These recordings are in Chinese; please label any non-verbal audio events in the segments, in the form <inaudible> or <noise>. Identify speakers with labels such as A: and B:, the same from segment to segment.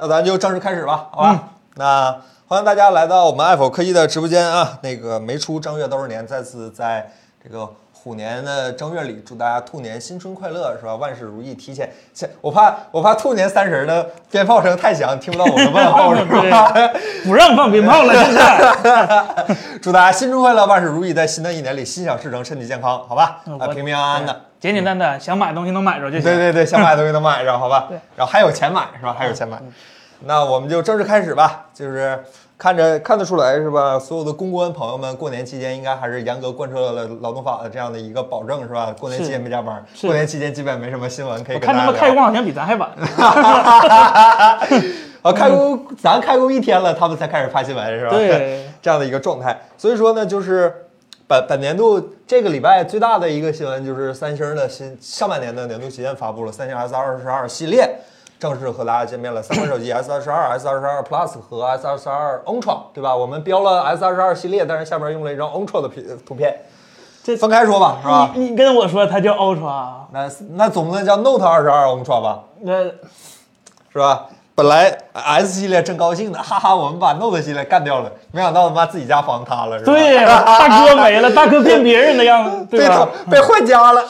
A: 那咱就正式开始吧，好吧？那欢迎大家来到我们爱否科技的直播间啊。那个没出正月都是年，再次在这个虎年的正月里，祝大家兔年新春快乐，是吧？万事如意，提前前我怕我怕兔年三十的鞭炮声太响，听不到我们问候，是吧？
B: <laughs> 不让放鞭炮了，现在
A: <laughs> 祝大家新春快乐，万事如意，在新的一年里心想事成，身体健康，好吧？
B: 嗯
A: 啊，
B: 我
A: 平平安安的。
B: 简简单单，想买东西能买着就行。
A: 对对对，想买的东西都买着，好吧
B: 对？
A: 然后还有钱买是吧？还有钱买，那我们就正式开始吧。就是看着看得出来是吧？所有的公关朋友们，过年期间应该还是严格贯彻了劳动法的这样的一个保证是吧？过年期间没加班，
B: 是
A: 过年期间基本没什么新闻可以
B: 我
A: 跟大家
B: 看
A: 聊。
B: 他们开工好像比咱还晚。
A: <laughs> 啊，开工，咱开工一天了，他们才开始发新闻是吧？
B: 对，
A: <laughs> 这样的一个状态。所以说呢，就是本本年度这个礼拜最大的一个新闻就是三星的新上半年的年度旗舰发布了三星 S 二十二系列。正式和大家见面了，三款手机 S 二十二、S 二十二 Plus 和 S 二十二 Ultra，对吧？我们标了 S 二十二系列，但是下面用了一张 Ultra 的片图片，
B: 这
A: 分开说吧，是吧？
B: 你你跟我说它叫 Ultra，啊
A: 那那总不能叫 Note 二十二 Ultra 吧？
B: 那
A: 是吧？本来呃 S 系列正高兴呢，哈哈，我们把 Note 系列干掉了，没想到他妈自己家房塌了，是吧？<laughs>
B: 对大哥没了，大哥变别人的样子，
A: 被
B: 对
A: 他
B: 吧？
A: 被换家了，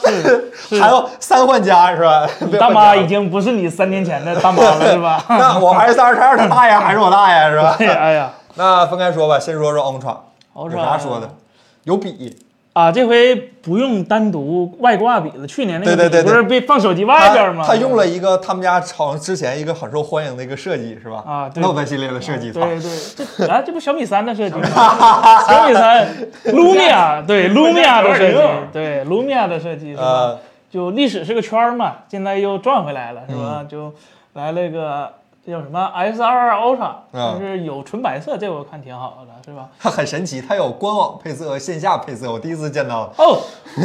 A: 还有三换家是吧？被
B: 大
A: 换家
B: 妈
A: 了
B: 已经不是你三年前的大妈了，是吧？
A: <laughs>
B: <laughs>
A: 那我还是三十二的大爷，还是我大爷是吧？
B: 对，哎呀
A: 那分开说吧，先说说 Ultra，有啥说
B: 嗯
A: 的？有笔，
B: 啊，这回不用单独外挂笔了，去年那个
A: 对对对
B: 笔
A: 对
B: 不是被放手机外边
A: 他
B: 吗？
A: 他用了一个他们家好像之前一个很受欢迎的一个设计是吧？
B: 啊对
A: Note 系列的设计，操
B: 对对，这啊，这不小米三的设计
A: <laughs>
B: 吗？小米三，Lumia 对 Lumia 的设计，对 Lumia 的设计是吧？
A: 呃，
B: 就历史是个圈儿嘛，现在又转回来了是吧？
A: 嗯
B: 就来了一个这叫什么 S 二 Ultra，
A: 嗯
B: 就是有纯白色，这我看挺好的是吧？
A: 它很神奇，它有官网配色和线下配色，我第一次见到。
B: 哦，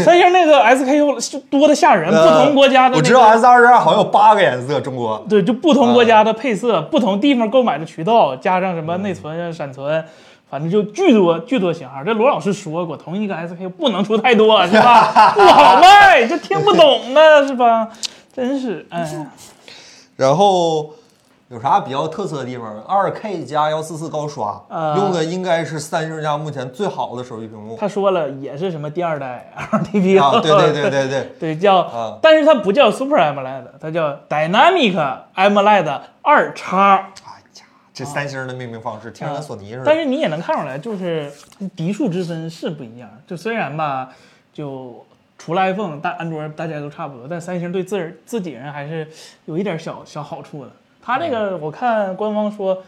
B: 三星那个 SKU 就多的吓人，不
A: 呃
B: 同国家的
A: 我
B: 那
A: 知道
B: 个。
A: S 二十二好像有八个颜色，中国
B: 对，就不同国
A: 啊
B: 家的配色，不同地方购买的渠道，加上什么
A: 嗯
B: 内存、啊、闪存，反正就巨多巨多型号。这罗老师说过，同一个 SK 不能出太多，是
A: <laughs>
B: 吧？不好卖，这听不懂呢，是吧？真是，哎呀，
A: 然后有啥比较特色的地方？二 K 加幺四四高刷，
B: 呃
A: 用的应该是三星家目前最好的手机屏幕
B: 他说了也是什么第二代 RTP
A: 啊！对对对对对，
B: <laughs> 对，叫，
A: 啊
B: 但是它不叫 Super AMOLED，它叫 Dynamic AMOLED 二叉。
A: 哎呀，这三星的命名方式听着跟索尼似的。
B: 呃但是你也能看出来，就是嫡庶之分是不一样。就虽然吧，就除了 iPhone，大安卓大家都差不多，但三星对自儿自己人还是有一点小小好处的。它这个我看官方说，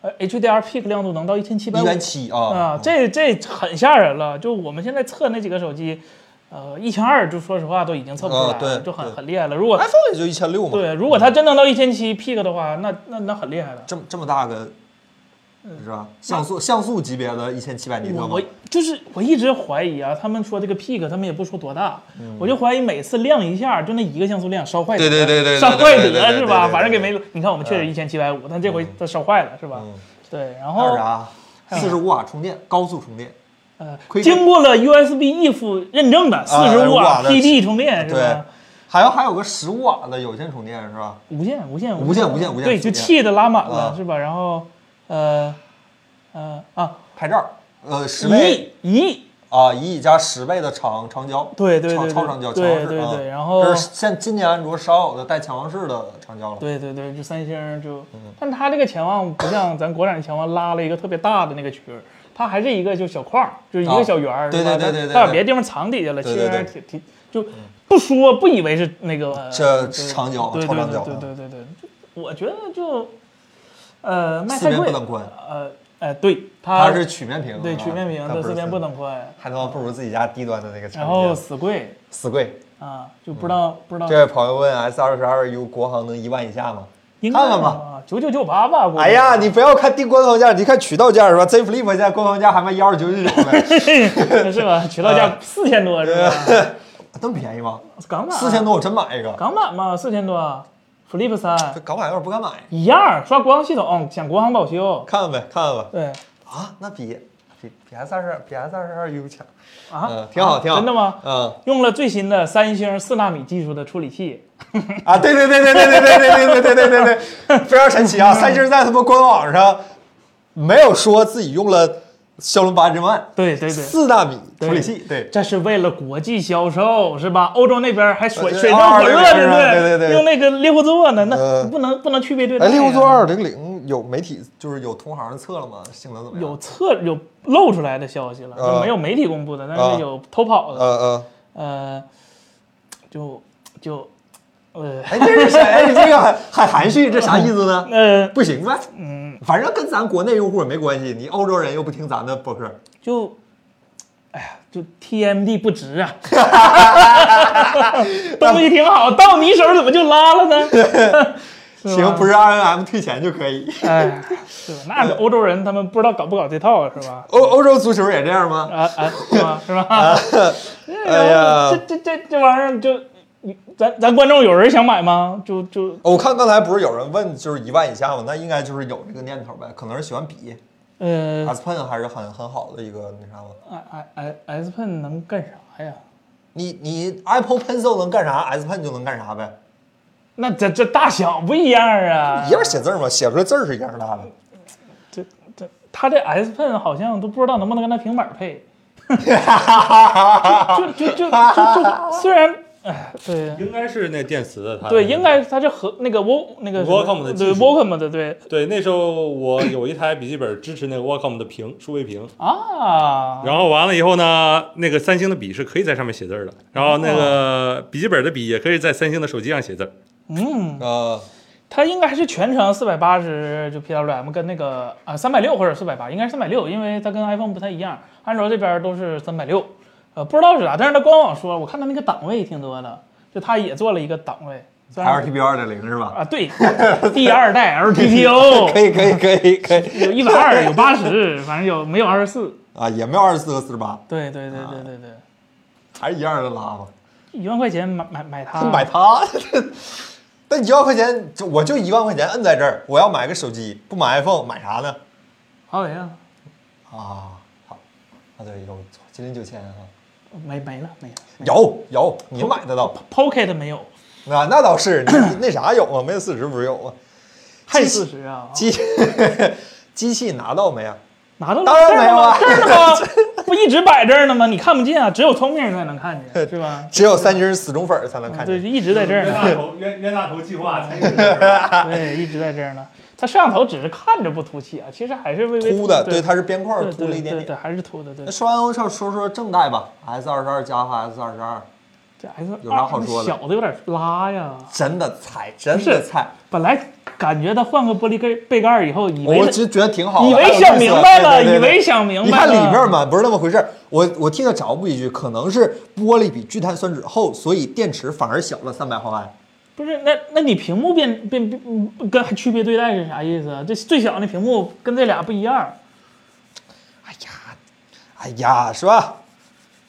B: 呃，HDR peak 亮度能到一千七百
A: 一
B: 五
A: 元七啊
B: 啊，，这这很吓人了。就我们现在测那几个手机，呃，一千二，就说实话都已经测不出来了，
A: 啊对
B: 就很
A: 对
B: 很厉害了。如果
A: iPhone 也就一千六嘛，
B: 对，如果它真能到一千七 peak 的话，那那那很厉害了。
A: 这么这么大个。是吧？像素像素级别的一千七百尼特
B: 嗯我
A: 吗
B: 我？就是我一直怀疑啊，他们说这个 peak，他们也不说多大，我就怀疑每次亮一下，就那一个像素亮烧坏
A: 嗯
B: 得，
A: 对对对对对
B: 烧坏
A: 对对对对
B: 得
A: 对
B: 是
A: 对对
B: 吧？
A: 对嗯
B: 反正给没，你看我们确实一千七百五，但这回它烧坏了是吧？对，然
A: 还有
B: 后
A: 啥？四十五瓦充电，高速充电。
B: 呃
A: 亏，啊哎给
B: 经过了 USB EF E 认证的四十五
A: 瓦
B: 瓦
A: 的
B: PD 充电是
A: 对
B: 吧？，
A: 还有还有个十五瓦的有线充电是吧？
B: 无线无线
A: 无线无线无线
B: 对，
A: 无线
B: 就气的拉满
A: 啊
B: 了是吧？然后呃呃啊，
A: 拍照，呃，十倍
B: 一一亿
A: 啊，一亿加十倍的长长焦，
B: 对对对
A: 超超长焦，
B: 对
A: 强望式
B: 对
A: 啊
B: 对然后
A: 这是现今年安卓少有的带强望式的长焦了，
B: 对对对，就三星儿就，
A: 嗯
B: 但它这个潜望不像咱国产的潜望拉了一个特别大的那个区儿，它还是一个就小框儿，就是一
A: 啊
B: 个小圆儿，
A: 对
B: 是吧
A: 对对对
B: 它
A: 对
B: 它把
A: 对
B: 别的地方藏底下了，
A: 对
B: 其
A: 对
B: 实还
A: 对
B: 挺挺就不说不以为是那个呃
A: 这
B: 对
A: 长焦
B: 对
A: 超
B: 对
A: 长焦
B: 对
A: 啊
B: 对对对，就我觉得就，呃，卖
A: 四
B: 太
A: 边
B: 贵
A: 不，等宽，
B: 呃呃，对它
A: 它是曲面屏，
B: 对
A: 啊
B: 曲面屏
A: 它
B: 的
A: 不
B: 四
A: 是
B: 边不，等宽，
A: 还他妈不如自己家低端的那个产
B: 然后
A: 品，
B: 死贵
A: 死贵。
B: 啊，就不知道不知道
A: 哎嗯这位朋友问 S 二十二 U 国行能一万以下吗？
B: 应该
A: 看看吧
B: 吧，九九九八吧，估计
A: 哎呀，你不要看定官方价，你看渠道价是吧？Z Flip 现在官方价还卖一二九
B: <laughs>
A: 九九呢，
B: 是吧？渠道
A: 啊
B: 价四千多是吧？
A: 这么便宜吗？
B: <laughs> 港版啊
A: 四千多我真买一个，
B: 港版嘛，四千多，Flip
A: 这
B: 啊三
A: 港版有点不敢买，
B: 一样，刷国行系统，享国行保修。
A: 看看呗，看看吧。
B: 对，
A: 啊，那比比比 S 二十比 S 二十二 U 强，
B: 啊
A: 嗯，，挺好，挺好。
B: 真的吗？
A: 嗯
B: 用了最新的三星四纳米技术的处理器，
A: 啊，对对对对对对对对对对对对对，非常神奇
B: 嗯
A: 啊！三星在他们官网上没有说自己用了骁龙八 Gen One
B: 对对对，
A: 四纳米处理器，对。
B: 这是为了国际销售是吧？欧洲那边还水
A: 呃
B: 水深火热
A: 对
B: 呢，
A: 对对对对
B: 用那个猎户座呢，那
A: 呃
B: 不能不能区别对待
A: 哎，
B: 呀。
A: 猎户座二零零有媒体就是有同行测了吗？性能怎么样？
B: 有测有露出来的消息了，
A: 呃
B: 就没有媒体公布的，但
A: 啊
B: 是有偷跑
A: 呃
B: 的，
A: 呃，
B: 呃，就就呃
A: 哎，这是谁？哎，你这个很很含蓄，这啥意思
B: <laughs>
A: 呢？
B: 呃
A: 不行呗，
B: 嗯，
A: 反正跟咱国内用户也没关系，你欧洲人又不听咱的博客，
B: 就哎呀，就 TMD 不值
A: <laughs>
B: 啊，东西挺好，到你手怎么就拉了呢？是吧
A: 行，不是 RNM 退钱就可以。
B: 哎，是吧？那欧洲人他们不知道搞不搞这套啊是吧？
A: 欧欧洲足球也这样吗？
B: 啊啊，是吧？是 <laughs> 吧？
A: 啊哎呀
B: 这这这这玩意儿就，你咱咱观众有人想买吗？就就
A: 哦我看刚才不是有人问，就是一万以下嘛，那应该就是有这个念头呗，可能是喜欢笔
B: 呃
A: s p e n 还是很很好的一个那啥嘛。
B: ，i i i s pen 能干啥呀？
A: 你你 Apple Pencil 能干啥，S Pen 就能干啥呗，
B: 那这这大小不一样啊
A: 一，样写字儿嘛，写出来字儿是一样大的。啊
B: 这这他这 S pen 好像都不知道能不能跟他平板配，就就就就就虽然哎对
C: 应该是那电磁，它
B: 对，应该他是和那个 Wo 那个什么
C: Wacom 的技
B: 对
C: 术
B: Wacom 的对
C: 对。那时候我有一台笔记本支持那个 Wacom 的屏，数位屏。
B: 啊，
C: 然后完了以后呢，那个三星的笔是可以在上面写字儿的，然后那个笔记本的笔也可以在三星的手机上写字儿。
B: 嗯，
A: 呃，
B: 它应该还是全程四百八十，就 PWM 跟那个啊三百六或者四百八，应该是三百六，因为它跟 iPhone 不太一样，安卓这边都是三百六，呃，不知道是啥，但是它官网说，我看它那个档位挺多的，就它也做了一个档位，虽然
A: LTP 二点零是吧？
B: 啊哦对，第二代 LTPO
C: <laughs>
A: 可以可以可以可以 <laughs>
B: 有一百二，有八十，反正有没有二十四？
A: 啊，也没有二十四和四十八，
B: 对对对对对对，
A: 还是一样的拉嘛。
B: 一万块钱买买买它，
A: 买它， <laughs> 那一万块钱就我就一万块钱摁在这儿，我要买个手机，不买 iPhone 买啥呢？
B: 华为啊，
A: 啊，好，啊对，有麒麟九千啊，
B: 没没了没了
A: 有有，你买得到。
B: ，Pocket 没有，
A: 那那倒是，你 <clears throat> 你那啥有啊？没四十不是有啊？
B: 还
A: 机
B: 四十啊，
A: 机 <laughs> 机器拿到没啊？
B: 拿到了
A: 当然没有啊
B: 这儿呢吗？这儿呢吗？
A: <laughs>
B: 不一直摆这儿呢吗？你看不见啊，只有聪明人才能看见，是吧？
A: 只有三军死忠粉儿才能看
B: 对，
A: 见。
B: 一直在这
A: <laughs>
B: 儿呢，
C: 头冤冤大头计划才 <laughs>
B: 对，一直在这儿呢。它摄像头只是看着不凸起啊，其实还是微微
A: 凸的，
B: 对，
A: 对，它是边框
B: 对
A: 凸了一点
B: 对对，
A: 点。
B: 还是凸的，对
A: 那。说完欧少说说正代吧，S 二十二加和 S 二十二，
B: 这 S
A: 有啥好说的
B: 小的有点拉呀，
A: 真的菜，真的菜，
B: 本来感觉它换个玻璃盖背盖儿以后，以为
A: 我就觉得挺好的。
B: 以
A: 还
B: 为
A: 有
B: 想
A: 绿
B: 明
A: 色
B: 白了，
A: 对对
B: 以
A: 对
B: 为想明白了。
A: 你看里边儿嘛，不是那么回事儿。我我替他找补一句，可能是玻璃比聚碳酸酯厚，所以电池反而小了三百毫安。
B: 不是，那那你屏幕变变变嗯跟区别对待是啥意思啊？这最小的屏幕跟这俩不一样，
A: 哎呀，哎呀，是吧？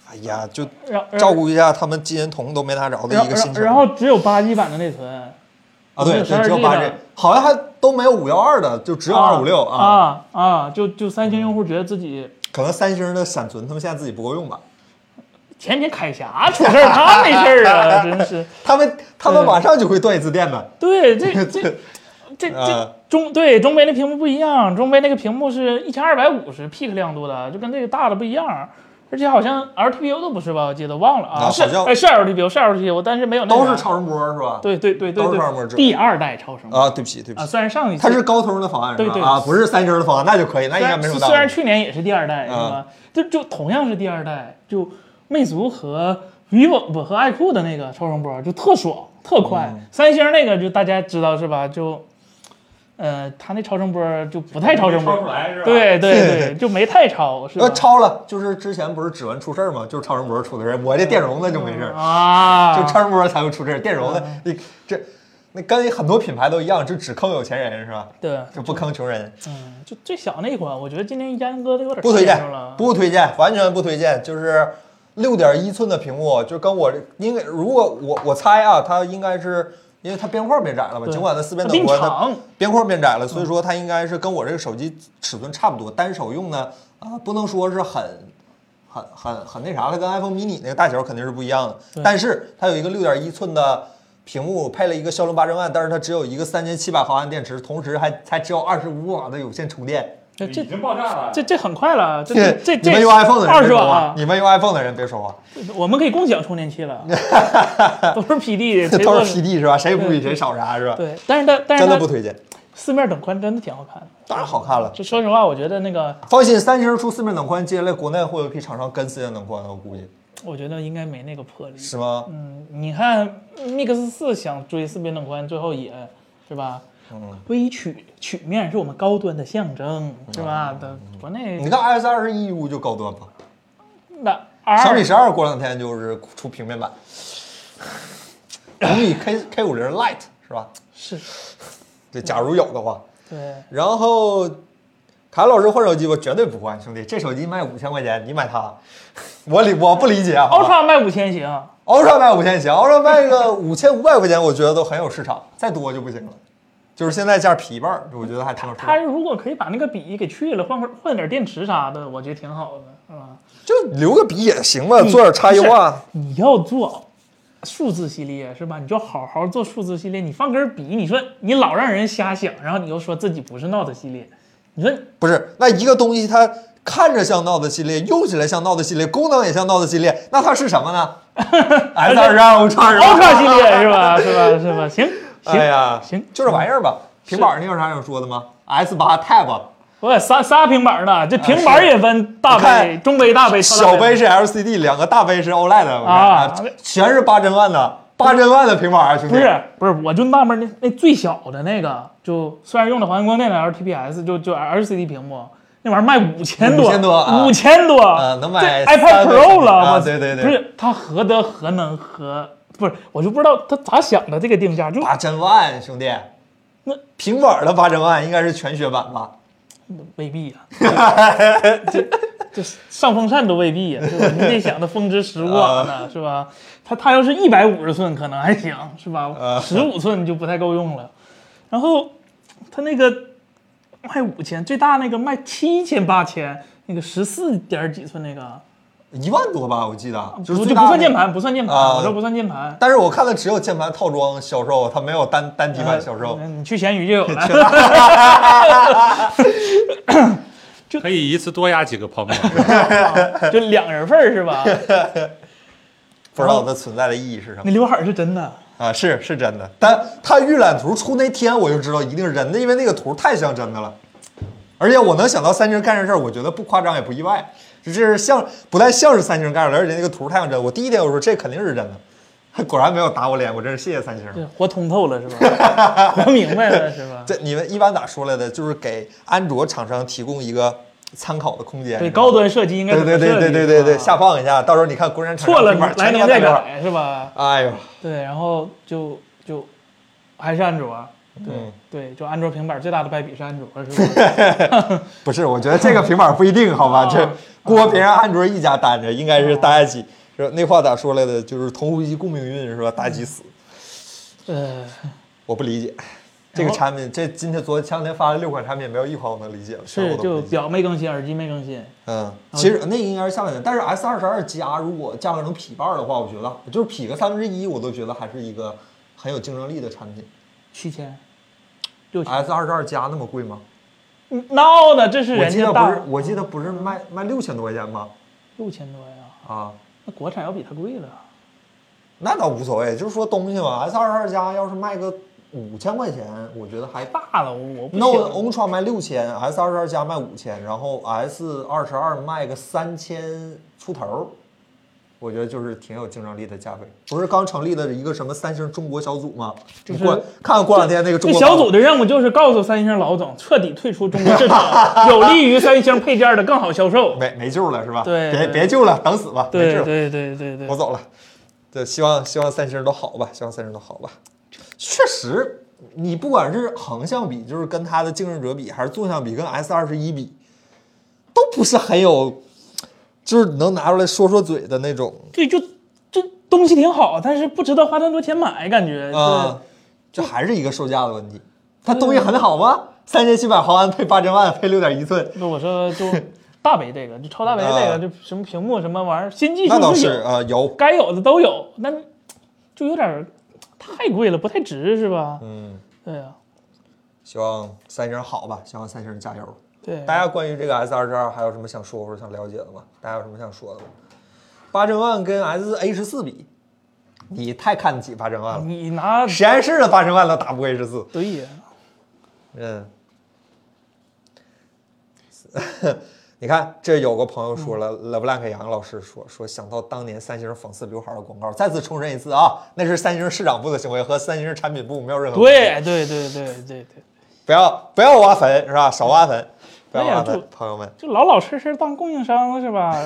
A: 哎呀，就
B: 然后
A: 照顾一下他们金银铜都没拿着的
B: 呃然
A: 一个心
B: 然
A: 情。
B: 然后只有八 G 版的内存，
A: 啊，对，
B: 只有
A: 对，只有
B: 12G
A: 八
B: 的
A: G，好像还都没有五幺二的，就只有二五六啊。
B: 啊啊！就就三星用户觉得自己
A: 可能三星的闪存他们现在自己不够用吧？
B: 前年凯霞出事儿，他没事儿啊，真是。
A: 他们他们
B: 对
A: 马上就会断一次电的。
B: 对，这
A: <laughs>
B: 这这
A: 啊
B: 这中对中杯那屏幕不一样，中杯那个屏幕是一千二百五十 p i 亮度的，就跟这个大的不一样。而且好像 LTPO 都不是吧？我记得忘了啊，
A: 啊
B: 是
A: 好像
B: 哎是 LTPO 是 LTPO，但是没有那
A: 都
B: 啥
A: 是超声波是吧？
B: 对对对对
A: 都是
B: 对，
A: 超声波制
B: 第二代超声波
A: 啊，对不起，对不
B: 啊，
A: 起，
B: 虽然上一次
A: 它是高通的方案是
B: 对对
A: 吧？啊，不是三星的方案，那就可以，那
B: 虽
A: 应该
B: 然
A: 没什么大
B: 虽然
A: 问题。
B: 去年也是第二代，是
A: 嗯
B: 吧？就就同样是第二代，就魅族和 vivo 不和爱酷的那个超声波就特爽特快，
A: 嗯
B: 三星那个就大家知道是吧？就呃，它那超声波就不太超声波，
C: 来是吧？ <laughs>
B: 对对对，就没太超是吧
A: 呃，？超了，就是之前不是指纹出事儿吗？就是超声波出的事儿，我这电容的就没事儿，
B: 啊，
A: 就超声波才会出事儿，电容的
B: 嗯
A: 你这那跟很多品牌都一样，就只坑有钱人是吧？
B: 对，
A: 就不坑穷人，
B: 嗯，就最小那一款，我觉得今天阉割的有点
A: 不推荐
B: 太严重了，
A: 不推荐，完全不推荐。就是六点一寸的屏幕，就跟我这应该，如果我我猜啊，它应该是因为它边框变窄了嘛，
B: 对
A: 尽管它四边
B: 它
A: 等
B: 并
A: 宽，它
B: 长，
A: 边框变窄了，
B: 嗯
A: 所以说它应该是跟我这个手机尺寸差不多。单手用呢，啊、不能说是很。很很很那啥，它跟 iPhone mini 那个大小肯定是不一样的
B: 对，
A: 但是它有一个六点一寸的屏幕，配了一个骁龙八千万，但是它只有一个三千七百毫安电池，同时还才只有二十五瓦的有线充电。
B: 这
D: 已
B: 这
D: 经爆炸了。
B: 这这很快了，这这这
A: 你们用 iPhone 的人
B: 二
A: 别
B: 十
A: 说
B: 瓦
A: 话
B: 啊，，
A: 你们用 iPhone 的人别说
B: <laughs>
A: 话，
B: 我们可以共享充电
A: <laughs>
B: 器了，都是 PD，谁
A: 都
B: 做
A: 是 PD 是吧？谁不比谁少啥是吧？
B: 对，但是它但是
A: 真的不
B: 它
A: 推荐，
B: 四面等宽真的挺好看的。
A: 当然好看了。
B: 就说实话，我觉得那个，
A: 放心，三星出四面等宽，接下来国内会有一批厂商跟四面等宽，我估计
B: 我觉得应该没那个魄力。
A: 是吗？
B: 嗯，你看 Mix 四想追四边等宽，最后也是吧？
A: 嗯，
B: 微曲曲面是我们高端的象征，是
A: 嗯
B: 吧？的国内
A: <laughs> 你看 iOS 二十一不就高端吧？
B: 那
A: 小米
B: R
A: 十二过两天就是出平面版，红米 K K 五零 Lite 是吧？
B: 是
A: 这假如有的话，
B: 对
A: 然后凯老师换手机，我绝对不换，兄弟，这手机卖五千块钱，你买它，我理我不理解啊。
B: Ultra 卖五千
A: 嗯
B: 行，
A: Ultra 卖五千行，Ultra 卖个五千五百块钱，我觉得都很有市场，再多就不行了。就是现在价皮一半儿，我觉得还挺有市
B: 它
A: 场。
B: 如果可以把那个笔给去了，换块换点电池啥的，我觉得挺好的，是吧？
A: 就留个笔也行吧，
B: 你
A: 做点插优啊。
B: 你要做数字系列是吧？你就好好做数字系列，你放根笔，你说你老让人瞎想，然后你又说自己不是 Note 系列，你说
A: 不是，那一个东西它看着像 Note 系列，用起来像 Note 系列，功能也像 Note 系列，那它是什么
B: <laughs>
A: 呢？S 二十二 Ultra 是吧
B: Ultra 系列
A: <laughs>
B: 是吧？ <laughs> 是吧？是吧？行行，
A: 啊哎呀，
B: 行
A: 就这玩意儿吧。平板儿你有啥想说的吗？S 八 Tab
B: 我仨仨平板呢，这平板也分大
A: 啊
B: 杯、
A: 是
B: 中杯、大杯、超大
A: 小杯是 LCD，两个大杯是 OLED 我看
B: 啊
A: 全是八帧万的，八帧万的平板啊，兄弟。
B: 不是不是，我就纳闷那那最小的那个，就虽然用的华星光电的 LTPS，就就 LCD 屏幕，那玩意儿卖五千多，
A: 5000多啊
B: 五千多，
A: 啊能买
B: 这 iPad
A: 三个
B: Pro 了，
A: 啊
B: 我
A: 对对对
B: 不是它何德何能何不是，我就不知道他咋想的这个定价，就
A: 八帧万，兄弟。
B: 那
A: 平板儿的八帧万应该是全雪版吧？
B: 未必
A: <laughs>
B: 呀、这这上风扇都未必呀、
A: <laughs>
B: 是吧？你得想它峰值十五瓦
A: 啊
B: 呢，是吧？它它要是一百五十寸可能还行，是吧？
A: 啊
B: 十五寸就不太够用了。然后它那个卖五千，最大那个卖七千八千，那个十四点几寸那个，
A: 一万多吧，我记得。就是
B: 不
A: 最
B: 就
A: 大
B: 不算
A: 的
B: 键盘，不算键盘，
A: 啊
B: 我说不算键盘。
A: 但是我看的只有键盘套装销售，它没有单单体版销售。
B: 呃你去闲鱼就有了。
A: <laughs>
C: 可以一次多压几个泡
B: <laughs>
C: 沫。
B: 啊就两人份儿是
A: <laughs>
B: 吧？
A: 不知道它存在的意义是什么
B: 那刘海儿是真
A: <laughs>
B: 的，
A: 啊？是是真的，但它预览图出那天我就知道一定是真的，因为那个图太像真的了。而且我能想到三星干这事儿，我觉得不夸张也不意外，就这是像不太像是三星干的，而且那个图太像真。我第一天我说这肯定是真的， <laughs> 还果然没有打我脸，我真是谢谢三星。
B: 这活通透了
A: <laughs>
B: 是吧？活明白了是吧？
A: 这你们一般咋说来的？就是给安卓厂商提供一个参考的空间。
B: 对
A: 是吧
B: 高端设计应该
A: 对
B: 怎么
A: 对对
B: 设计
A: 对对对对，
B: 是吧
A: 下放一下，到时候你看国产厂商
B: <laughs> 错了
A: 平板
B: 来
A: 全他
B: 年
A: 妈
B: 再
A: 带刘海儿。
B: 改是吧？
A: 哎呦，
B: 对，然后就就还是安卓，对、
A: 嗯
B: 对，就安卓平板最大的败笔是安卓是吧？
A: <laughs> 不是，我觉得这个平板不一定，好吧？
B: 啊
A: 这锅别让安卓一家担着，应该是大家一起。是吧那话咋说来的？就是同呼吸共命运，是吧？大家一起死，
B: 呃，
A: 我不理解。这个产品，这今天昨前两天发的六款产品，没有一款我能理解的，全
B: 是
A: 部都不
B: 就
A: 理解。
B: 表没更新，耳机没更新，
A: 嗯，其实那个应该是下半年，但是 S 二十二加如果价格能匹半儿的话，我觉得就是匹个三分之一，我都觉得还是一个很有竞争力的产品。
B: 七千，六千，
A: S 二十二加那么贵吗？
B: 闹呢？这是
A: 嗯我
B: 人
A: 记
B: 家
A: 得不
B: 大
A: 是，我记得不是卖卖六千多块钱吗？
B: 六千多呀，
A: 啊，
B: 那国产要比它贵了。
A: 那倒无所谓，就是说东西嘛，S 二十二加要是卖个五千块钱，我觉得还大。
B: 大了，我我不
A: Note
B: 行。
A: Ultra 卖六千，S 二十二加卖五千，然后 S 二十二卖个三千出头儿，我觉得就是挺有竞争力的价位。不是刚成立的一个什么三星中国小组吗？
B: 就是
A: 你过看看过两天那个中
B: 这
A: 国
B: 小组的任务就是告诉三星老总，彻底退出中国
A: <laughs>
B: 市场，有利于三星配件的更好销售。
A: 没没救了是吧？
B: 对
A: 别
B: 对
A: 别救了，等死吧，没
B: 对
A: 救了。
B: 对对对对
A: 我，走了。对，希望希望三星都好吧，希望三星都好吧。确实，你不管是横向比，就是跟它的竞争者比，还是纵向比，跟 S 二十一比，都不是很有，就是能拿出来说说嘴的那种。
B: 对，就这东西挺好，但是不值得花那么多钱买，感觉。
A: 啊
B: 对，
A: 这还是一个售价的问题。它东西很好吗？三千七百毫安配八千万配六点一寸，
B: 那我说
A: <laughs>
B: 就大杯这个，就超大杯这
A: 啊
B: 个，就什么屏幕什么玩意儿，新技
A: 那倒
B: 术
A: 是
B: 有，
A: 啊、呃有。
B: 该有的都有，那就有点儿太贵了，不太值是吧？
A: 嗯，
B: 对啊呀，
A: 希望三星好吧，希望三星加油。
B: 对，
A: 大家关于这个 S 二十二还有什么想说或者想了解的吗？大家有什么想说的吗？八千万跟 S A 十四比，你太看得起八千万了，
B: 你拿啊
A: 实验室的八千万都打不过 A 十四。
B: 对呀，
A: 嗯， <laughs> 你看，这有个朋友说了，
B: 嗯
A: 勒布朗克杨老师说说想到当年三星讽刺刘海儿的广告，再次重申一次啊，那是三星市场部的行为和三星产品部没有任何关系
B: 对对对对对对，
A: 不要不要挖坟是吧？少挖坟，不要
B: 哎呀
A: 挖
B: 就
A: 坟，朋友们。
B: 就老老实实当供应商是吧？ <laughs>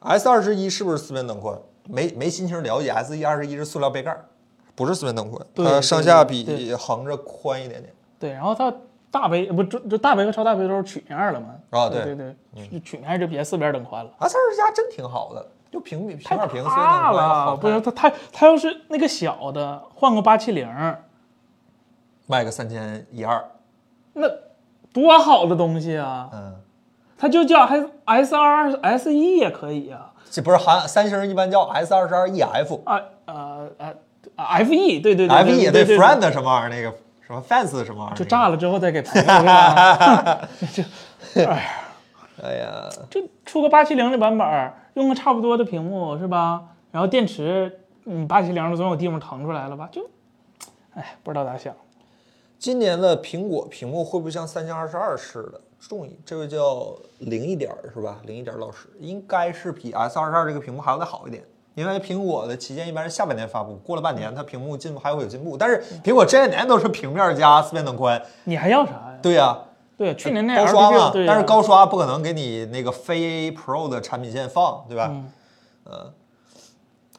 A: S 二十一是不是四边等宽？没没心情了解。S 一二十一是塑料杯盖儿，不是四边等宽，
B: 对
A: 它
B: 对
A: 上下
B: 对
A: 比横着宽一点点。
B: 对，然后它大杯不就就大杯和超大杯都是曲面儿了嘛？
A: 啊
B: 对
A: 对
B: 对，曲曲面儿就别四边儿等宽了。
A: S 二十加真挺好的，就平比平
B: 太
A: 面屏四边等
B: 大
A: 宽要
B: 了，
A: 好
B: 不是
A: 看。
B: 它它它要是那个小的，换个八七零，
A: 卖个三千一二，
B: 那多好的东西啊！
A: 嗯，
B: 它就叫 S S 二 S 一也可以啊，
A: 这不是韩三星一般叫 S 二十二 E EF。
B: 啊呃呃 F E 对对对
A: F 也
B: 对对对
A: friend 什么玩意儿那个什么 fans 什么玩意儿，
B: 就炸。了之后再给赔了是吧？ <laughs> 就哎呀，
A: 哎呀，
B: 就出个八七零的版本儿，用个差不多的屏幕是吧？然后电池，你八七零总有地方腾出来了吧？就，哎，不知道咋想。
A: 今年的苹果屏幕会不会像三星二十二似的重一？这位叫零一点儿是吧？零一点儿老师应该是比 S 二十二这个屏幕还要再好一点，因为苹果的旗舰一般是下半年发布，过了半年它屏幕进步还会有进步。但是苹果这些年都是平面加四边等宽，
B: 你还要啥呀？
A: 对呀、
B: 对，去年那
A: 哎高刷
B: LPP
A: 嘛，
B: 对呀
A: 但是高刷不可能给你那个非 Pro 的产品线放，对吧？
B: 嗯
A: 呃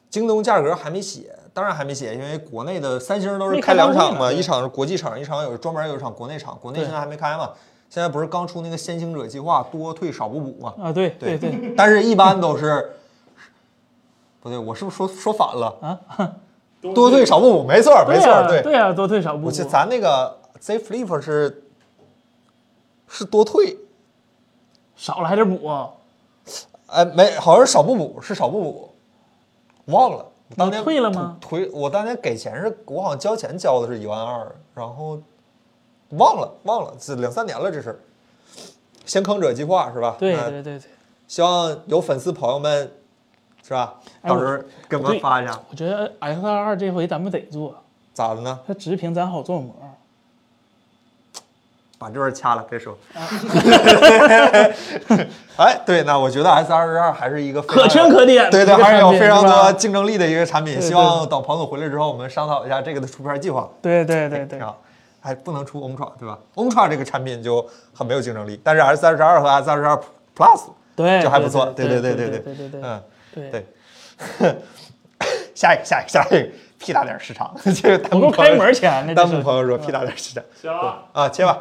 A: 京东价格还没写，当然还没写，因为国内的三星都是
B: 没
A: 开
B: 开
A: 两
B: 发布
A: 场
B: 呢
A: 嘛，
B: 对
A: 一场是国际场，一场有专门有一场国内场，国内
B: 对
A: 现在还没开嘛。现在不是刚出那个先行者计划，多退少不补嘛？
B: 啊，对
A: 对
B: 对，
A: 但是一般都是，不对，我是不是说说反了啊？多退少不补，没错儿，没
B: 对
A: 错儿，
B: 呀
A: 对。
B: 对啊呀，多退少补
A: 我记得咱那个 Z Flip 是是多退，
B: 少了还得补啊，
A: 哎，没，好像是少不补，是少不补，忘了。我当年
B: 退了吗？
A: 退，我当年给钱是，我好像交钱交的是一万二，然后忘了忘了，这两三年了这是。先坑者计划是吧？
B: 对
A: 嗯
B: 对对对，
A: 希望有粉丝朋友们，是吧？
B: 哎
A: 到时候给我们
B: 对
A: 发一下，
B: 我觉得 X 二二这回咱们得做，
A: 咋的呢？
B: 它直屏咱好做模。
A: 把这段掐了，别说。
B: 啊
A: <laughs> 哎，对，那我觉得 S 二十二还是一个非常
B: 可圈可 <laughs> 点的
A: 对
B: 一
A: 对，
B: 个
A: 还是有
B: 产品
A: 非常
B: 是吧
A: 多竞争力的一个产品。
B: 对
A: 希望等彭总回来之后，我们商讨一下这个的出片计划。
B: 对对对对
A: 挺，好啊还不能出 Ultra 对吧？Ultra 这个产品就很没有竞争力，但是 S 二十二和 S 二十二 Plus
B: 对
A: 就还不错。
B: 对
A: 对
B: 对
A: 对
B: 对
A: 对
B: 对对
A: 嗯，
B: 对
A: 对。 <laughs> 下一个，下一个，下一个，屁大点市场， <laughs> 这个弹
B: 不
A: 幕
B: 够
A: 朋友
B: 开门钱呢，这
A: 弹幕
B: 是
A: 朋友说屁大点市场。
C: 行了，
A: 啊，切吧，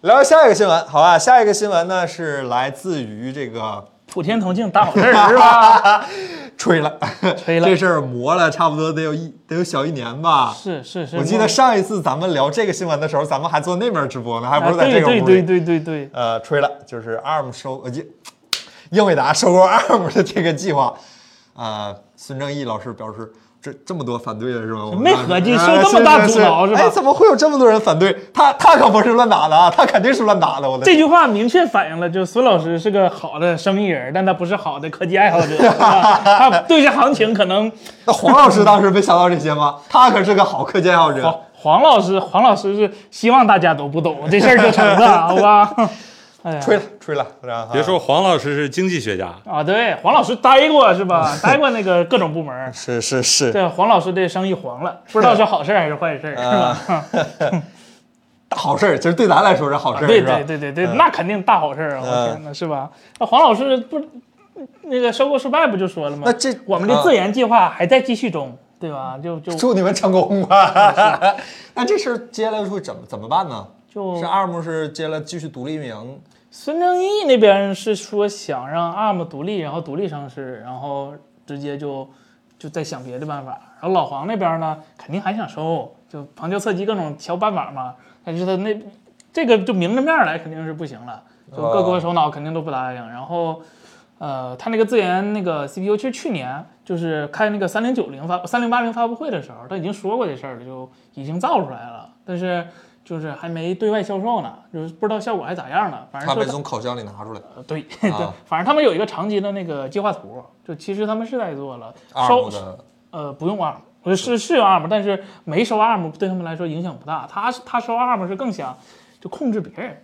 A: 聊下一个新闻，好吧？下一个新闻呢是来自于这个，
B: 普天同庆大好
A: <laughs>
B: 事儿是吧？
A: 吹了，
B: 吹了
A: 这事儿磨了差不多得有一得有小一年吧。
B: 是是是，
A: 我记得上一次咱们聊这个新闻的时候，咱们还做那边直播呢，还
B: 啊
A: 不是在这个屋
B: 对
A: 里。
B: 对对对对对，
A: 呃，吹了，就是 ARM 收呃，英英伟达收购 ARM 的这个计划。呃，孙正义老师表示，这这么多反对的是吗？我们
B: 没合计
A: 啊
B: 受这么
A: 是
B: 大
A: 是
B: 阻挠是吧
A: 哎，怎么会有这么多人反对？他他可不是乱打的啊，他肯定是乱打的。我的
B: 这句话明确反映了，就孙老师是个好的生意人，但他不是好的科技爱好者，是吧他对这行情可能
A: 那黄老师当时没想到这些吗？他可是个好科技爱好者。
B: 黄黄老师，黄老师是希望大家都不
A: <laughs>
B: 懂这事儿就成了，好吧？哎呀，
A: 吹了，吹了，是吧，
C: 别说黄老师是经济学家，
B: 啊，对，黄老师待过是吧？待过那个各种部门
A: <laughs> 是是是，
B: 对，黄老师这生意黄了，不知道是好事儿还是坏事儿，是
A: 啊
B: 啊吧？
A: 大好事儿，其实对咱来说是好事儿，
B: 对
A: 是吧
B: 对？对对对，那肯定大好事儿啊！我天哪，是吧？那黄老师不那个收购失败不就说了吗？
A: 那这啊
B: 我们的自研计划还在继续中，对吧？就就
A: 祝你们成功 <laughs> 吧。那这事儿接下来会怎么怎么办呢？
B: 就是
A: ARM 是接下来继续独立运营，
B: 孙正义那边是说想让 ARM 独立，然后独立上市，然后直接就就在想别的办法。然后老黄那边呢，肯定还想收，就旁敲侧击各种小办法嘛。但是他那这个就明着面来肯定是不行了，就各国首脑肯定都不答应。然后，呃，他那个自研那个 CPU，其实去年就是开那个三零九零发三零八零发布会的时候，他已经说过这事儿了，就已经造出来了，但是就是还没对外销售呢，就是不知道效果还咋样呢。反正
A: 他
B: 说
A: 没
B: 他
A: 从烤箱里拿出来。
B: 呃，对 <laughs> 对，
A: 啊
B: 反正他们有一个长期的那个计划图，就其实他们是在做了收
A: ARM 的
B: 呃不用 ARM，呃是是用 ARM，但是没收 ARM 对他们来说影响不大。他他收 ARM 是更想就控制别人，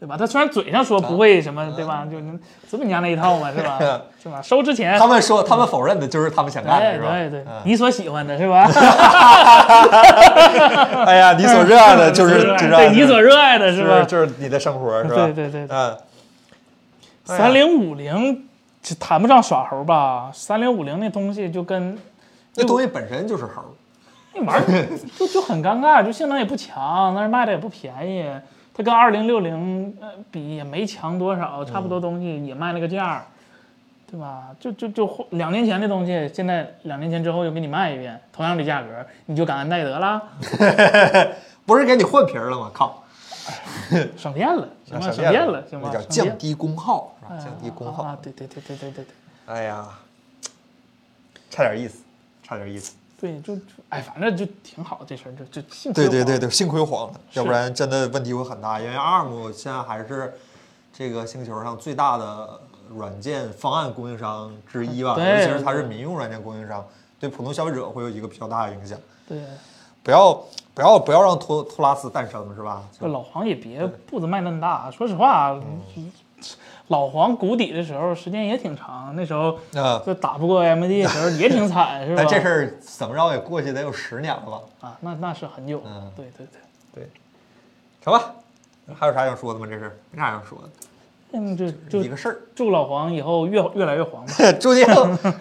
B: 对吧？他虽然嘴上说不会什么，对吧？就你资本家那一套嘛，是
A: <laughs>
B: 吧？是吧？收之前哎
A: 他们说他们否认的就是他们想干的是吧？嗯
B: 对对对，你所喜欢的是吧？
A: <laughs> 哎呀，你 <laughs> 所热爱的就是就是
B: <laughs> 对你所热爱的是吧？
A: 就是你的生活是吧？
B: 对对对对
A: 嗯，哎呀
B: 三零五零这谈不上耍猴吧？三零五零那东西就跟
A: 那东西本身就是猴儿，
B: 那玩意儿
A: <laughs>
B: 就就很尴尬，就性能也不强，但是卖的也不便宜。它跟二零六零呃比也没强多少，差不
A: 嗯
B: 多东西也卖那个价儿，对吧？就就就两年前的东西，现在两年前之后又给你卖一遍，同样的价格，你就感恩戴德啦，
A: 不是给你换皮儿了吗？靠，
B: 省电了，行吧？
A: 那
B: 省电了，行吧
A: 那叫？
B: 省
A: 降
B: 电
A: 低功耗是吧？
B: 哎
A: 降低功
B: 啊
A: 耗。
B: 啊，对对对对对对对。
A: 哎呀，差点意思，差点意思。
B: 对，就就哎，反正就挺好，这事儿就就幸亏
A: 对对
B: 我
A: 对对，幸亏黄了，
B: 是
A: 要不然真的问题会很大。因为 ARM 现在还是这个星球上最大的软件方案供应商之一吧，
B: 对
A: 尤其是它是民用软件供应商，对普通消费者会有一个比较大的影响。
B: 对，
A: 不要不要不要让托托拉斯诞生是吧？
B: 这老黄也别步子迈那么大，说实话，啊
A: 嗯
B: <laughs> 老黄谷底的时候时间也挺长，那时候
A: 啊、
B: 就打不过 AMD 的时候也
A: <laughs>
B: 挺惨，是吧？
A: 但这事儿怎么着也过去得有十年了吧？
B: 啊，那那是很久
A: 嗯
B: 了，对对对，
A: 对，成吧。还有啥想说的吗？这是没啥想说的，
B: 嗯，就
A: 一
B: 就
A: 个事儿。 <laughs>
B: 祝老黄以后越越来越黄吧。
A: 祝您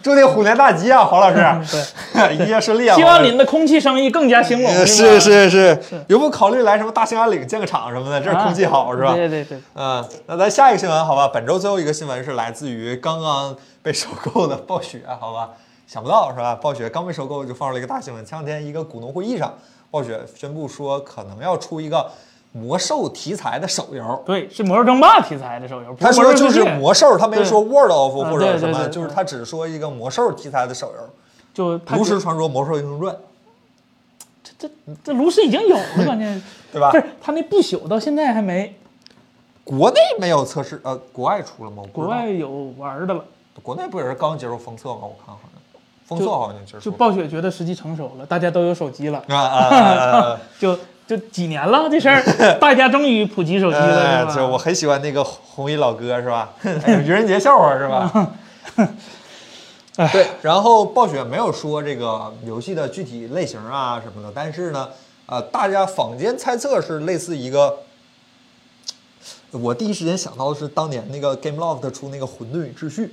A: 祝您虎年大吉啊，黄老师！
B: 嗯对，
A: <laughs> 一切顺利啊！
B: 希望您
A: 黄
B: 的空气生意更加兴隆
A: 老，师
B: 吧
A: 呃是是是，有没有考虑来什么大兴安岭建个厂什么的？这儿空气好是吧？
B: 啊对对对，
A: 嗯，那咱下一个新闻好吧？本周最后一个新闻是来自于刚刚被收购的暴雪，好吧？想不到是吧？暴雪刚被收购就放出了一个大新闻。前两天一个股东会议上，暴雪宣布说可能要出一个魔兽题材的手游。
B: 对，是《魔兽争霸》题材的手游，不
A: 他
B: 是魔
A: 说
B: 兽
A: 就
B: 世
A: 是
B: 界
A: 魔兽，他没说 World of
B: 啊
A: 或者什
B: 对
A: 么，
B: 对对
A: 就是他只说一个魔兽题材的手游，
B: 就
A: 《
B: 他
A: 炉石传说》《魔兽英雄传》，
B: 这这这炉石已经有了，关键是
A: 对吧
B: 不是他那不朽到现在还没，
A: 国内没有测试，呃，国外出了吗？我不
B: 国
A: 知道
B: 外有玩的了。
A: 国内不也是刚接受封测吗？我看好像封测
B: 就
A: 好像结束
B: 就
A: 了
B: 暴雪觉得时机成熟了，大家都有手机了，
A: <laughs> 啊啊啊啊啊啊！
B: 就就几年了这事儿，大家终于普及手机
A: 呃，
B: 了，是
A: 就我
B: 吧？
A: 很喜欢那个红衣老哥是吧？哎愚人节笑话是吧？ <laughs> 对，然后暴雪没有说这个游戏的具体类型啊什么的，但是呢，呃，大家坊间猜测是类似一个，我第一时间想到的是当年那个 GameLoft 出那个《混沌与秩序》。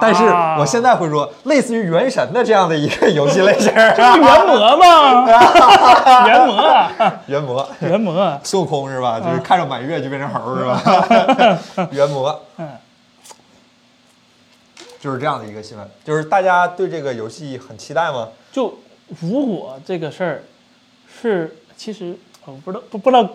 A: 但是我现在会说，类似于《原神》的这样的一个游戏类型，啊
B: 这不元魔吗？元魔啊，
A: <laughs> 原魔，
B: 元魔，
A: 孙悟空是吧？
B: 嗯
A: 就是看着满月就变成猴儿是
B: <laughs>
A: 吧？元魔，
B: 嗯，
A: 就是这样的一个新闻，就是大家对这个游戏很期待吗？
B: 就如果这个事儿是其实我不知道不不知道，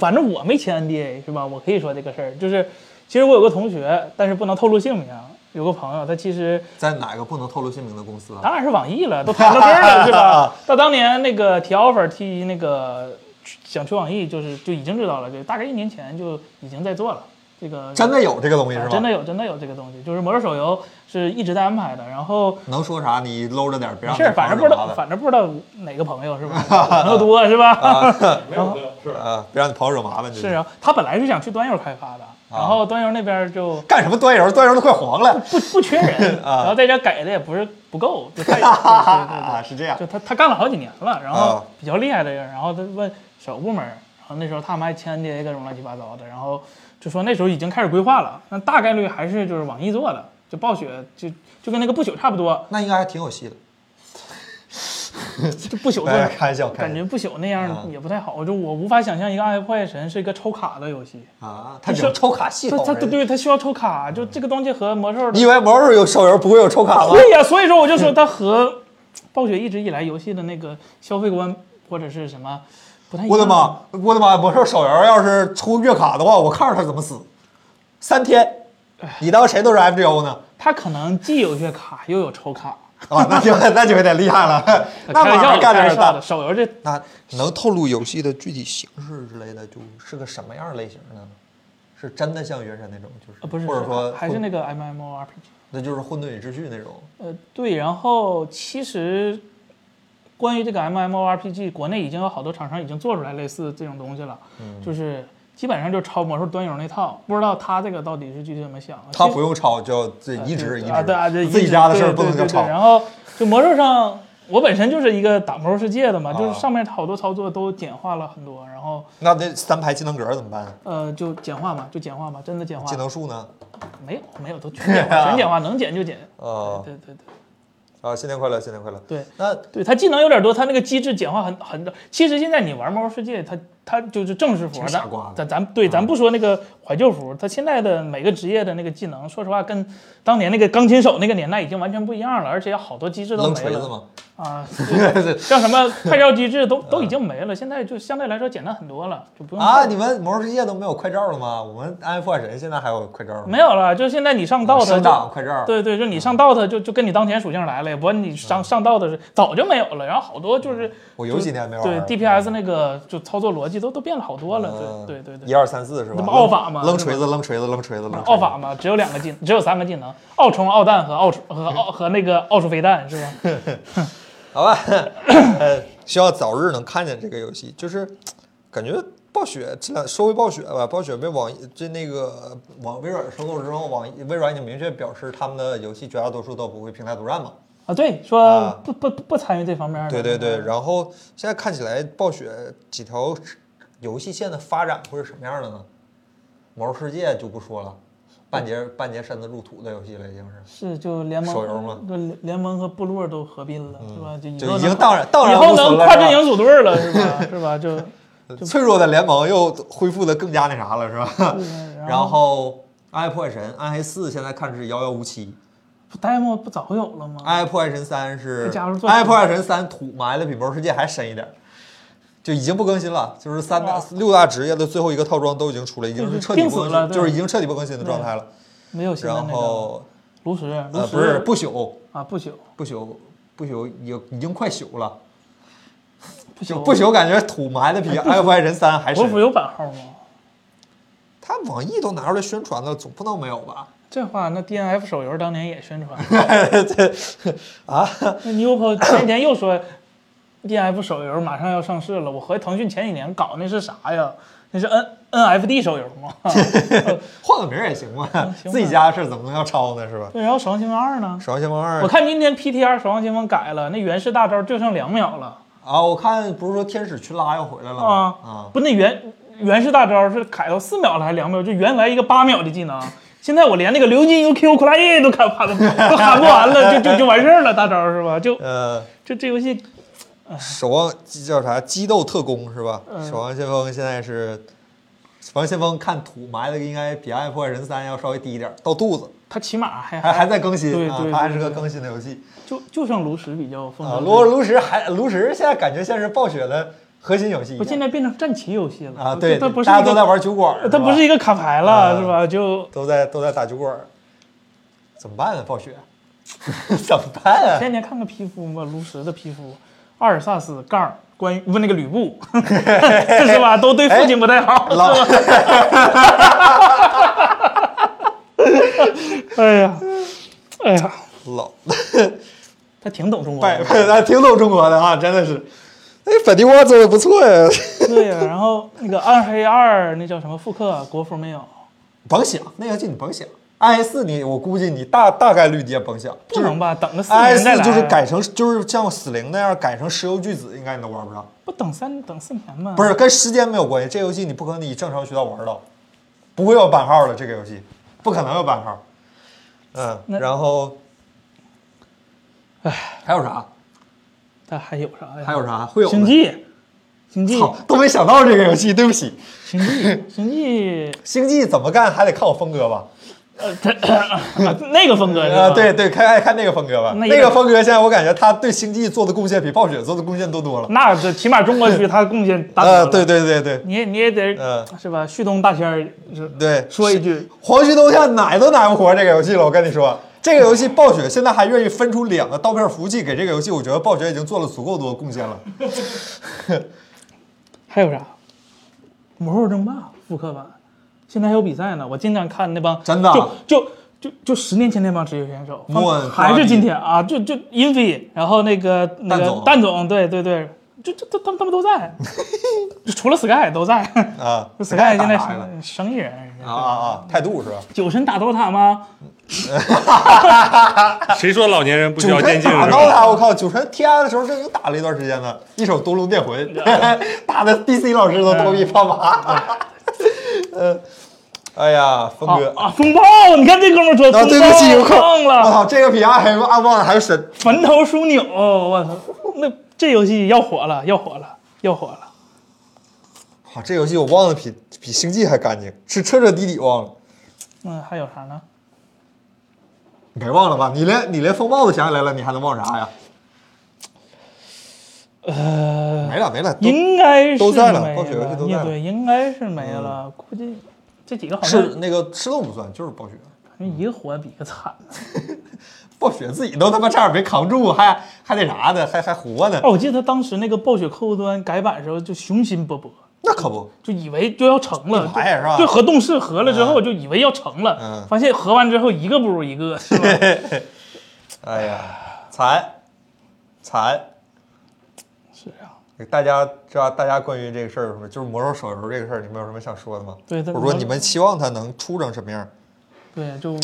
B: 反正我没签 NDA 是吧？我可以说这个事儿，就是其实我有个同学，但是不能透露姓名，有个朋友，他其实
A: 在哪个不能透露姓名的公司啊？
B: 当然是网易了，都谈到这儿了，
A: <laughs>
B: 是吧？到当年那个提 offer 提那个想去网易，就是就已经知道了，就大概一年前就已经在做了。这个
A: 真的有这个东西是
B: 啊
A: 吧？
B: 真的有真的有这个东西，就是魔兽手游是一直在安排的。然后
A: 能说啥？你搂着点儿，别
B: 没
A: 让
B: 事儿，反正不知
A: 你
B: 道
A: 朋友惹麻烦
B: 反正不知道哪个朋友是
A: <laughs>
B: 吧？朋友多是吧？
C: 没有的是吧？
A: 啊，别让你朋友惹麻烦。啊就是啊
B: 啊，他本来 <laughs> 是想去端游开发的，然后端游那边就
A: 干什么端游？端游都快黄了
B: 不不缺
A: <laughs>
B: 人，
A: 啊
B: 然后在这改的也不是不够，
A: <laughs>
B: 就太对对对对
A: 啊！是这样
B: 就他他干了好几年了，然
A: 啊
B: 后比较厉害的人，然后他问小部门，然后那时候他们还签 NDA 各种乱七八糟的，然后就说那时候已经开始规划了，那大概率还是就是网易做的，就暴雪就就跟那个不朽差不多，
A: 那应该还挺有戏的。
B: 就不朽做
A: 哎
B: 的
A: 呀，开啊玩笑，开
B: 感
A: 玩
B: 觉
A: 笑
B: 不朽那样也不太好，就我无法想象一个《暗黑破坏神》是一个抽卡的游戏，
A: 啊！他只有抽卡系
B: 它
A: 统
B: 它，
A: 人嗯
B: 对它需要抽卡，就这个东西和魔兽的
A: 你以为魔兽有手游不会有抽卡吗？嗯
B: 对呀、所以说我就说它和暴雪一直以来游戏的那个消费观或者是什么不太一样。
A: 我的妈！我的妈！魔兽手游要是出月卡的话，我看着他怎么死，三天，你当谁都是 FGO 呢？
B: 它可能既有月卡又有抽卡，
A: 啊，那
B: <laughs>
A: 就那就有点厉害了， <laughs> 那
B: 开玩
A: 马
B: 笑
A: 上
B: 的，
A: 干
B: 开
A: 点事
B: 玩笑的。
A: 儿。
B: 手游这
A: 那
D: 能透露游戏的具体形式？
A: 式之类的，就是个什么样类型呢？是真的像原神那种，就是、
B: 呃不是，
A: 或者说
B: 还是
A: 混
B: 那个 MMORPG。
A: 那就是混沌与秩序那种。
B: 呃，对，然后其实关于这个 MMORPG，国内已经有好多厂商已经做出来类似这种东西了，
A: 嗯
B: 就是基本上就抄魔兽端游那套，不知道他这个到底是具体怎么想的。
A: 他
B: 其实
A: 不用抄，就自己移植移
B: 啊，对啊，对
A: 植，自己家的事儿不能叫
B: 对对对对
A: 抄。
B: 然后就魔兽上，我本身就是一个打魔兽世界的嘛，就是
A: 啊
B: 上面好多操作都简化了很多，然后
A: 那那三排技能格怎么办？
B: 呃就简化嘛，就简化嘛，真的简化
A: 技，能树呢？
B: 没有
A: <laughs>
B: 没有都全简化，全简化，能减就减。
A: 啊
B: 对对对
A: 啊！新年快乐，新年快乐。
B: 对。
A: 那
B: 对它技能有点多，它那个机制简化很很多。其实现在你玩《魔兽世界》，它它就是正式服
A: 挺，傻
B: 咱
A: 瓜的啊
B: 咱咱对咱不说那个怀旧服，它现在的每个职业的那个技能，说实话跟当年那个钢琴手那个年代已经完全不一样了，而且好多机制都
A: 扔
B: 没
A: 锤子
B: 了
A: 吗？ <laughs>
B: 啊，像什么快照机制都都已经没了，现在就相对来说简单很多了，就不用
A: 啊！
B: 看
A: 你们魔兽世界都没有快照了吗？我们安父爱神现在还有快照吗？
B: 没有了，就现在你上道
A: 哦升
B: 的
A: 档快嗯照。
B: 对对，就你上 DOTA 就就跟你当前属性来了，也不管你上上 DOTA 是早就没有了，然后好多就是
A: 我嗯有几年没玩
B: 对
A: 了
B: DPS 那个就操作逻辑都都变了好多了，
A: 嗯
B: 对对对
A: 一
B: 对，
A: 二三四是吧？
B: 那不奥法吗
A: 扔锤子，扔锤子，扔锤子，扔锤子
B: 奥法嘛，只有两个技，只有三个技能， <laughs> 奥冲、奥弹和
A: <laughs>
B: 奥冲和奥和那个奥数飞弹是吧？
D: 好吧，呃希望早日能看见这个游戏。就是感觉暴雪这两说回暴雪吧，暴雪被网易这那个
A: 网微软收购之后，网易微软已经明确表示他们的游戏绝大多数都不会平台独占嘛。
B: 啊，对，说
A: 啊
B: 不不不参与这方面的，
D: 对对对，然后现在看起来暴雪几条
A: 游戏线的发展会是什么样的呢？魔兽世界就不说了，半截
B: 嗯
A: 半截身子入土的游戏了，已经是
B: 是就联盟
A: 手游嘛，嗯
B: 就联联盟和部落都合并了是吧？就以
A: 就
B: 后
A: 已经
B: 能
A: 荡然荡
B: 以
A: 然
B: 后
A: 无存
B: 能
A: 了。
B: 跨阵
A: 是吧
B: 营组队了是吧？是
A: <laughs>
B: 吧？就
A: 脆弱的联盟又恢复的更加那啥了，是吧？
B: 对
A: <laughs> 然后《暗黑破坏神》《暗黑四》现在看是遥遥无期，
B: 嗯 demo 不早有了吗？
A: 《暗黑破坏神三》是
B: 加入
A: 《
B: 做
A: 暗黑破坏神三》土埋的比《魔兽世界》还深一点儿，就已经不更新了。就是三大
B: 哇
A: 六大职业的最后一个套装都已经出了，已经
B: 就是
A: 是彻底
B: 钉
A: 不
B: 哦死
A: 更
B: 了
A: 新，
B: 对
A: 就是已经彻底不更新的状态了。
B: 没有新的
A: 然
B: 那个
A: 后
B: 炉石，炉
A: 呃
B: 石
A: 不是不朽，
B: 啊，不朽
A: 不朽，不朽也已经快朽了，
B: 不
A: 就
B: 朽
A: 不朽感觉土埋的比《
B: <laughs>
A: 暗黑破坏神三》还
B: 国服
A: 深。
B: 有版号吗？
D: 他网易都拿出来宣传了，总不能没有
B: <laughs>
D: 吧？
B: 这话，那 D N F 手游当年也宣传，
A: 啊，
B: 那 Newpo 前年又说 D N F 手游马上要上市了，我合计腾讯前几年搞那是啥呀？那是 N N F D 手游吗？
A: 换个名儿也行嘛，
B: 行吧
A: 自己家的事儿怎么能要抄呢？是吧？
B: 对，然后《守望先锋二》呢？
A: 《守望先锋二
B: 我》看今天 P T R《守望先锋》改了，那原式大招就剩两秒了
A: 啊，我看不是说天使群拉要回来了吗？
B: 啊！不，那原原式大招是改到四秒了还是两秒？就原来一个八秒的技能， <laughs> 现在我连那个流金 U Q 库拉耶都喊喊都喊不完了，就就就完事儿了，大招是吧？就
A: 呃，
B: 就这游戏
D: 守望叫啥？激斗特工是吧？
B: 嗯
D: 守
A: 守望先锋现在是，守望先锋看土埋的应该比《暗黑破坏神三》要稍微低一点儿，到肚子
B: 它起码还
A: 还还在更新
B: 对
A: 啊
B: 对，
A: 它还
B: 对
A: 是个
B: 对嗯
A: 更新的游戏
B: 就就剩炉石比较疯
A: 啊。
B: 狂。
A: 炉炉石还炉石现在感觉像是暴雪的核心游戏一
B: 不现
A: 样
B: 在变成战棋游戏了
A: 啊，对，大
B: 它它不是
A: 家
B: 一
A: 都
B: 个呃
A: 在玩酒馆儿，
B: 它不
A: 吧
B: 是一个卡牌了，
A: 啊
B: 是吧？就
A: 都在都在打酒馆儿，怎么办啊？暴雪 <laughs> 怎么办啊？
B: 前几天看个皮肤嘛，炉石的皮肤，阿尔萨斯杠关于问那个吕布， <laughs> 是吧？都对父亲不太好，是
A: 啊
B: 吧？哎呀，哎呀，
D: 老
B: 他挺懂中国
A: 拜 <laughs>
B: 文化。
A: 拜，咱挺懂中国的啊，真的是。
D: 哎，本地化做的不错呀。
B: 对呀、然后那个暗黑二那叫什么复刻国服没有？
A: 甭想，那游戏你甭想。i 四你我估计你大大概率你也甭想，
B: 不能吧？等个四
A: i
B: 年再
A: 哎四
B: 来。
A: 就是改成就是像死灵那样改成石油巨子，应该你都玩不上。
B: 不等三等四年吗？
A: 不是跟时间没有关系，这游戏你不可能以正常渠道玩到，不会有版号的这个游戏，不可能有版号。
B: 那
A: 嗯，然后，哎，还有啥？
B: 它还有啥呀？
A: 还有啥？会有
B: 星
A: 的？
B: 际，星际，
A: 操，都没想到这个游戏，对不起。
B: 星际，星际，
A: 星际怎么干还得看我峰哥吧？
B: 呃， <coughs> 这那个风格是吧
A: 呃，对，对，看看看那个峰哥吧，
B: 那
A: 那
B: 一个
A: 个峰哥现在我感觉他对星际做的贡献比暴雪做的贡献都多了。
B: 那这起码中国区他的贡献大多
A: 呃，
B: 了。嗯
A: 对，对对对
B: 你也你也得
A: 呃
B: 是吧？旭东大仙儿是
A: 对，
B: 说一句，
A: 黄旭东现在奶都奶不活这个游戏了，我跟你说，这个游戏暴雪现在还愿意分出两个刀片服务器给这个游戏，我觉得暴雪已经做了足够多的贡献了。
B: 还有啥？魔兽争霸复刻版，现在还有比赛呢。我经常看那帮
A: 真的啊
B: 就就就就十年前那帮职业选手，
A: 莫恩
B: 还
A: 科
B: 是
A: 比
B: 今天啊，就就 Infi，然后那个那
A: 蛋
B: 个
A: 总
B: 蛋总，对对对，就就他他们他们都在，就除了 Sky 都在。
A: 啊
B: Sky 现在
A: 打啥了
B: 生生意人，
A: <laughs> 啊啊啊！态度是吧？
B: 酒神打 DOTA 吗？
C: 谁说老年人不需
A: 九
C: 要
A: 神
C: 电竞
A: 打
B: <laughs>
C: 是
A: 到
C: 吧？
A: 他，我靠！九神 T I 的时候，这又打了一段时间呢，一手独龙电魂， <laughs> 打的 D C 老师都头皮发麻。 <laughs> 呃，哎呀，峰
B: 啊
A: 哥，
B: 啊，风暴！你看这哥们儿说
A: 啊，
B: 风
A: 对不起，我靠，啊
B: 暴忘
A: 我
B: 了
A: 操，这个比阿黑阿旺的还神。
B: 坟头枢纽，我操，那这游戏要火了，要火了，要火了。
A: 啊，这游戏我忘了比比星际还干净，是彻彻底底忘了。
B: 嗯，还有啥呢？
A: 你别忘了吧，你连你连风暴都想起来了，你还能忘啥呀？
B: 呃，
A: 没了没了，都
B: 应该是
A: 都在了
B: 没
A: 暴雪游戏都在了嗯
B: 对，应该是没了。估计这几个好像
A: 是那个吃冻不算，就是暴雪。
B: 感觉一个活比一个惨。
A: 暴雪自己都他妈差点没扛住，还还那啥呢，还还活呢。
B: 哦，我记得他当时那个暴雪客户端改版的时候就雄心勃勃，
A: 那可不，
B: 就以为就要成了，
A: 一排是吧
B: 对，和动视合了之后就以为要成了，
A: 嗯
B: 发现合完之后一个不如一
A: <laughs>
B: 个，是吧？
A: 哎呀，惨惨。
B: 是啊，
A: 大家知道大家关于这个事儿有什么，就是魔兽手游这个事儿，你们有什么想说的吗？
B: 对但
A: 或者说你们期望它能出成什么样？
B: 对，就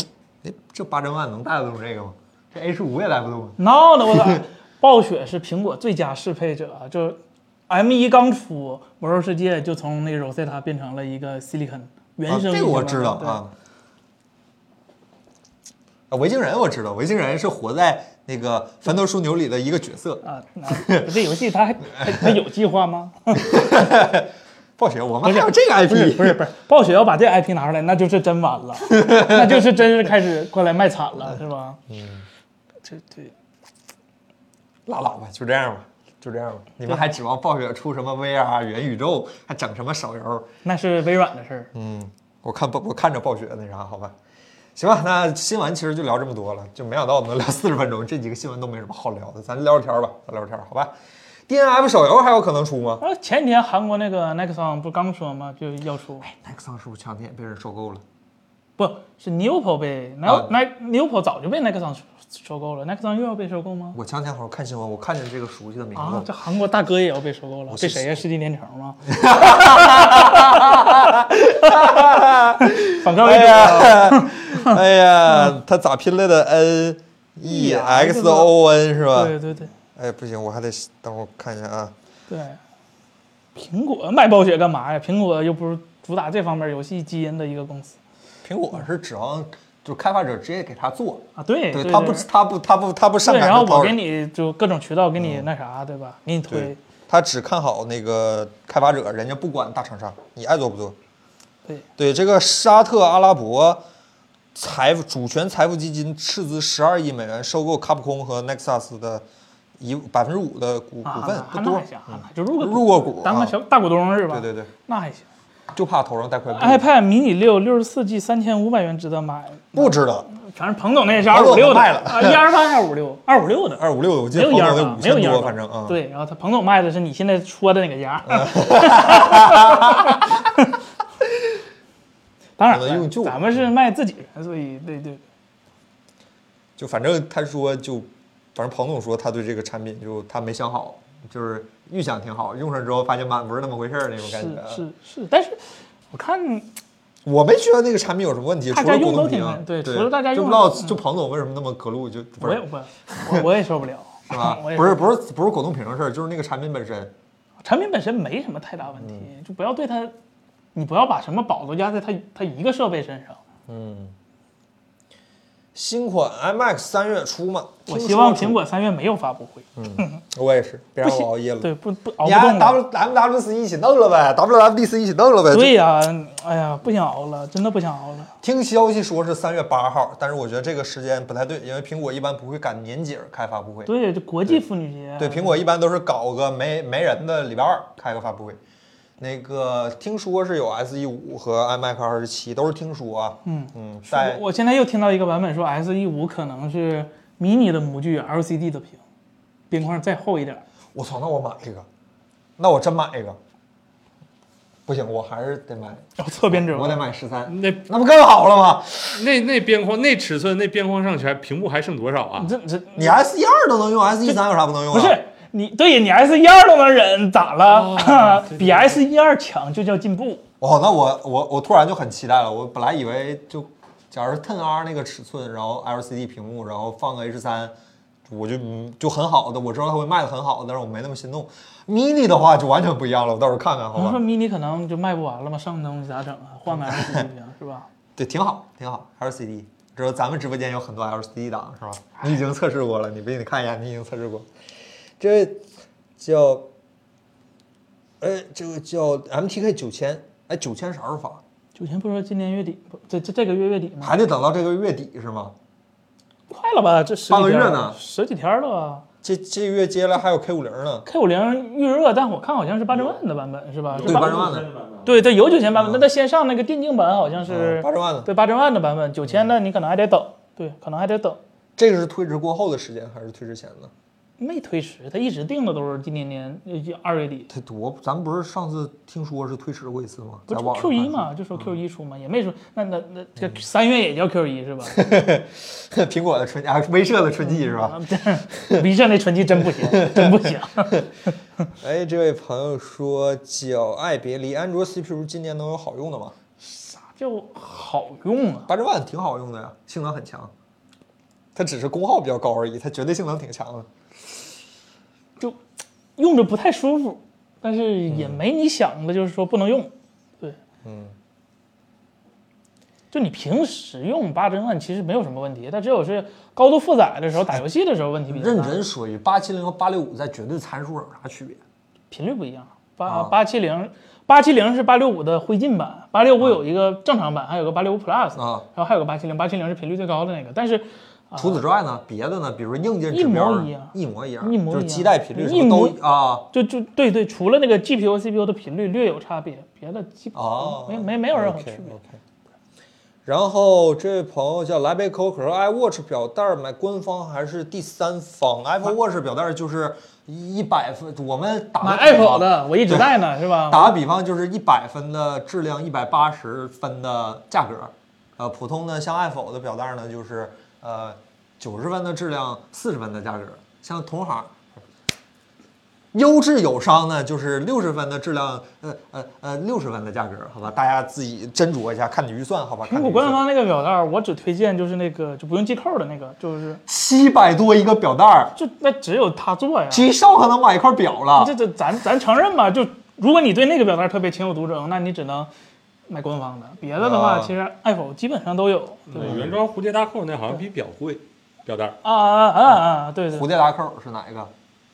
A: 哎，这八珍万能带得动这个吗？这 H 五也带不动啊。
B: 闹的我操！暴雪是苹果最佳适配者，就 M 1刚出，《魔兽世界》就从那个 Rosetta 变成了一个 Silicon 原
A: 啊
B: 生、
A: 这个我知道啊。。啊，维京人我知道，维京人是活在那个《坟头枢纽》里的一个角色。
B: 啊，那这游戏它还还它有计划吗？
A: 暴雪，我们还有这个 IP，
B: 不是不是不是，暴雪要把这 IP 拿出来，那就是真完了，那就是真是开始过来卖惨了，是吧？嗯，这对
A: 拉倒吧，就这样吧，就这样吧。你们还指望暴雪出什么 VR 元宇宙，还整什么手游？
B: 那是微软的事儿。
A: 嗯，我看暴，我看着暴雪那啥，好吧。行吧，那新闻其实就聊这么多了，就没想到我们能聊四十分钟，这几个新闻都没什么好聊的，咱聊聊天儿吧，咱聊聊天儿，好吧？D N F 手游还有可能出吗
B: 然后前几天韩国那个 Nexon 不刚说吗？就要出，
A: ？Nexon 是不是前两天也被人收购了？
B: 不是 Newpo 被 n
A: 啊
B: e n e w p o 早就被 Nexon 收购了，Nexon 又要被收购吗？
A: 我前两天好像看新闻，我看见这个熟悉的名字，
B: 啊，这韩国大哥也要被收购了，被谁呀？世纪联城吗？反告一
A: 哎
B: 点啊，
A: 呀， <laughs> 哎呀，他咋拼来的？N E X O N 是吧？
B: 对对对
A: 哎，不行，我还得等会儿看一下啊。
B: 对，苹果卖暴雪干嘛呀？苹果又不是主打这方面游戏基因的一个公司
A: 苹果是指望就是开发者直接给他做，
B: 啊，对
A: 对
B: 对
A: 他不他不他不他不上
B: 对，
A: 赶
B: 然后
A: 着
B: 我
A: 掏
B: 给
A: 人，
B: 你就各种渠道给你那啥，对吧？给你推
A: 嗯对，他只看好那个开发者，人家不管大厂商，你爱做不做。
B: 对，
A: 对这个沙特阿拉伯财富主权财富基金斥资十二亿美元收购卡普空和 Nexus 的一百分之五的股股份
B: 啊，，
A: 不
B: 那
A: 多嗯
B: 还。行，那就入个
A: 入个股
B: 当个
A: 啊
B: 小大股东是吧？
A: 对对对，
B: 那还行。
A: 就怕头上带块布。
B: iPad mini 六六十四 G 三千五百元值得买，
A: 不知道
B: 全是彭总那是
A: 彭
B: 二
A: 总
B: 五六的，
A: 卖了
B: 啊一二八二五六，二五六的，
A: 二五六的，我记
B: 没
A: 得
B: 有
A: 彭
B: 一二
A: 总
B: 八
A: 那，五
B: 没有
A: 千
B: 一二
A: 多，
B: 八，
A: 反正啊，
B: 对，然后他彭总卖的是你现在说的那个价， <laughs> 当然
A: 嗯可能
B: 了
A: 用旧，
B: 咱们是卖自己人，所以对对，
A: 就反正他说就，反正彭总说他对这个产品就他没想好，就是预想挺好，用上之后发现满不是那啊么回事儿那种感
B: 是
A: 觉。
B: 是是，但是我看
A: 我没觉得那个产品有什么问题，
B: 大
A: 除
B: 家
A: 了
B: 用
A: 果
B: 都
A: 冻
B: 挺
A: 瓶啊，
B: 对
A: 对，
B: 除了大家
A: 就
B: 用
A: 不知道
B: 嗯
A: 就彭总为什么那么隔路，就不
B: 我也
A: 是
B: 不，我我也受不了，
A: <laughs> 是吧
B: 我也？
A: 不
B: 受
A: 是
B: 了
A: 不是不是果冻瓶的事儿，就是那个产品本身。
B: 产品本身没什么太大问题，
A: 嗯
B: 就不要对它，你不要把什么宝都压在它它一个设备身上。
A: 新款 MX 三月初嘛，
B: 我
A: 听
B: 希望
A: 说嗯
B: 苹果三月没有发布会，
A: 我也是，别
B: 不
A: 让
B: 行
A: 我熬夜了。
B: 对，不不熬
A: 你
B: 不
A: 还
B: 动了。
A: W MW 四一起弄了呗，WWD 四一起弄了呗。
B: 对呀、哎呀，不想熬了，真的不想熬了。
A: 听消息说是三月八号，但是我觉得这个时间不太对，因为苹果一般不会赶年节开发布会。
B: 对，这国际妇女节，
A: 对，苹果一般都是搞个没没人的礼拜二开个发布会。那个听说是有 S E 五和 iMac 二十七，都是听说啊。嗯嗯，在
B: 我我现在又听到一个版本说 S E 五可能是迷你的模具 L C D 的屏，边框再厚一点。
A: 我操，那我买一个，那我真买一个。不行，我还是得买，
B: 然后侧边指
A: 我得
B: 纹，
A: 买十三，
B: 嗯
C: 那
A: 那不更好了吗？
C: 那那边框那尺寸那边框上去还屏幕还剩多少啊
B: 你？这这
A: 你 S E 二都能用，S E 三有啥不能用、啊？
B: 不是你对你 S 一二都能忍，咋了？
C: 哦
B: <laughs>
C: 对对
B: 比 S 一二强就叫进步。
A: 哦，那我我我突然就很期待了。我本来以为就，假如 Ten R 那个尺寸，然后 LCD 屏幕，然后放个 H 三，我就嗯就很好的，我知道它会卖的很好的，但是我没那么心动。Mini 的话就完全不一样了，我到时候看看好
B: 我们
A: 吧。
B: 说 <laughs> 迷你可能就卖不完了嘛，上东西咋整啊？换个 L C D 屏是吧？
A: 对，挺好，挺好。LCD，知道咱们直播间有很多 LCD 档是吧？你已经测试过了，你不信你看一眼，你已经测试过。这叫，呃，这个叫 MTK 九千，哎，九千啥时候发？
B: 九千不是说今年月底不这这这个月月底吗？
A: 还得等到这个月底是吗？
B: 快了吧？这十
A: 半
B: 几
A: 个
B: 天
A: 月呢
B: 十几天了吧
A: 这这月接下来还有 K 五零呢，
B: ？K 五零预热，但我看好像是八千万的版本是吧？
A: 对
B: 是
A: 八
B: 吧
A: 千万的，
B: 对对，有九千版本，那它先上那个电竞版好像是
A: 八十万呢。
B: 对八千万的版本，九千的你可能还得等，对，可能还得等。
A: 这个是推迟过后的时间还是推迟前呢？
B: 没推迟，它一直定的都是今年年呃二月底，
A: 它多，咱们不是上次听说是推迟过一次吗？
B: 不
A: 在
B: 是
A: 网上
B: Q 一
A: 看嗯
B: 嘛，就说 Q 一出嘛，也没说那那那这三月也叫 Q 一是吧？
A: <laughs>
B: <laughs>
A: 苹果的春啊，威社的春季
B: 嗯
A: 是吧？
B: <laughs> B 站那纯机真不行，真不行。 <laughs> 嗯
A: 哎，这位朋友说，叫爱别离，安卓 CPU 今年能有好用的吗？
B: 就好用啊，
A: 八十万挺好用的呀，性能很强，它只是功耗比较高而已，它绝对性能挺强的。
B: 就用着不太舒服，但是也
A: 嗯
B: 没你想的，就是说不能用。对，嗯，就你平时用八帧万其实没有什么问题，但只有是高度负载的时候，打游戏的时候问题比较
A: 认
B: 大，
A: 真说一句，八七零和八六五在绝对参数上有啥区别？
B: 频率不一样。
A: 啊
B: 八八七零，八七零是八六五的灰烬版，八六五有一个正常版，还有个八六五 Plus，
A: 啊
B: 然后还有个八七零，八七零是频率最高的那个，但是
A: 除此之外呢，别的呢，比如硬件
B: 啊一
A: 指
B: 模
A: 标
B: 一样
A: 一模一样，
B: 一模
A: 就
B: 一
A: 是
B: 样
A: 基带频率什
B: 一
A: 么
B: 模
A: 都啊。
B: 就就对对，除了那个 GPU、CPU 的频率略有差别，别的基本
A: 哦
B: 没没没有任何区
A: OK，
B: 别。
A: OK 然后这位朋友叫来杯可口可乐，iWatch 哎表带儿买官方还是第三方？Apple Watch 表带儿就是一百分，我们打个
B: 买
A: 比方
B: Apple 的，我一直戴呢，是吧？
A: 打个比方就是一百分的质量，一百八十分的价格。呃，普通的像 Apple 的表带儿呢，就是呃九十分的质量，四十分的价格。像同行，优质友商呢，就是六十分的质量，呃呃呃六十分的价格，好吧？大家自己斟酌一下，看你预算，好吧？看
B: <laughs> 苹
A: 你
B: 果
A: 预算
B: 官方那个表带儿，我只推荐就是那个就不用系扣的那个，就是
A: 七百多一个表带儿
B: 就那只有它做呀。
A: ，G Shock 能买一块表了
B: 这。这咱咱承认吧，就如果你对那个表带儿特别情有独钟，那你只能买官方的。别的的话，
A: 啊嗯
B: 其实 Apple 基本上都有，对吧？
C: 对原装蝴蝶搭扣那好像比表贵，表带儿
B: 啊啊啊啊！对对
A: 蝴，蝶搭扣是哪一个？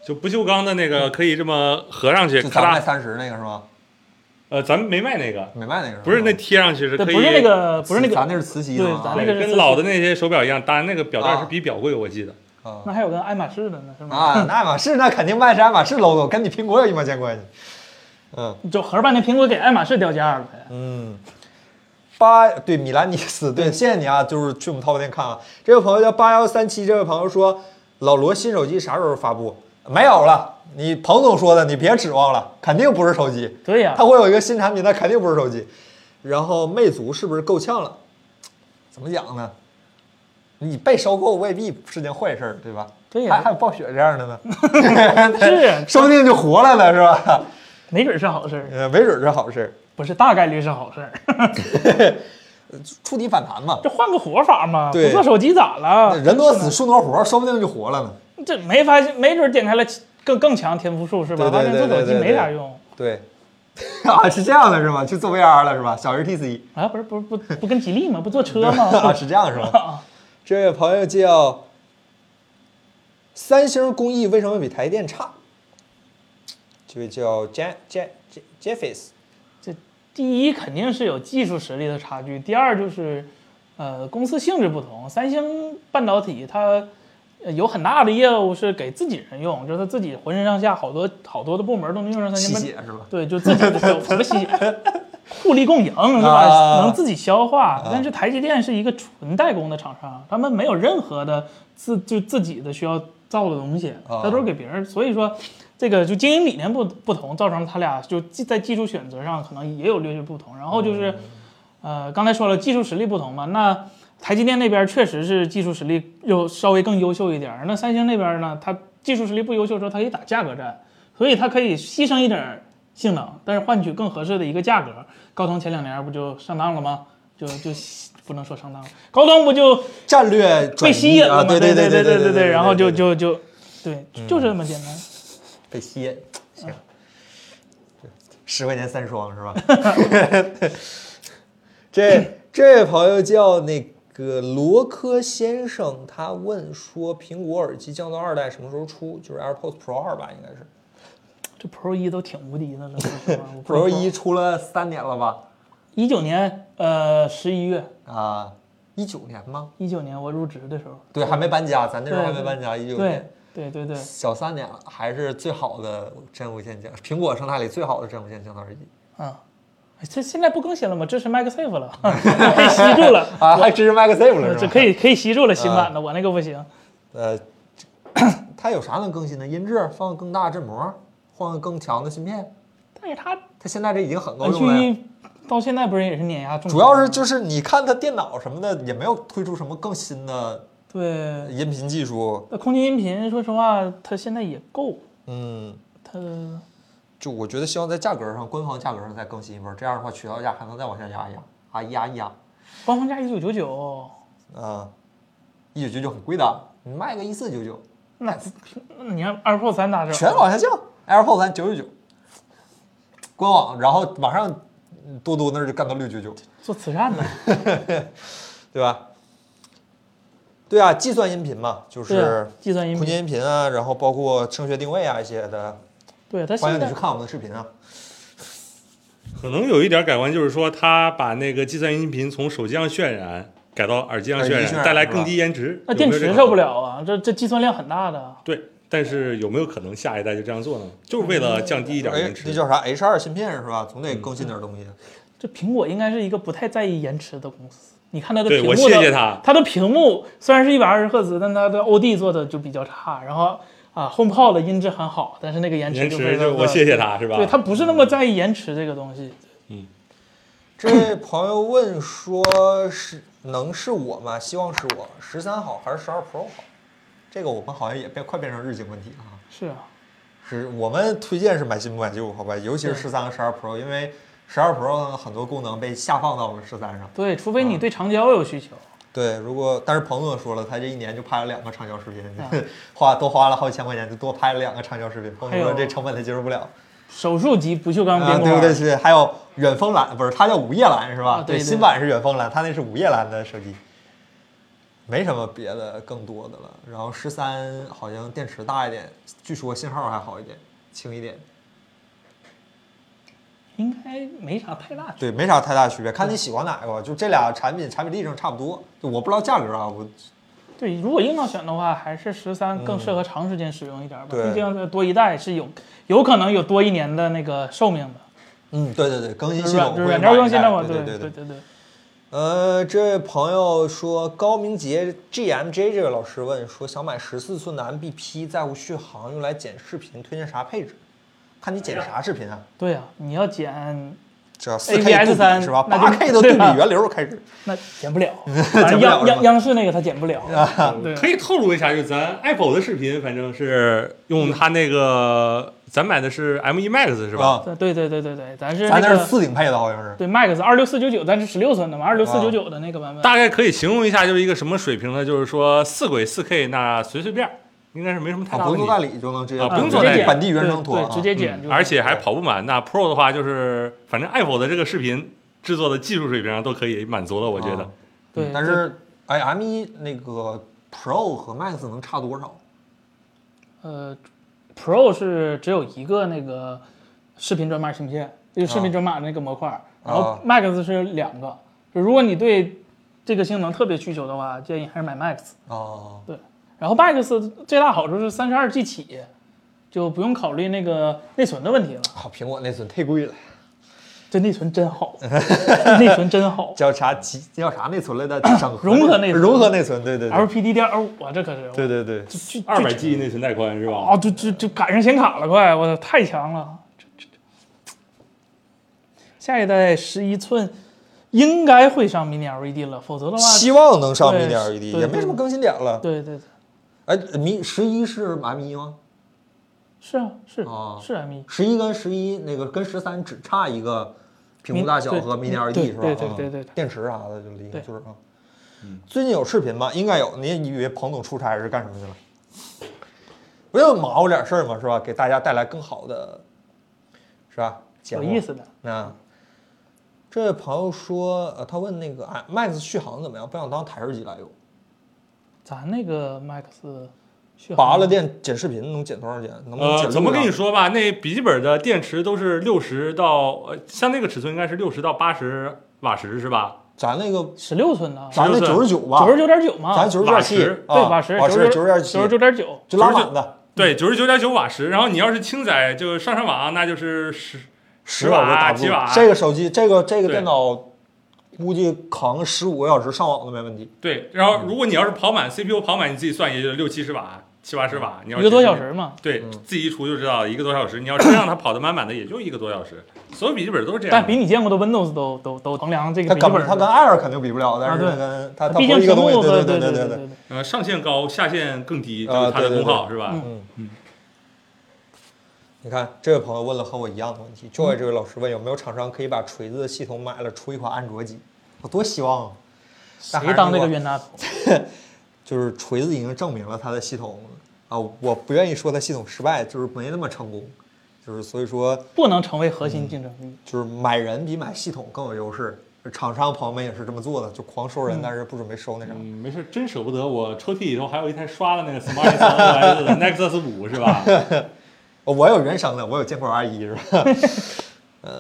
C: 就不锈钢的那
B: 嗯
C: 个可以这么合上去，
A: 就
C: 咔
A: 咱卖
C: 啦。
A: 三十那个是吗？
C: 呃，咱们没卖那个，
A: 没卖那个吗
C: 不是那贴上去是
B: 哦对
C: 可以，
B: 不是那个不是那
A: 咱
B: 个，
A: 那是磁吸的
B: 对
A: 吗，
B: 咱
C: 对
B: 那个是
C: 跟
B: 自
C: 老
B: 己
C: 的那些手表一样，当然那个表带儿
A: 啊
C: 是比表贵，我记得。
A: 啊
B: 那还有跟爱马仕的呢，是
A: <laughs>
B: 吗？
A: 啊，那爱马仕那肯定卖是爱马仕 logo，跟你苹果有一毛钱关系。嗯
B: 就合着半天苹果给爱马仕掉价了呗。
A: 嗯，八对米兰尼斯，对，谢谢你啊，就是去我们淘宝店看啊。这位朋友叫八幺三七，这位朋友说老罗新手机啥时候发布？没有了，你彭总说的，你别指望了，肯定不是手机，
B: 对呀、
A: 他会有一个新产品，但肯定不是手机。然后魅族是不是够呛了？怎么讲呢？你被收购未必是件坏事儿，对吧？
B: 对呀
A: 还还有暴雪这样的呢，
B: <laughs> 是
A: <laughs>
B: 啊
A: 说不定就活了呢，是吧？ <laughs>
B: 没准是好事儿，
A: 呃，没准儿是好事儿，
B: 不是大概率是好事儿。 <laughs>
A: 触底反弹嘛。
B: 这换个活法嘛，
A: 对
B: 不做手机咋了？
A: 人多死，树多活，说不定就活了呢。
B: 这没发现，没准点开了更更强天赋树是吧？
A: 对对
B: 发现
A: 对
B: 做
A: 对
B: 手机
A: 对对
B: 没啥用
A: 对， <laughs> 啊，是这样的，是吧？去做 VR 了，是吧？小人 TC
E: <laughs>
B: 啊，不是不是不不跟吉利吗？不坐车
A: <laughs> 啊，
B: 吗？ <laughs>
A: 是这样，是吧？
E: 这位朋友叫三星工艺为什么比台积电差？这位叫 Jan Jan Jan- Jeffis，
B: 这第一肯定是有技术实力的差距，第二就是，呃，公司性质不同。三星半导体它呃有很大的业务是给自己人用，就是它自己浑身上下好多好多的部门都能用上三
A: 吸
B: 星半
A: 血是吧？
B: 对，就自己有什
E: <laughs>
B: 么吸互利共赢是
E: 啊
B: 吧？能自己消化。但是台积电是一个纯代工的厂商，他们没有任何的自就自己的需要造的东西，
E: 啊
B: 他都是给别人。所以说，这个就经营理念不不同，造成了他俩就技在技术选择上可能也有略有不同。然后就是，呃，刚才说了技术实力不同嘛，那。台积电那边确实是技术实力又稍微更优秀一点儿，那三星那边呢，它技术实力不优秀的时候，它可以打价格战，所以它可以牺牲一点儿性能，但是换取更合适的一个价格。高通前两年不就上当了吗？就就不能说上当了，高通不就
E: 战略转
B: 被
E: 移
B: 吸引了
E: 啊，
B: 吗？
E: 对
B: 对
E: 对
B: 对
E: 对
B: 对
E: 对，
B: 然后就
E: 对
B: 就就对，
A: 嗯
B: 就是这么简单。
E: 被吸引，
B: <laughs>
E: 行，
A: 十块钱三双是吧？
B: <laughs>
E: 这这位朋友叫那个罗科先生，他问说苹果耳机降到二代什么时候出？就是 AirPods Pro 二吧，应该是
B: 这 Pro 一都挺无敌的了说实话
A: <laughs>
B: 我
A: ，Pro 一出了三年了吧？
B: 一九年呃十一月
A: 啊，一九年吗？
B: 一九年我入职的时候，
A: 对，还没搬家，咱那时候还
B: 对
A: 没搬家，一九
B: 对
A: 年，
B: 对对对，
A: 小三年了，还是最好的真无线降，苹果生态里最好的真无线降噪耳机
B: 啊，这现在不更新了吗？支持 MagSafe 了，可以吸住了。
A: <laughs> 啊，还支持 MagSafe 了
B: 这
A: 是吧？
B: 可以可以吸住了新
A: 嗯
B: 版的，我那个不行。
A: 呃，它有啥能更新的？音质放个更大的振膜，换个更强的芯片，
B: 但是它
A: 它现在这已经很够
B: N
A: 用了呀。
B: 区一到现在不是也是碾压众筹吗，
A: 主要是就是你看它电脑什么的也没有推出什么更新的
B: 对，
A: 音频技术，
B: 那空间音频，说实话，它现在也够，
A: 嗯，
B: 它
A: 就我觉得希望在价格上，官方价格上再更新一波，这样的话渠道价还能再往下压一压，啊压一压，
B: 官方价一九九九，
A: 啊，一九九九很贵的，你卖个一四九九，
B: 那那你看二 pro 三打折，
A: 全往下降，AirPods 咱九九九，官网，然后马上嗯多多那儿就干到六九九，
B: 做慈善的，
E: 对吧？对啊，计算音频嘛，就
B: 对啊
E: 是
B: 计算音
E: 空
B: 频，
E: 间音频啊，然后包括声学定位啊一些的，
B: 对它
A: 欢
B: 现
A: 迎你
B: 在
A: 去看我们的视频啊，
C: 可能有一点改观，就是说他把那个计算音频从手机上渲染改到耳机上渲
A: 耳
C: 染
A: 机渲染，
C: 带来
A: 是吧
C: 更低延迟。
B: 那电
C: 有没有
B: 池
C: 这个
B: 受不了啊，这这计算量很大的，
C: 对，但是有没有可能下一代就这样做呢？就是为了降低一点
A: 哎
C: 延，迟
B: 嗯
A: 那。叫啥 H 二芯片是吧？总得更新点东西。
B: 这苹果应该是一个不太在意延迟的公司。你看它的
C: 对
B: 屏幕的，
C: 我谢谢它
B: 它的屏幕虽然是一百二十赫兹，但它的 OD 做的就比较差，然后啊，HomePod 的音质很好，但是那个延迟
C: 延
B: 就非
C: 迟
B: 常
C: 就我
B: 的
C: 谢谢他是吧？
B: 对，它不是那么在意延迟这个东西。
E: 这位朋友问说是能是我吗？希望是我，十三好还是十二 Pro 好？
A: 这个我们好像也变快变成日经问题了啊。
B: 是啊，
A: 是我们推荐是买新不买旧，好吧？尤其是十三和十二 Pro，因为十二 Pro 呢很多功能被下放到了十三上。
B: 对，除非
C: 嗯
B: 你对长焦有需求。
A: 对，如果但是彭总说了，他这一年就拍了两个长焦视频
B: 啊，
A: <laughs> 花多花了好几千块钱，就多拍了两个长焦视频。彭总
B: 还
A: 说
B: 有
A: 这成本他接受不了，
B: 手术级不锈钢
A: 啊，
B: 边
A: 对
B: 框，
A: 不对？是还有远峰蓝，不是它叫午夜蓝是吧？
B: 啊对对
A: 新版是远峰蓝，它那是午夜蓝的手机，没什么别的更多的了。然后十三好像电池大一点，据说信号还好一点，轻一点。
B: 应该没啥太大区
A: 对，没啥太大区别，看你喜欢哪个吧。就这俩产品产品力上差不多。就我不知道价格啊，我
B: 别。对，如果硬要选的话，还是十三更适合长时间使用一点吧，
A: 嗯对
B: 毕竟多一代是有有可能有多一年的那个寿命的，
A: 嗯，对对对，更新系
B: 软
A: 统
B: 就是
A: 会
B: 软件
A: 晚
B: 更
A: 一
B: 新
A: 代
B: 的嘛，
A: 对
B: 对
A: 对。
B: 对对。
E: 呃，这位朋友说高明杰 GMJ 这位老师问说想买十四寸的 MBP，在乎续航，用来剪视频，推荐啥配置？
A: 看你剪啥视频啊？
B: 对呀、你要剪
A: 只要四 K 对
B: AVS 三
A: 比是吧？
B: 那就
A: 八
E: <laughs>
A: K 都对
B: 对
A: 比
B: 吧
A: 原流开始。
B: 那剪
A: <laughs>
B: 不了，反正
A: 不了是
B: 央
A: 吧啊
B: 央央视那个它剪不了。对
C: 可以透露一下，就是咱 Apple 的视频，反正是用它那个，咱买的是 M1 Max <laughs> 是吧？
A: 啊，
B: 对对对对对，咱是
A: 咱
B: 那
A: 那是
B: 个
A: 四顶配的，好像是。
B: 对 Max 二六四九九，咱是十六寸的嘛，二六四九九的那个版本。
A: 啊
C: 大概可以形容一下，就是一个什么水平呢？就是说四轨四 K，那随随便儿，应该是没什么太
A: 啊，
C: 大
A: 不
C: 问
A: 用
C: 题
A: 做。代理就能直接
C: 啊
A: 做，
C: 不用做
B: 直
C: 代
B: 接
C: 理
B: 剪
A: 本地原生拖
B: 对，
A: 啊
B: 对直。接剪就。
C: 而且还跑不满。那 Pro 的话，就是反正 Apple 的这个视频制作的技术水平上都可以满足了，我觉得。
A: 啊
B: 对，
A: 但
B: 对
A: 是哎，M 一那个 Pro 和 Max 能差多少？
B: 呃，Pro 是只有一个那个视频转码芯片，就是视频转码那个模块儿，然后
A: 啊
B: Max 是两个。就如果你对这个性能特别需求的话，建议还是买 Max。
A: 哦，
B: 对，然后 Max 最大好处是三十二 G 起，就不用考虑那个内存的问题了。
A: 好，苹果内存忒贵了，
B: 这内存真
A: <laughs>
B: 好，这内存真好
A: 叫啥集叫啥内存
E: <coughs>
A: 来的？整合
B: 融合内存
A: 融合内存，对对对
B: ，LPDDR5 啊，这可是
A: 对对对。
B: 巨
C: 二百 G 内存带宽是吧？
B: 啊，就就就赶上显卡了，快！我操，太强了！这这这，下一代十一寸应该会上 Mini LED 了，否则的话，
A: 希望能上 Mini
B: 对
A: LED，
B: 对
A: E 也没什么更新点了。
B: 对对对，
A: 哎，迷十一是 M 一吗？
B: 是啊是
A: 啊
B: 是 M 一
A: 十一跟十一那个跟十三只差一个屏幕大小和 Mini
B: 对
A: LED
B: 对
A: 是吧？
B: 对对对对
A: 啊电池啥的就离
B: 对
A: 就是啊。最近有视频吗？应该有。你你以为彭总出差是干什么去了？不就忙活点事儿嘛，是吧？给大家带来更好的，是吧？节
B: 有
A: 目
B: 意思的。
A: 那这位朋友说，呃，他问那个哎 Max 续航怎么样？不想当台式机来用，
B: 咱那个 Max
A: <laughs>
B: 续航
A: 拔了电剪视频能剪多少剪？能不能
C: 呃，
A: 剪？
C: 怎么跟你？说吧，那笔记本的电池都是六十到呃，像那个尺寸应该是六十到八十瓦时是吧？
A: 咱那个
B: 十六寸的，
A: 咱那
C: 16
A: 九十九吧，
B: 九十九点九嘛，
A: 咱九十九
C: 瓦
A: 点七，
C: 时
B: 对
A: 啊
B: 瓦时
A: 瓦时九
B: 九
A: 十九点
B: 九十
A: 七，
B: 九点九，
A: 就拉满的
C: 对，九十九点九瓦时。然后你要是轻载，就上上网，那就是十
A: 十
C: 10瓦
A: 几
C: 几瓦
A: 这个手机，这个这个
C: 对
A: 电脑，估计扛十五个小时上网都没问题。
C: 对。然后如果你要是跑满 CPU 跑满，你自己算也就六七十瓦、七八十瓦。你要
B: 一个多
C: 是
B: 小时嘛。
C: 对自己一除就知道了，一个多小时。你要真让它跑得满满的，也就一个多小时。所有笔记本都是这样
B: 但
C: 的。
B: 比你见过的 Windows 都都都衡量这个
A: 它
B: 笔记
A: 跟不
B: 本
A: 它跟
B: 的，
A: Air 肯定比不了，但是
B: 啊
A: 它
B: 对
A: 跟它它
B: 毕
A: 不
B: 竟
A: 是一
B: 屏
A: 个东西。
B: 幕
A: 对
B: 对
A: 对
B: 对
A: 对。
B: 对，
C: 呃，上限高，下限更低，就
A: 呃
C: 是它的
A: 对对
C: 功耗是吧？
B: 嗯
A: 你看，这位朋友问了和我一样的问题，Joy 这位老师问有没有厂商可以把锤子的系统买了出一款安卓机？我多希望啊！但还
B: 谁
A: 是
B: 当这个
A: 我
B: 冤大头？
A: 就是锤子已经证明了它的系统啊，我不愿意说它系统失败，就是没那么成功，就是所以说
B: 不能成为核心竞争力。
A: 就是买人比买系统更有优势。厂商朋友们也是这么做的，就狂收人，但是不准备收那啥。
C: 嗯，没事，真舍不得。我抽屉里头还有一台刷的那个 Smart OS <laughs> 的 Nexus 五是 <laughs> 吧？
A: 哦我有原生的，我有坚果 R 一，是吧？嗯，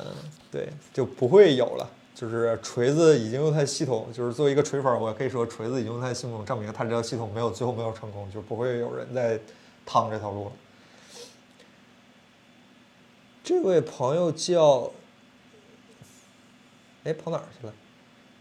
A: 对，就不会有了。就是锤子已经用它的系统，就是作为一个锤粉儿，我可以说锤子已经用它的系统证明它这套系统没有最后没有成功，就不会有人再趟这条路了。这位朋友叫，哎，跑哪儿去了？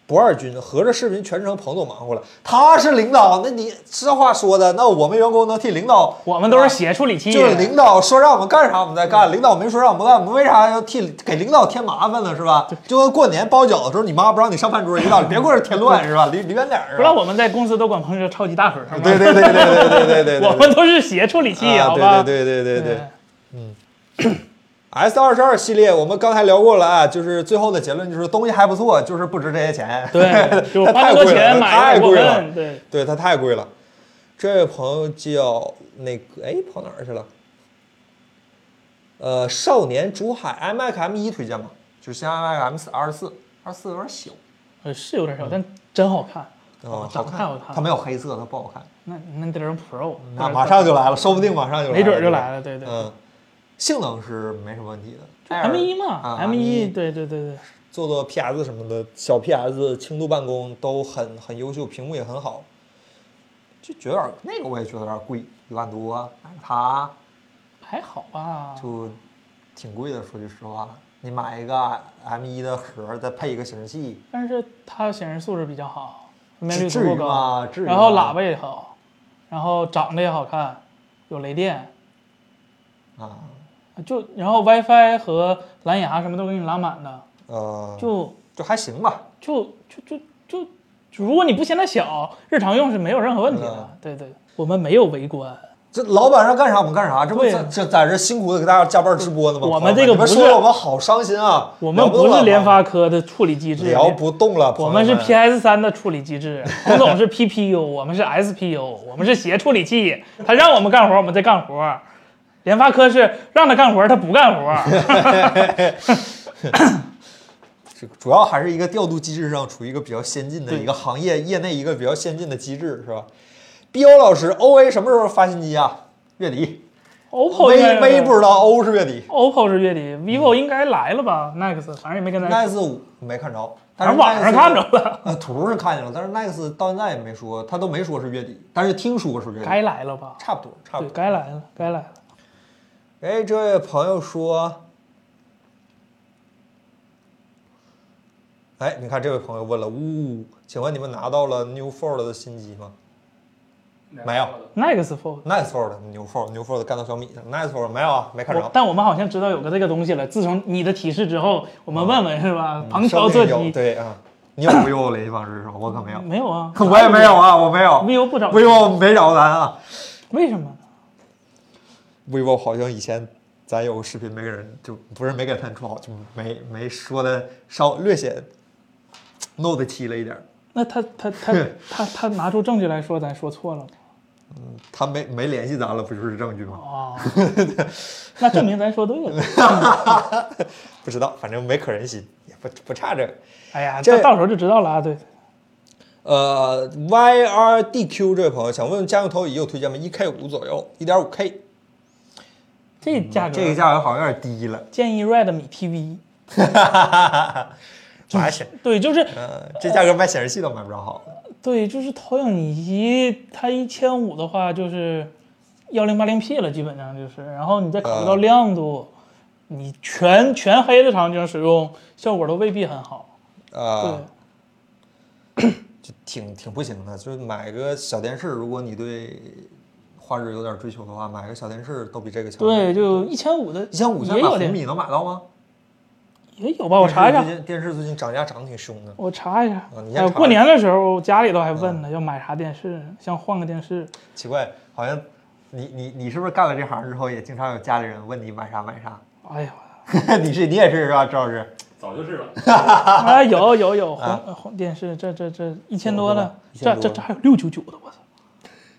A: 不二军合着视频全程彭总忙活了，他是领导，那你这话说的，那我们员工能替领导
B: 我们都是写处理器，
A: 就是领导说让我们干啥，我们再
B: 嗯
A: 干；领导没说让我们干，我们为啥要替给领导添麻烦呢？是吧？就跟过年包饺子的时候，你妈不让你上饭桌一个道理，别给我这添乱，是吧？离离远点儿。是吧
B: 不知道我们在公司都管彭是超级大核桃吗？
A: 对对对对对对对对对，
B: 我们都是写处理器，
A: 啊
B: 好吧？
A: 对对对对对对
B: 对。
A: S 二十二系列，我们刚才聊过了啊，就是最后的结论就是东西还不错，就是不值这些钱。 <laughs>
B: 对，就
A: 它
B: 花
A: 太
B: 那么
A: 贵了
B: 多钱
A: 它
B: 买
A: 太
B: 一个过
A: 贵了。
B: 分，对，
A: 对，它太贵了。这位朋友叫那个，哎，跑哪儿去了？呃，少年竹海 iMac M 一推荐吗？就是新 iMac M 四二十四，二十四有点小，
B: 呃是有点少，但真好看，
A: 哦，
B: 长得太好
A: 看。
B: 看
A: 它
B: 了。
A: 没有黑色，它不好看。
B: 那那得是 Pro，
A: 那马上就来了，说不定马上就来了，
B: 没准儿就来了，对对。
A: 嗯，性能是没什么问题的。
B: M 一
A: Air-
B: 嘛
A: 啊
B: ，M 一，
A: M1
B: 对对对对，
A: 做做 PS 什么的，小 PS 轻度办公都很很优秀，屏幕也很好。就觉得有点那个我也觉得有点贵，一万多，买它
B: 还好吧？
A: 就挺贵的。说句实话，你买一个 M 一的盒儿，再配一个显示器，
B: 但是它显示素质比较好，分辨率
A: 至
B: 足
A: 至于
B: 够高。
A: 吗？至于
B: 然后
A: 吗
B: 喇叭也好，然后长得也好看，有雷电，
A: 啊，
B: 就然后 WiFi 和蓝牙什么都给你拉满的，
A: 呃，
B: 就
A: 就还行吧。
B: 就就就就，就如果你不嫌它小，日常用是没有任何问题的
A: 嗯。
B: 对对，我们没有围观，
A: 这老板让干啥我们干啥，这不
B: 对
A: 在
B: 呀
A: 这在这辛苦的给大家加班直播呢吗？
B: 我
A: 朋友
B: 们这个
A: 你们
B: 不
A: 说
B: 是
A: 了我们好伤心啊！
B: 我们
A: 聊动
B: 不
A: 了
B: 是联发科的处理机制，
A: 聊不动了，朋
B: 我
A: 友们
B: 们是 PS 3的处理机
A: <laughs>
B: 制，彭总是 PPU，我们是 SPU，我们是协处理器。他让我们干活，我们在干活。联发科是让他干活，他不干活。
A: 这这个主要还是一个调度机制上处于一个比较先进的
B: 对
A: 一个行业业内一个比较先进的机制，是吧？彪老师，OA 什么时候发新机啊？月底。
B: OPPO 应该
A: V
B: 是
A: V 不知道，O 是月底。
B: OPPO 是月底，vivo
A: 嗯
B: 应该来了吧？Next 反正也没跟咱，
A: Nex 五没看着，但
B: 反
A: 是
B: 正网上
A: Nex-
B: 看着了，
A: 呃，图是看见了，但是 Nex 到现在也没说，他都没说是月底，但是听说是月底，
B: 该来了吧？
A: 差不多，差不
B: 对，
A: 多。
B: 该来了，该来了。
A: 哎，这位朋友说，哎，你看这位朋友问了，呜，请问你们拿到了 New Fold 的新机吗没有
B: Next Fold，
A: ？Nice Fold、New Fold、New Fold 干到小米上，Nice Fold 没有啊，没看
B: 我
A: 着。
B: 但我们好像知道有个这个东西了。自从你的提示之后，我
A: 嗯
B: 们问问是吧？旁敲
A: 说
B: 侧
A: 不定有
B: 击，
A: 对啊，你有没有联系方式是吧？我可没有，，
B: 没有啊
A: <laughs> 我也没有啊，我没有
B: vivo 不找
A: ，vivo 没找咱啊
B: 为什么呢？
A: ，vivo 好像以前咱有个视频没给人，就不是没给他说好，就没没说的稍略显 Note 七了一点儿。
B: 那他他
A: <laughs>
B: 他他他拿出证据来说，咱说错了
A: 他没没联系咱了，不就是证据吗？
B: 啊、哦那证明咱说对
A: <laughs>
B: 了。
A: 不知道，反正没可人心，也不不差这个。
B: 哎呀，
A: 这
B: 这到时候就知道了啊。对，
A: 呃，YRDQ 这位朋友想问问家用投影仪有推荐吗？一 K 五左右，一点五 K，
B: 这价
A: 嗯
B: 格、
A: 这个价格好像有点低了。
B: 建议 Redmi TV。
A: 啥显？
B: 对，就是
A: 呃，这价格卖显示器都买不着好的。
B: 对，就是投影仪，它一千五的话就是幺零八零 P 了，基本上就是。然后你再考虑到
A: 呃
B: 亮度，你全全黑的场景使用效果都未必很好。对，
A: 呃，就挺挺不行的。就是买个小电视，如果你对画质有点追求的话，买个小电视都比这个强。
B: 对，，就一千五的，
A: 一千五千
B: 也
A: 买
B: 有
A: 红
B: 点
A: 米能买到吗？
B: 也有吧，我查一
A: 电 <laughs>
B: 下
A: 视，最近电视最近涨价涨得挺凶的。
B: 我查一下
A: 啊你。先
B: 哎呦，
A: 查嗯
B: 过年的时候家里头还问呢，要买啥电视，想换个电视。
A: 奇怪，好像你你你是不是干了这行之后，也经常有家里人问你买啥买啥？ <laughs>
B: 哎呀，
A: 你是你也是是吧，周老师？
C: 早就是了。
B: 啊，有有有红红电视，这这这一千多了，
A: 有是吧
B: 这
A: 1000啊
B: 这
A: 多
B: 这还有六九九的，我操，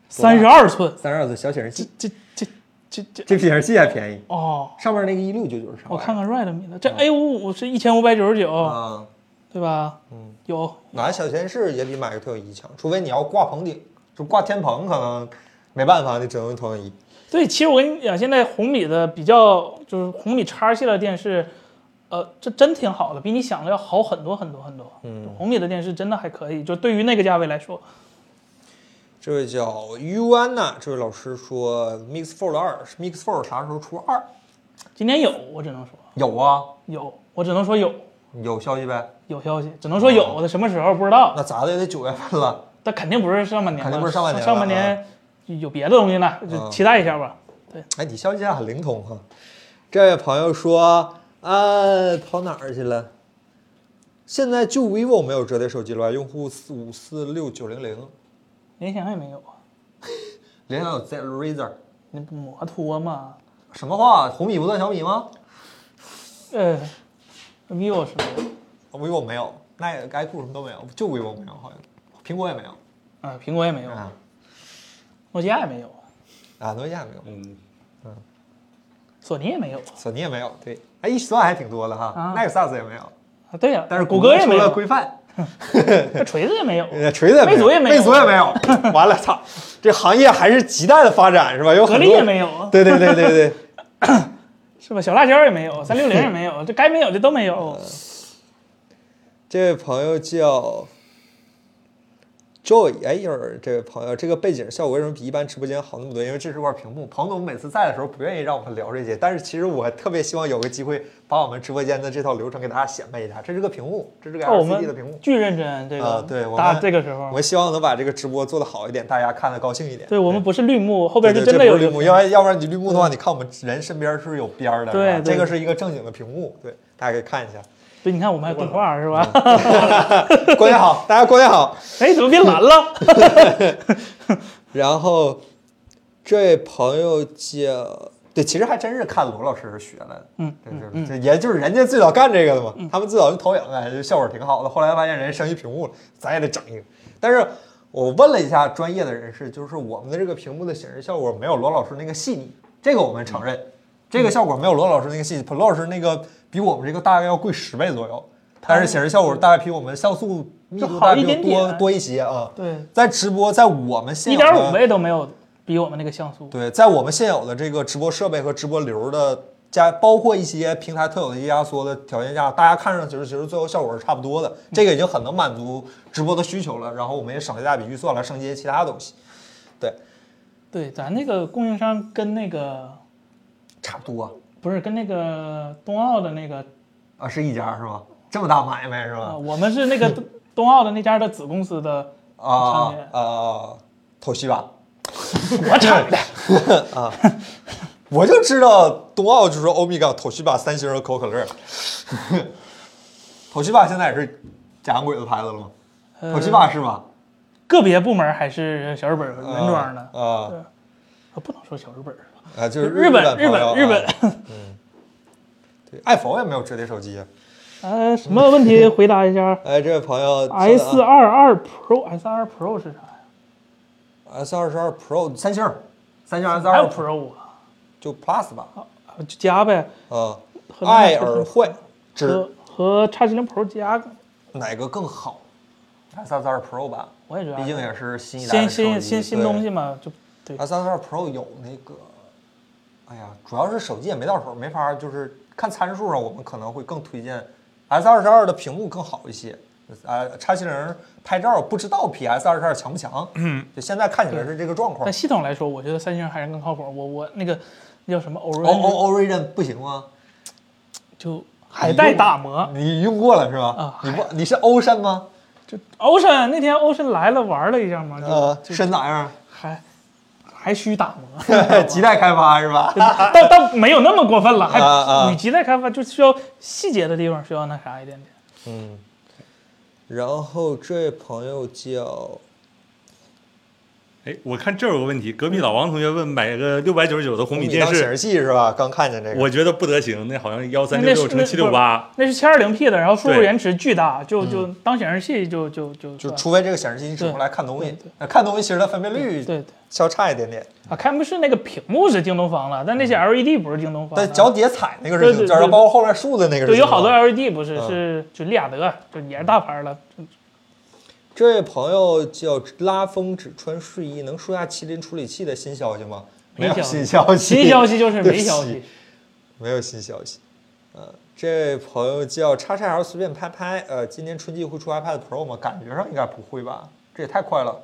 B: 三十二寸，
A: 三十二寸小显示器，
B: 这这这这
A: 这显示器还便宜，
B: 哦。
A: 上面那个一六九九是啥玩意儿？嗯
B: 我看看 Redmi 的，这 A 五五是一千五百九十九，
A: 啊，
B: 对吧？
A: 嗯，
B: 有
A: 买小电视也比买个投影仪强，除非你要挂棚顶，就挂天棚，可能没办法，你只能用投影仪。
B: 对，其实我跟你讲，现在红米的比较就是红米叉系列电视，呃，这真挺好的，比你想的要好很多很多很多。嗯，红米的电视真的还可以，就对于那个价位来说，
A: 这位叫 U a n a 这位老师说，Mix Fold 二，Mix Fold 啥时候出二？
B: 今年有，我只能说
A: 有啊，
B: 有，我只能说有，
A: 有消息呗。
B: 有消息，只能说
A: 哦
B: 有的，什么时候不知道，
A: 那咋的也得九月份了。
B: 但肯定不是上半年了，
A: 肯定不是上半年了啊嗯
B: 上半年有别的东西呢，就期待一下吧。
A: 哎，你消息还很灵通哈。这位朋友说，啊，跑哪儿去了？现在就 vivo 没有折叠手机了吧？用户四五四六九零零，
B: 联想也没有啊，
A: 联想有 Z Razer。
B: 那不摩托嘛，
A: 什么话？红米不算小米吗
B: 呃，vivo 是没有。
A: 哦？vivo 没有，那个 iQOO 什么都没有，就 vivo 没有，好像苹果也没有
B: 啊，苹果也没有，
A: 啊
B: 诺基亚也没有，
A: 啊，诺基亚也没有，
C: 嗯，
B: 索尼也没有
A: 索尼也没有，对，哎，一算还挺多的哈
B: 啊。
A: Nexus 也没有，
B: 啊。对呀、
A: 但是
B: 谷
A: 歌
B: 歌也
A: 出
B: 没
A: 了
B: 有，
A: 规范，
B: 这锤子也没有，
A: 呃， <laughs> 锤子也没
B: 魅
A: 有，
B: 族也没有
A: 魅族也没有，
B: <laughs>
A: 完了，操，这行业还是亟待的发展是吧？有
B: 格
A: 很
B: 力
A: 多
B: 也，没有，
A: 对对对对
B: <laughs>
A: 对。
B: 是吧？小辣椒也没有，三六零也没有，这该没有的都没有。
A: 呃这位朋友叫 Joy，哎，一会儿这位朋友，这个背景效果为什么比一般直播间好那么多？因为这是块屏幕。彭总每次在的时候不愿意让我们聊这些，但是其实我特别希望有个机会把我们直播间的这套流程给大家显摆一下。这是个屏幕，这是个
B: 那哦我
A: LCD 的屏
B: 们
A: 幕。
B: 巨认真，这个
A: 啊对我
B: 大
A: 们
B: 这个时
A: 我
B: 候，
A: 们希望能把这个直播做得好一点，大家看得高兴一点。
B: 对我们不是绿幕，后
A: 对
B: 边
A: 对
B: 就
A: 这
B: 真
A: 不
B: 的有
A: 是绿幕，
B: 屏
A: 要不然要不然你绿幕的话，你看我们人身边是有边儿的。
B: 对
A: 是吧
B: 对
A: 这个是一个正经的屏幕，对，大家可以看一下。
B: 对，你看我们还有动
A: 嗯
B: 画是吧？ <laughs>
A: 过年好，大家过年好。
B: 哎，怎么变蓝了？
A: 然后这位朋友叫对，其实还真是看罗老师学来的，
B: 嗯
A: 对，就是这也就是人家最早干这个的嘛，他们最早用投影，哎，就效果挺好的。后来发现人家升级屏幕了，咱也得整一个。但是我问了一下专业的人士，就是我们的这个屏幕的显示效果没有罗老师那个细腻，这个我们承
B: 嗯
A: 认，这个效果没有罗老师那个细腻，罗老师那个比我们这个大概要贵十倍左右。但是显示效果大概比我们像素密
B: 就
A: 度
B: 好
A: 大概
B: 一
A: 比
B: 点
A: 多
B: 点
A: 多一些啊。 <laughs>
B: 对，
A: 在直播，在我们现
B: 一
A: 有
B: 点
A: 的
B: 五倍都没有比我们那个像素。
A: 对，在我们现有的这个直播设备和直播流的加，包括一些平台特有的一些压缩的条件下，大家看上去其实最后效果是差不多的，
B: 嗯
A: 这个已经很能满足直播的需求了。然后我们也省了一大笔预算来升级其他东西，
B: 对，咱那个供应商跟那个
A: 差不多
B: 不是跟那个冬奥的那个
A: 啊，是一家是吧？这么大买卖是
B: 啊、
A: 吧？
B: 我们是那个
A: <laughs>
B: 冬冬奥的那家的子公司的
A: 啊
B: 产品
A: 啊，透析吧。
B: 我产的。
A: 我就知道冬奥就是欧米伽、头绪吧、三星和可口可乐。头绪吧现在也是假洋鬼子牌子了吗？
B: 呃
A: 头绪吧是吧？
B: <laughs> 个别部门还是小日本原装的，
A: 啊
B: 对啊不能说小日本是吧？
A: 啊，就是
B: 日本日
A: 朋友
B: 本日本
A: 啊，对爱否也没有折叠手机。啊
B: 呃，什么问题回答一
A: <laughs>
B: 下
A: 哎，这位朋友
B: ？S 二二 Pro S 二 Pro 是啥呀？
A: 呃 S 二十二 Pro 三星儿，三星 S
B: 还有
A: 二
B: Pro 啊，
A: 就 Plus 吧，
B: 啊就加呗，
A: 啊，
B: 和那
A: 爱
B: 个
A: 尔惠之
B: 和和叉七零 Pro 加，
A: 哪个更好？S 二十二 Pro 吧，
B: 我也觉得
A: 毕竟也是新一代
B: 啊新
A: 的手机
B: 新新新
A: 对啊
B: 东西嘛，就对
A: S 三二 Pro 有那个，哎呀，主要是手机也没到手，没法儿就是看参数上，我们可能会更推荐 S 二十二的屏幕更好一些。呃，叉七零拍照不知道比 S 二十二强不强，嗯，就现在看起来是这个状况
B: 但。系统来说，我觉得三星还是更靠谱。我我那个那叫什么
A: O
B: Orange
A: O Origin 不行吗？
B: 就还带打磨。
A: 你用过了是吧
B: 啊？
A: 你不你是 Ocean 吗？
B: 就 Ocean 那天 Ocean 来了玩了一下嘛，
A: 呃，
B: 就就
A: 深咋样？
B: 还还需打
A: <laughs>
B: 磨。
A: 亟待开发是吧？
B: 但但没有那么过分了，
A: 啊啊
B: 还与其在开发，就需要细节的地方需要那啥一点点。
A: <laughs> 然后这位朋友叫
C: 哎，我看这儿有个问题，隔壁老王同学问买个六百九十九的红米电
A: 当显示
C: 视，
A: 器是吧？刚看见这个，
C: 我觉得不得行，那好像幺三
B: 那
C: 六
B: 是
C: 六乘七六八，
B: 那是七二零 P 的，然后输入
C: 对
B: 延迟巨大，就就当显示器就就就
A: 嗯就
B: 算
A: 除非这个显示器你只用来看东
B: 对
A: 西
B: 对对，
A: 那看东西其实它分辨率
B: 对对
A: 稍差一点点，
B: 啊，开幕式那个屏幕是京东方了，但那些 LED 不是京东方
A: 嗯
B: 的。
A: 但脚底下踩那个
B: 对
A: 是
B: 对
A: 就然后
B: 对
A: 包括后面竖的那个是
B: 对，有好多
A: 吧
B: LED 不是
A: 嗯
B: 是就利雅得，就也是大牌
A: <laughs>
B: 了。
A: 这位朋友叫拉风只穿睡衣，能说下麒麟处理器的新消息吗？没
B: 没
A: 有
B: 消息
A: 新消息，
B: 新消息就是
A: 对
B: 没
A: 不
B: 消
A: 起
B: 息，
A: <laughs> 没有新消息。呃，这位朋友叫叉叉 L 随便拍拍，呃，今年春季会出 iPad Pro 吗？感觉上应该不会吧？这也太快了，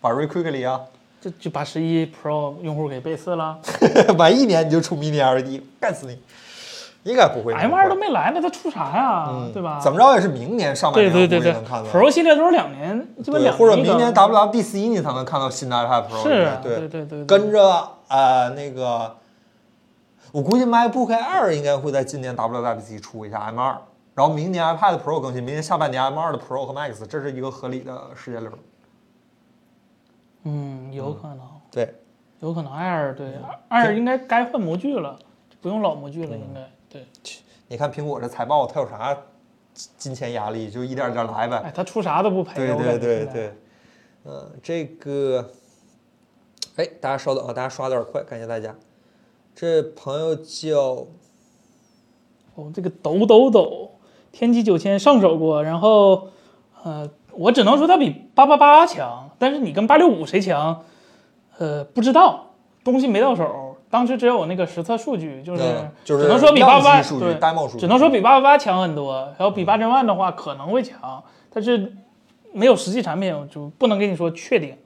A: 把 Re Quickly 啊， <laughs>
B: 这就把十一 Pro 用户给背刺了。
A: 晚一年你就出 Mini LED，干死你！应该不会嗯
B: M 二都没来呢，它出啥呀？对吧？
A: 怎么着也是明年上半
B: 对
A: 年
B: 啊对对
A: 我估计
B: 对
A: 能看到
B: ，Pro 系列都是两年，这不
A: 对，
B: 两
A: 或者
B: 一
A: 明
B: 个
A: 年 WWDC 你才能看到新的 iPad Pro
B: 是
A: 应该
B: 啊对
A: 对
B: 对对对
A: 跟着呃那个，我估计 MacBook Air 应该会在今年 WWDC 出一下 M 二，然后明年 iPad Pro 更新，明年下半年 M 二的 Pro 和 Max，这是一个合理的时间流。
B: 嗯，有可能，
A: 对，
B: 有可能 Air 对 Air 应该该换模具了，不用老模具了，
A: 嗯
B: 应该对。
A: 你看苹果这财报，它有啥金钱压力，就一点点来呗。
B: 哎，它出啥都不赔，
A: 对
B: 我
A: 对
B: 感觉
A: 对
B: 现在
A: 对，嗯，这个，哎，大家稍等啊，大家刷的有点快，感谢大家。这朋友叫
B: 哦，这个抖抖抖，天玑九千上手过，然后，呃，我只能说它比八八八强，但是你跟八六五谁强，呃，不知道，东西没到手，当时只有那个实测数据，就是、
A: 嗯就是
B: 只能说比
A: 样
B: 八
A: 机
B: 八
A: 数据
B: 对
A: demo 数据
B: 只能说比八八八强很多，然后比八千万的话可能会强，但是没有实际产品，我就不能跟你说确定。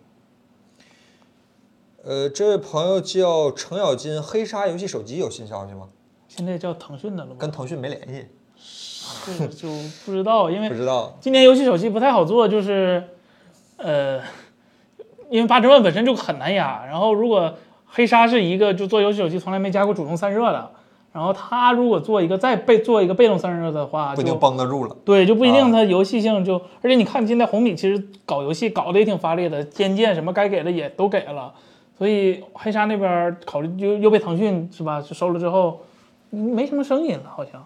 A: 呃，这位朋友叫程咬金，黑鲨游戏手机有新消息吗？
B: 现在叫腾讯的了吧？
A: 跟腾讯没联系，
B: 就就不知道，因为
A: 不知道。
B: 今年游戏手机不太好做，就是，呃，因为八千万本身就很难压，然后如果黑鲨是一个就做游戏手机从来没加过主动散热的，然后它如果做一个再被做一个被动散热的话，
A: 不一定
B: 就
A: 绷得住了。
B: 对就不一
A: 啊
B: 定它游戏性就，而且你看现在红米其实搞游戏搞得也挺发力的，尖剑什么该给的也都给了，所以黑鲨那边考虑又又被腾讯是吧收了之后，没什么声音了好像。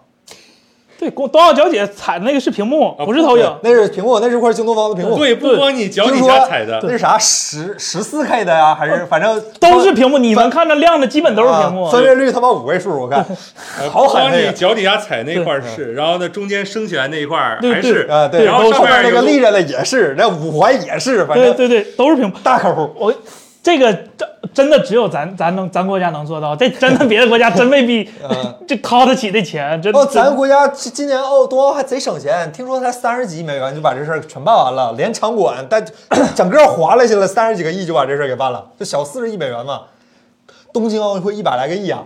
B: 对，光东奥小姐踩的那个是屏幕，
A: 啊
B: 不是投影。
A: 那是苹果，那是块京东方的苹果。
C: 对，不光你脚
A: 听
C: 底
A: 说
C: 下踩的，
A: 那是啥十十四 K 的呀、还是反正
B: 哦都是屏幕，你能看着亮的基本都是屏幕
A: 啊。分辨率他妈五位数，
B: <laughs>
A: 我看
C: 呃
A: 好狠
C: 光
A: 那
C: 你
A: 个
C: 脚底下踩那块儿是，然后呢中间升起来那一块儿
B: 对
C: 还
B: 对
C: 是，
A: 啊，对，
C: 然后
A: 后
C: 上
A: 面那
C: 面
A: 个立
C: 有
A: 着的也是，那五环也是，反
B: 对
A: 正
B: 对对，都是屏幕。
A: 大客户。
B: 我这个真真的只有咱咱能咱国家能做到，这真的别的国家真
A: <laughs>
B: 未必 <laughs> 就掏得起这钱，真
A: 啊哦，
B: 真
A: 咱国家今今年哦冬奥还贼省钱，听说才三十几亿美元就把这事儿全办完了，连场馆但 <clears throat> 整个划拉下来三十几个亿就把这事儿给办了，就小四十亿美元嘛。东京奥运会一百来个亿啊，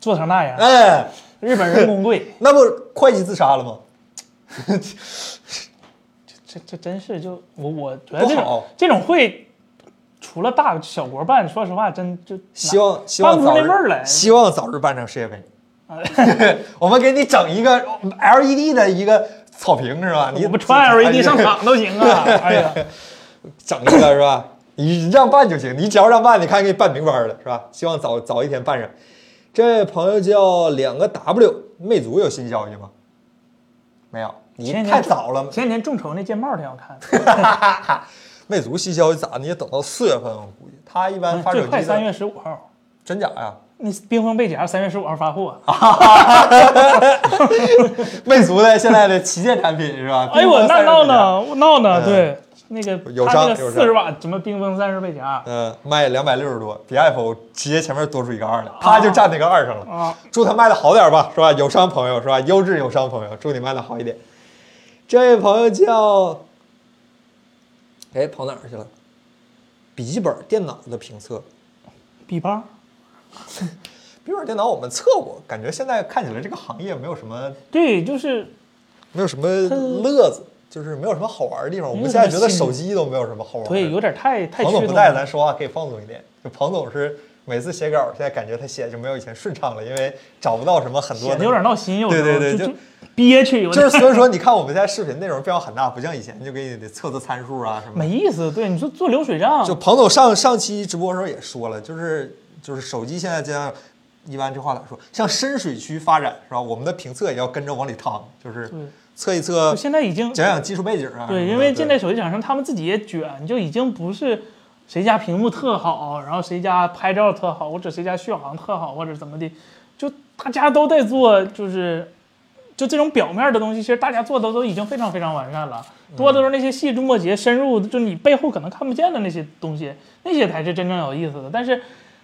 B: 做成那样，
A: 哎，
B: 日本人工贵，
A: 那不会计自杀了吗？
B: 这这真是就我我觉得这
A: 不
B: 种
A: 好
B: 这种会，除了大小国办，说实话真就
A: 希望希
B: 办
A: 望
B: 不出
A: 早
B: 那
A: 日
B: 味儿来。啊
A: 希望早日办成世界杯。 <laughs> 我们给你整一个 LED 的一个草坪是吧？你
B: 我们穿 LED 上场都
A: <laughs>
B: 行啊！哎呀，
A: 整一个是吧？你让办就行，你只要让办，你看给你办明白了是吧？希望早早一天办上。这位朋友叫两个 W，魅族有新消息吗？没有，你
B: 前几天
A: 太早了。
B: 前几年众筹那键帽挺好看，
A: 魅族新消息咋的？你也等到四月份，我估计他一般发手
B: 最
A: 机
B: 快
A: 的
B: 三月十五号，
A: 真假呀？
B: 那冰封背夹三月十五号发货。
A: 啊魅族的现在的旗舰产品是吧？
B: 哎呦我那闹
A: 呢？
B: 呢闹呢，
A: 嗯
B: 对，那个
A: 有
B: 它
A: 伤
B: 那个
A: 有
B: 四
A: 伤
B: 十瓦什么冰封三十倍夹
A: 嗯，卖两百六十多，比 iPhone 直接前面多出一个二来，他就占那个二上了。
B: 啊，
A: 祝他卖的好点吧，是吧？友商朋友是吧？优质友商朋友，祝你卖的好一点。这位朋友叫，哎，跑哪儿去了？笔记本电脑的评测，
B: 笔包
A: 笔记本电脑我们测过，感觉现在看起来这个行业没有什么
B: 对，就是
A: 没有什么乐子，就是没有什么好玩的地方。我们现在觉得手机都没有什么好玩的。
B: 对，有点太太
A: 彭嗯
B: 驱
A: 总
B: 动
A: 不在，
B: 了。
A: 咱说话可以放纵一点。就彭总是每次写稿，现在感觉他写就没有以前顺畅了，因为找不到什么很多
B: 显
A: 的
B: 得有点闹心，有时候
A: 对对对
B: 就
A: 就
B: 就憋屈，有
A: 就
B: 点
A: 是 <laughs> 所以说，你看我们现在视频内容变化很大，不像以前就给你得测测参数啊什么
B: 没
A: 的。
B: 意思。对，你说做流水账，
A: 就彭总上上期直播的时候也说了，就是就是手机现在就像一般这话咋说，向深水区发展是吧？我们的评测也要跟着往里趟，就是
B: 对
A: 测一测
B: 就，现在已经
A: 讲讲技术背景啊什么的。
B: 对，因为现在手机厂商他们自己也卷，就已经不是谁家屏幕特好，然后谁家拍照特好，或者谁家续航特好，或者怎么的，就大家都在做，就是就这种表面的东西，其实大家做的都已经非常非常完善了，多的都是那些细枝末节、深入，就你背后可能看不见的那些东西，那些才是真正有意思的。但是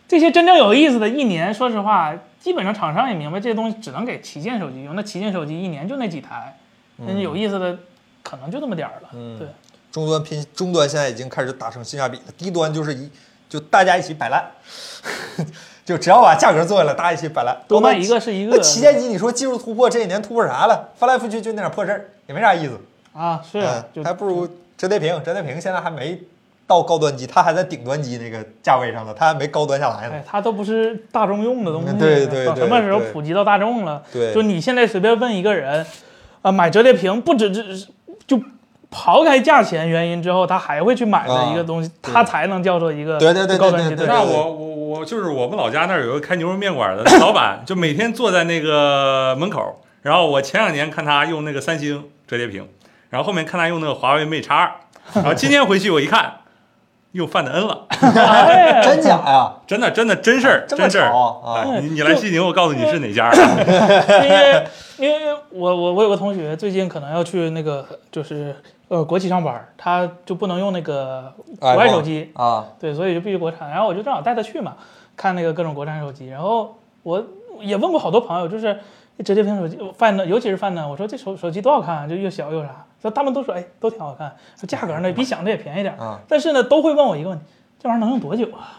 B: 这些真正有意思的，一年说实话，基本上厂商也明白这些东西只能给旗舰手机用，那旗舰手机一年就那几台，那
A: 嗯
B: 有意思的可能就那么点儿了。对，
A: 终端拼终端现在已经开始打成性价比了，低端就是一就大家一起摆烂， <laughs> 就只要把价格做下来，大家一起摆烂，
B: 多卖
A: 那
B: 一个是一个
A: 那旗舰机，你说技术突破，这一年突破啥了？翻来覆去就那点破事儿，也没啥意思。
B: 啊，是就
A: 嗯，还不如折叠屏，折叠屏现在还没到高端机，它还在顶端机那个价位上呢，它还没高端下来呢
B: 哎。，它都不是大众用的东西，
A: 嗯对对
B: 到
A: 对
B: 什么时候
A: 对
B: 普及到大众了？
A: 对
B: 就你现在随便问一个人，啊，买折叠屏不止只就刨开价钱原因之后，他还会去买的一个东西，
A: 啊对
B: 它才能叫做一个
A: 对对对对
B: 高端机
A: 对对
B: 吧
C: 那
A: 对
C: 我我我就是我们老家那儿有个开牛肉面馆的那老板，就每天坐在那个门口。然后我前两年看他用那个三星折叠屏，然后后面看他用那个华为 Mate 叉二，然后今天回去我一看，用范德恩了，
B: <laughs> 哎
A: 真假呀？
C: 真的真的真事儿
A: 这么
C: 真事儿
A: 潮啊
C: 哎你你来西宁，我告诉你是哪家儿。
B: 因为因为我我我有个同学最近可能要去那个就是呃国企上班，他就不能用那个国外手机，
A: 啊，
B: 对，所以就必须国产。然后我就正好带他去嘛，看那个各种国产手机。然后我也问过好多朋友，就是折叠屏手机范的，尤其是范的，我说这手手机多好看啊，就又小又啥。那他们都说，哎，都挺好看，说价格
A: 嗯
B: 呢比想的也便宜点儿。
A: 啊
B: 但是呢，都会问我一个问题：这玩意儿能用多久
A: <laughs>
B: 啊？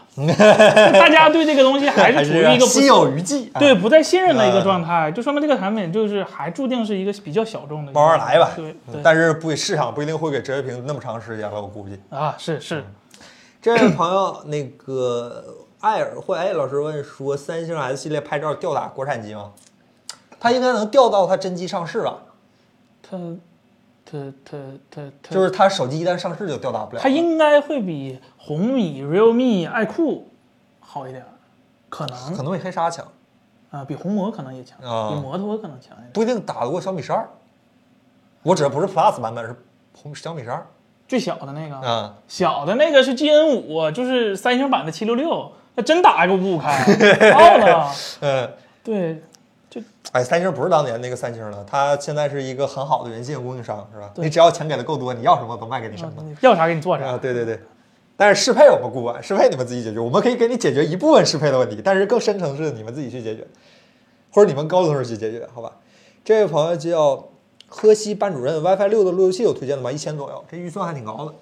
B: 大家对这个东西还
A: 还
B: 是处于一个不
A: 心有余悸。啊
B: 对，不再信任的一个
A: 嗯
B: 状态，就说明这个产品就是还注定是一个比较小众的一个。
A: 慢慢来吧嗯
B: 对对。
A: 但是不市场不一定会给折叠屏那么长时间了，我估计。
B: 啊，是是，
A: 这位朋友， <clears throat> 那个艾尔惠艾老师问说，三星 S 系列拍照吊打国产机吗？它应该能吊到它真机上市吧？
B: 它
A: 嗯
B: 它它它它
A: 就是它手机一旦上市就吊打不了。
B: 它应该会比红米、realme、爱酷好一点儿，可能
A: 可能比黑鲨强。
B: 啊，比红魔可能也强，
A: 啊
B: 比摩托可能强一点。
A: 不一定打得过小米十二。我指的不是 Plus 版本，是红小米十二。
B: 最小的那个，
A: 啊，
B: 小的那个是 GN 五，就是三星版的七六六，那真打个五五开，
A: <laughs>
B: 啊爆了。
A: 嗯，
B: 对，
A: 哎，三星不是当年那个三星了，它现在是一个很好的元器件供应商，是吧？
B: 对
A: 你只要钱给的够多，你要什么都卖给你什
B: 啊
A: 么。
B: 你要啥给你做啥。
A: 啊，对对对。但是适配我们不管，啊适配你们自己解决，我们可以给你解决一部分适配的问题，但是更深层次的你们自己去解决，或者你们高中时去解决，好吧？这位朋友叫喝西班主任，WiFi 六的路由器有推荐的吗？一千左右，这预算还挺高的，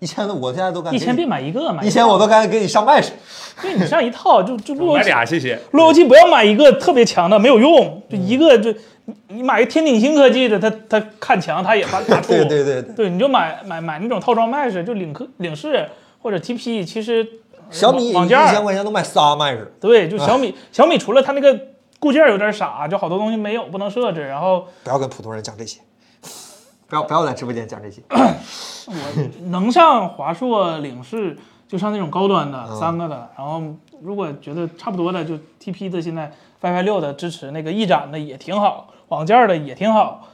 A: 一千的我现在都敢
B: 一
A: 给
B: 千
A: 你
B: 别买一个，买
A: 一千我都敢给你上麦去。
B: 对你上一套就就路
C: 买
B: 由器，
C: 俩谢谢。
B: 路由器不要买一个特别强的，没有用，就一个就你你买个天顶星科技的，它它看墙它也发
A: <laughs>
B: 打吐。
A: 对对对对，
B: 对，你就买买买那种套装 Mesh，就领克领事或者 TP，其实呃
A: 小米
B: 网
A: 一
B: 网件
A: 千
B: 儿，
A: 块钱能买仨麦式，
B: 对，就小米小米除了它那个固件儿有点傻，就好多东西没有不能设置，
A: <laughs>
B: 然后
A: 不要跟普通人讲这些，不要不要在直播间讲这些。啊
B: 我能上华硕领事就上那种高端
A: 啊
B: 的三个的，然后如果觉得差不多的就 TP 的现在 WiFi 六的支持那个翼展的也挺好，网件儿的也挺好，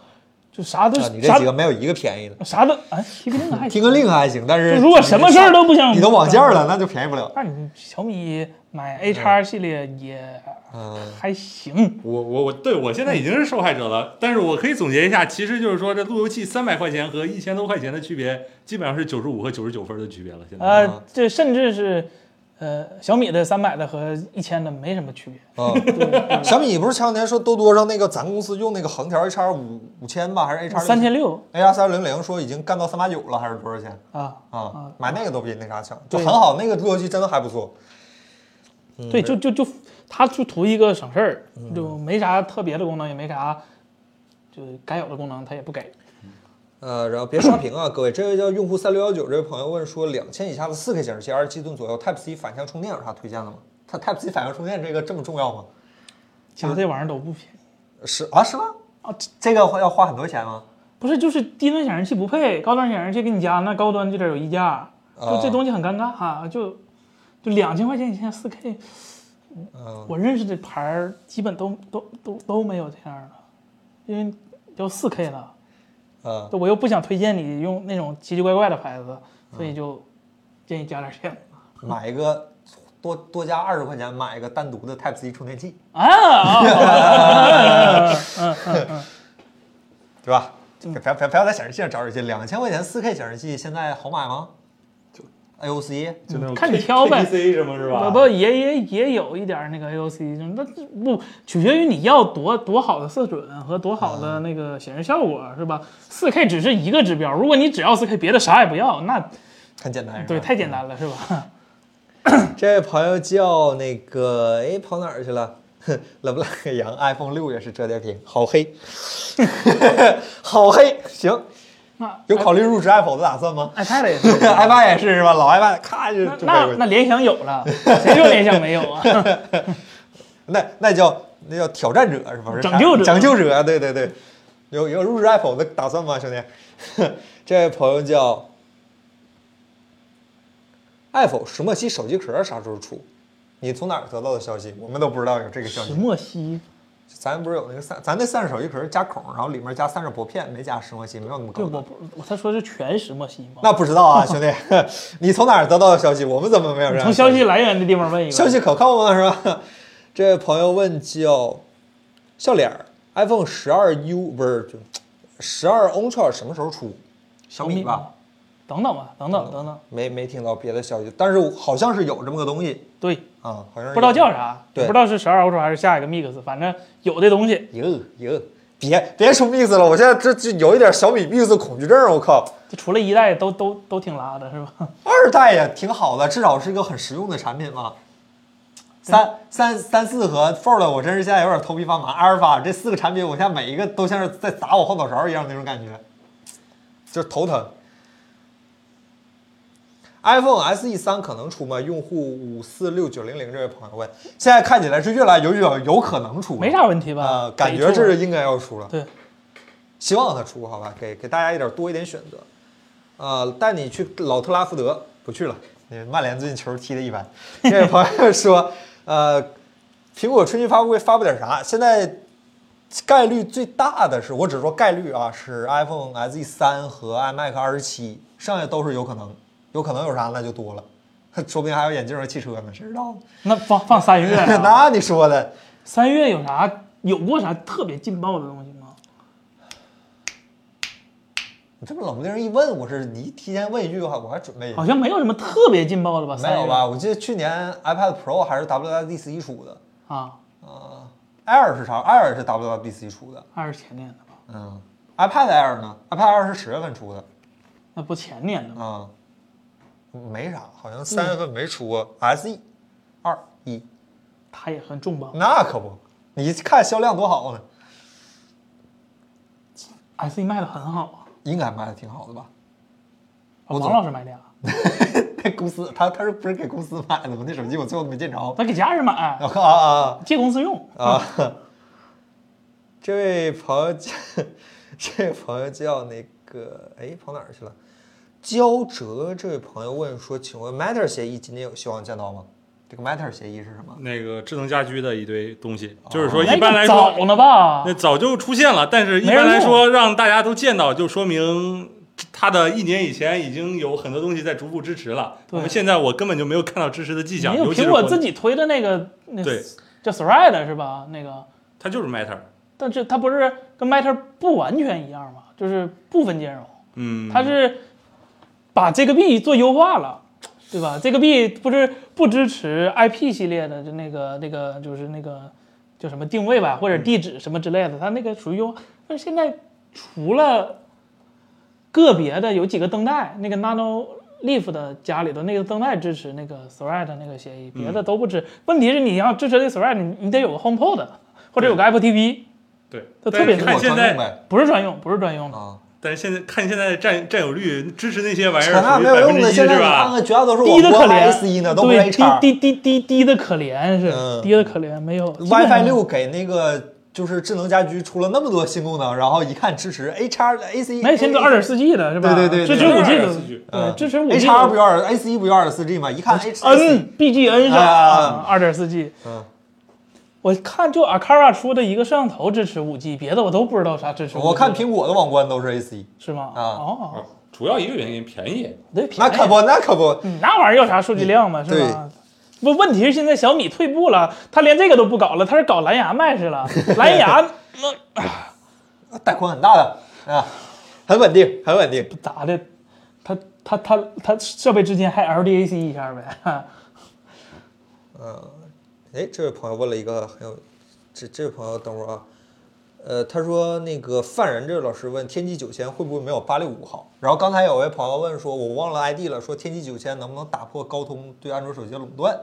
B: 就啥都
A: 啊你这
B: 啥
A: 几个没有一个便宜的
B: 啥都哎 TP 那个还
A: <laughs>
B: 行
A: 听个令还行，但
B: 就是如果什么事儿都不
A: <laughs>
B: 想
A: 你都网件了，那就便宜不了。
B: 那你小米买 A 叉系列也
A: 嗯，
B: 还行，
C: 我我我对我现在已经是受害者了，但是我可以总结一下，其实就是说这路由器三百块钱和一千多块钱的区别，基本上是九十五和九十九分的区别了。现在、
B: 呃，这甚至是，呃，小米的三百的和一千的没什么区别。
A: 啊， <laughs> 小米不是前两天说都多上那个咱公司用那个横条 H R 五五千吧，还是 H R
B: 三千六
A: A R 三零零说已经干到三八九了，还是多少钱
B: 啊，
A: 啊
B: 啊？
A: 买那个都比那啥强，就
B: 对
A: 很好，那个路由器真的还不错。
B: 对，就就就，它就图一个省事儿，就没啥特别的功能，也没啥，就该有的功能它也不给。
A: 呃，然后别刷屏啊，各位，这位叫用户三六幺九这位朋友问说，两千以下的四 K 显示器，二十七寸左右，Type C 反向充电有啥推荐的吗？它 Type C 反向充电这个这么重要吗？
B: 其实这玩意儿都不便宜，
A: 是啊，是吗？啊，这这个会要花很多钱吗？
B: 不是就是低端显示器不配，高端显示器给你加，那高端就得有溢价，就这东西很尴尬、啊就就两千块钱以前四 K。
A: 嗯，
B: 我认识的牌儿基本都都都都没有这样的，因为要四 K 了，
A: 呃，
B: 我又不想推荐你用那种奇奇怪怪的牌子，所以就建议加点钱
A: 买一个多多加二十块钱买一个单独的 Type C 充电器，
B: 啊啊啊！嗯嗯嗯，
A: 对吧？别别别不要在显示器上找手机，两千块钱四 K 显示器现在好买吗？就 AOC
C: 就那种
B: 看你挑呗
C: E c 什么是吧？
B: 不不也也也有一点那个 AOC，那不取决于你要多多好的色准和多好
A: 嗯
B: 的那个显示效果是吧？四 K 只是一个指标，如果你只要四 K，别的啥也不要，
A: 嗯
B: 那
A: 很简单，是吧
B: 对太简单了
A: <laughs>
B: 是吧？
A: 这位朋友叫那个，哎，跑哪儿去了？ <laughs> 哼冷不冷？羊 iPhone 六也是折叠屏，好
B: <laughs>
A: 黑，好黑。行，
B: 那
A: 有考虑入职 Apple 的打算吗
B: iPad 也是。 <laughs>
A: <laughs> ？iPad 哎也是是吧？老 iPad 咔就
B: 那
A: 就
B: 那
A: 飞过
B: 那
A: 去，
B: 联想有
A: <laughs>
B: 了，谁说联想没有啊？
A: 那那叫那叫挑战者是吧？是啥
B: 拯救者
A: 拯救者，对对对。有有入职 Apple 的打算吗，兄弟？ <laughs> 这位朋友叫 Apple 石墨烯手机壳啥时候出？你从哪儿得到的消息？我们都不知道有这个消息
B: 石。墨烯
A: 咱不是有那个散，咱那散热手机壳是加孔，然后里面加散热薄片，没加石墨烯，没有那么高
B: 对，我
A: 档。
B: 不，我他说是全石墨烯吗？
A: 嗯那不知道啊，兄弟， <laughs> 你从哪儿得到的消息？我们怎么没有这样
B: 从
A: 的
B: 消息
A: 息？
B: 来源的地方问一个。
A: 消息可靠吗？是吧？ <laughs> 这位朋友问叫笑脸儿，iPhone 十二 U 不是就十二 Ultra 什么时候出？小米吧，？
B: 等等吧，等等等等，
A: 没没听到别的消息，但是好像是有这么个东西
B: 对，
A: 啊，好像是
B: 不知道叫啥，
A: 对
B: 不知道是十二 Ultra 还是下一个 Mix，反正有这东西，
A: 哟哟，别别说 Mix 了，我现在这这有一点小米 Mix 恐惧症，我靠。
B: 就除了一代都都都挺拉的，是吧？
A: 二代也挺好的，至少是一个很实用的产品嘛。三三三四和 Fold，我真是现在有点头皮发麻。阿尔法这四个产品，我现在每一个都像是在砸我后脑勺一样那种感觉，就是头疼。iPhone SE 三可能出吗？用户五四六九零零这位朋友问，现在看起来是越来越有有可能出了，
B: 没啥问题吧？
A: 呃，感
B: 得
A: 觉
B: 出来
A: 是应该要出了。
B: 对，
A: 希望它出好吧，给给大家一点多一点选择。呃，带你去老特拉福德，不去了，那曼联最近球踢的一般。这位朋友说，呃，苹果春季发布会发布点啥？现在概率最大的是，我只说概率啊，是 iPhone SE 三和 iMac 二十七，剩下都是有可能，有可能有啥那就多了， <laughs> 说不定还有眼镜和汽车呢，谁知道呢？ <laughs>
B: 那放放三月、啊，
A: 那你说的，
B: 三月有啥有过啥特别劲爆的东西吗？
A: 你这么冷不丁一问，我是你一提前问一句的话，我还准备
B: 好像没有什么特别劲爆的吧？
A: 没有
B: 3月
A: 吧？我记得去年 iPad Pro 还是 WWDC 出的
B: 啊，
A: ，Air 是啥？Air 是 WWDC 出的，
B: 二是前年的吧？
A: 嗯，iPad Air 呢？iPad Air 是十月份出的，
B: 那不前年的吗？
A: 啊、没啥，好像三月份没出过 SE 二一，
B: 它也算重磅。
A: 那可不，你一看销量多好呢，
B: SE 卖的很好啊，
A: 应该卖的挺好的吧？ <laughs>
B: 王
A: 总
B: 老师买的呀，
A: 那公司他他是不是给公司买的吗？那手机我最后没见着， <laughs>
B: 咱给家人买，哎
A: 我看啊啊。
B: 借公司用。
A: 啊，这位朋友叫，这位朋友叫那个，哎，跑哪儿去了？焦哲这位朋友问说，请问 Matter 协议今天有希望见到吗？这个 Matter 协议是什么？
C: 那个智能家居的一堆东西，就是说
B: 那
C: 一般
B: 个
C: 来说，
B: 早呢吧
C: 那？早就出现了，但是一般来说让大家都见到，就说明它的一年以前已经有很多东西在逐步支持了。
B: 对
C: 我们现在我根本就没有看到支持的迹象，
B: 没
C: 尤
B: 有
C: 其
B: 苹
C: 是
B: 果
C: 国
B: 自己推的那个那
C: 对
B: 叫 Thread 是吧？那个，
C: 它就是 Matter，
B: 但是它不是跟 Matter 不完全一样嘛，就是部分兼容，
C: 嗯，
B: 它是把这个币做优化了。对吧？这个币不是不支持 IP 系列的，就那个那个就是那个叫什么定位吧，或者地址什么之类的，它那个属于优。但是现在除了个别的有几个灯带，那个 Nano Leaf 的家里头那个灯带支持那个 Thread 那个协议，别的都不支。问题是你要支持这 Thread，你你得有个 HomePod 或者有个 Apple TV，
C: 对，
B: 它
C: 但
B: 特别
C: 是
B: 多
C: 看现
A: 传
C: 在，
A: 呗
B: 不是专用，不是专用的。
A: 啊，
C: 但是现在看现在的占占有率，支持那些玩意
A: 扯那
C: 儿
A: 啊没有
C: 属于百
A: 用的。
C: 分之
A: 现
C: 一
A: 在
C: 是
A: 你看
C: 吧？
A: 看，绝大多数
B: 低
A: 我
B: 的
A: 国
B: 可
A: 行
B: 怜，
A: SE 呢都不是
B: 对，
A: HR，
B: 低低低低低的可怜是
A: 嗯
B: 低的可怜，没有
A: WiFi 六给那个就是智能家居出了那么多新功能，然后一看支持 HR、AC，
B: 那现在二点四 G 的是吧？
A: 对对对
B: 支持
A: 对
B: 五 G
C: 2.4G
B: 的，对，支持五 G。
A: HR 不要 AC 不要二四 G 嘛，一
C: 嗯
A: 看 H
B: 嗯 N BGN
A: 啊啊
B: 上二点四 G。
A: 嗯，
B: 我看就 Akara 出的一个摄像头支持五 G，别的我都不知道啥支持 5G 的。
A: 我看苹果的网关都是 AC，
B: 是吗？
A: 啊
B: 哦，
C: 主要一个原因便宜，
B: 对，便宜
A: 那可不，那可不，
B: 你那玩意儿要啥数据量嘛，是
A: 对
B: 吧？不，问题是现在小米退步了，它连这个都不搞了，它是搞蓝牙麦式了。
A: <laughs>
B: 蓝牙那
A: 带宽很大的啊，很稳定，很稳定。
B: 咋的？它它它它设备之间还 LDAC 一下呗？ <laughs>
A: 哎，这位朋友问了一个很有，这这位朋友等会儿啊，呃，他说那个犯人这位老师问天玑九千会不会没有八六五好？然后刚才有位朋友问说，我忘了 ID 了，说天玑九千能不能打破高通对安卓手机的垄断？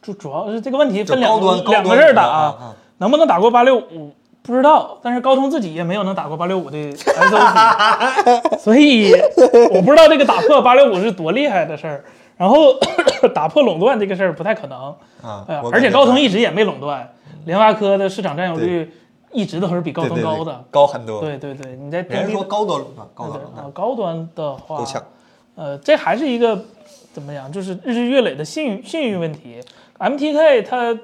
B: 主主要是这个问题
A: 就
B: 分两
A: 高
B: 个
A: 端高
B: 两
A: 端
B: 个事儿打
A: 啊啊
B: 能不能打过八六五不知道，但是高通自己也没有能打过八六五的 SOC，所 <laughs> 以我不知道这个打破八六五是多厉害的事儿。然后 <coughs> 打破垄断这个事儿不太可能，
A: 啊
B: 哎呀，
A: 我
B: 而
A: 感
B: 且
A: 觉
B: 高通
A: 到
B: 一直也没垄断，联发科的市场占有率一直都是比高
A: 对
B: 通
A: 对
B: 高
A: 对
B: 的。
A: 高很多。
B: 对对对，你在
A: 人
B: 当
A: 家
B: 地
A: 说高端垄断，高端垄
B: 对啊
A: 断，
B: 高端的话
A: 够呛。
B: 呃，这还是一个怎么讲，就是日积月累的信誉信誉问题。MTK 它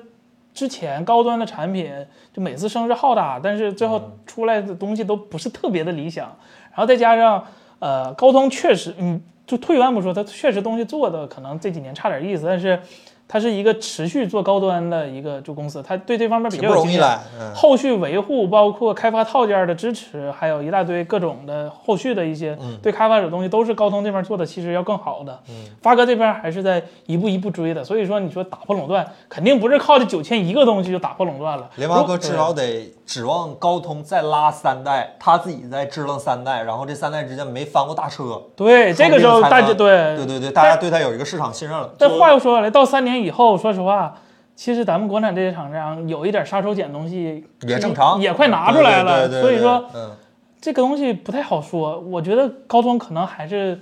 B: 之前高端的产品，就每次声势浩大，但是最后出来的东西都不是特别的理想。然后再加上呃，高通确实，嗯，就退一万步说，它确实东西做的可能这几年差点意思，但是它是一个持续做高端的一个就公司，它对这方面比
A: 挺
B: 较
A: 不
B: 有
A: 容
B: 经
A: 易
B: 验。
A: 了。嗯，
B: 后续维护，包括开发套件的支持，还有一大堆各种的后续的一些
A: 嗯
B: 对开发者东西，都是高通这边做的，其实要更好的。发哥这边还是在一步一步追的，所以说你说打破垄断，肯定不是靠这九千一个东西就打破垄断了。
A: 联发科
B: 如
A: 至少得指望高通再拉三代，他自己再支棱三代，然后这三代之间没翻过大车。
B: 对这个时候
A: 双边
B: 大
A: 才
B: 家
A: 能
B: 对
A: 对对对，大家对他有一个市场信任了。
B: 但话又说回来，到三年以后，说实话，其实咱们国产这些厂商有一点杀手锏东西
A: 也正常，
B: 也快拿出来了。
A: 对对对对
B: 所以说，
A: 嗯，
B: 这个东西不太好说。我觉得高中可能还是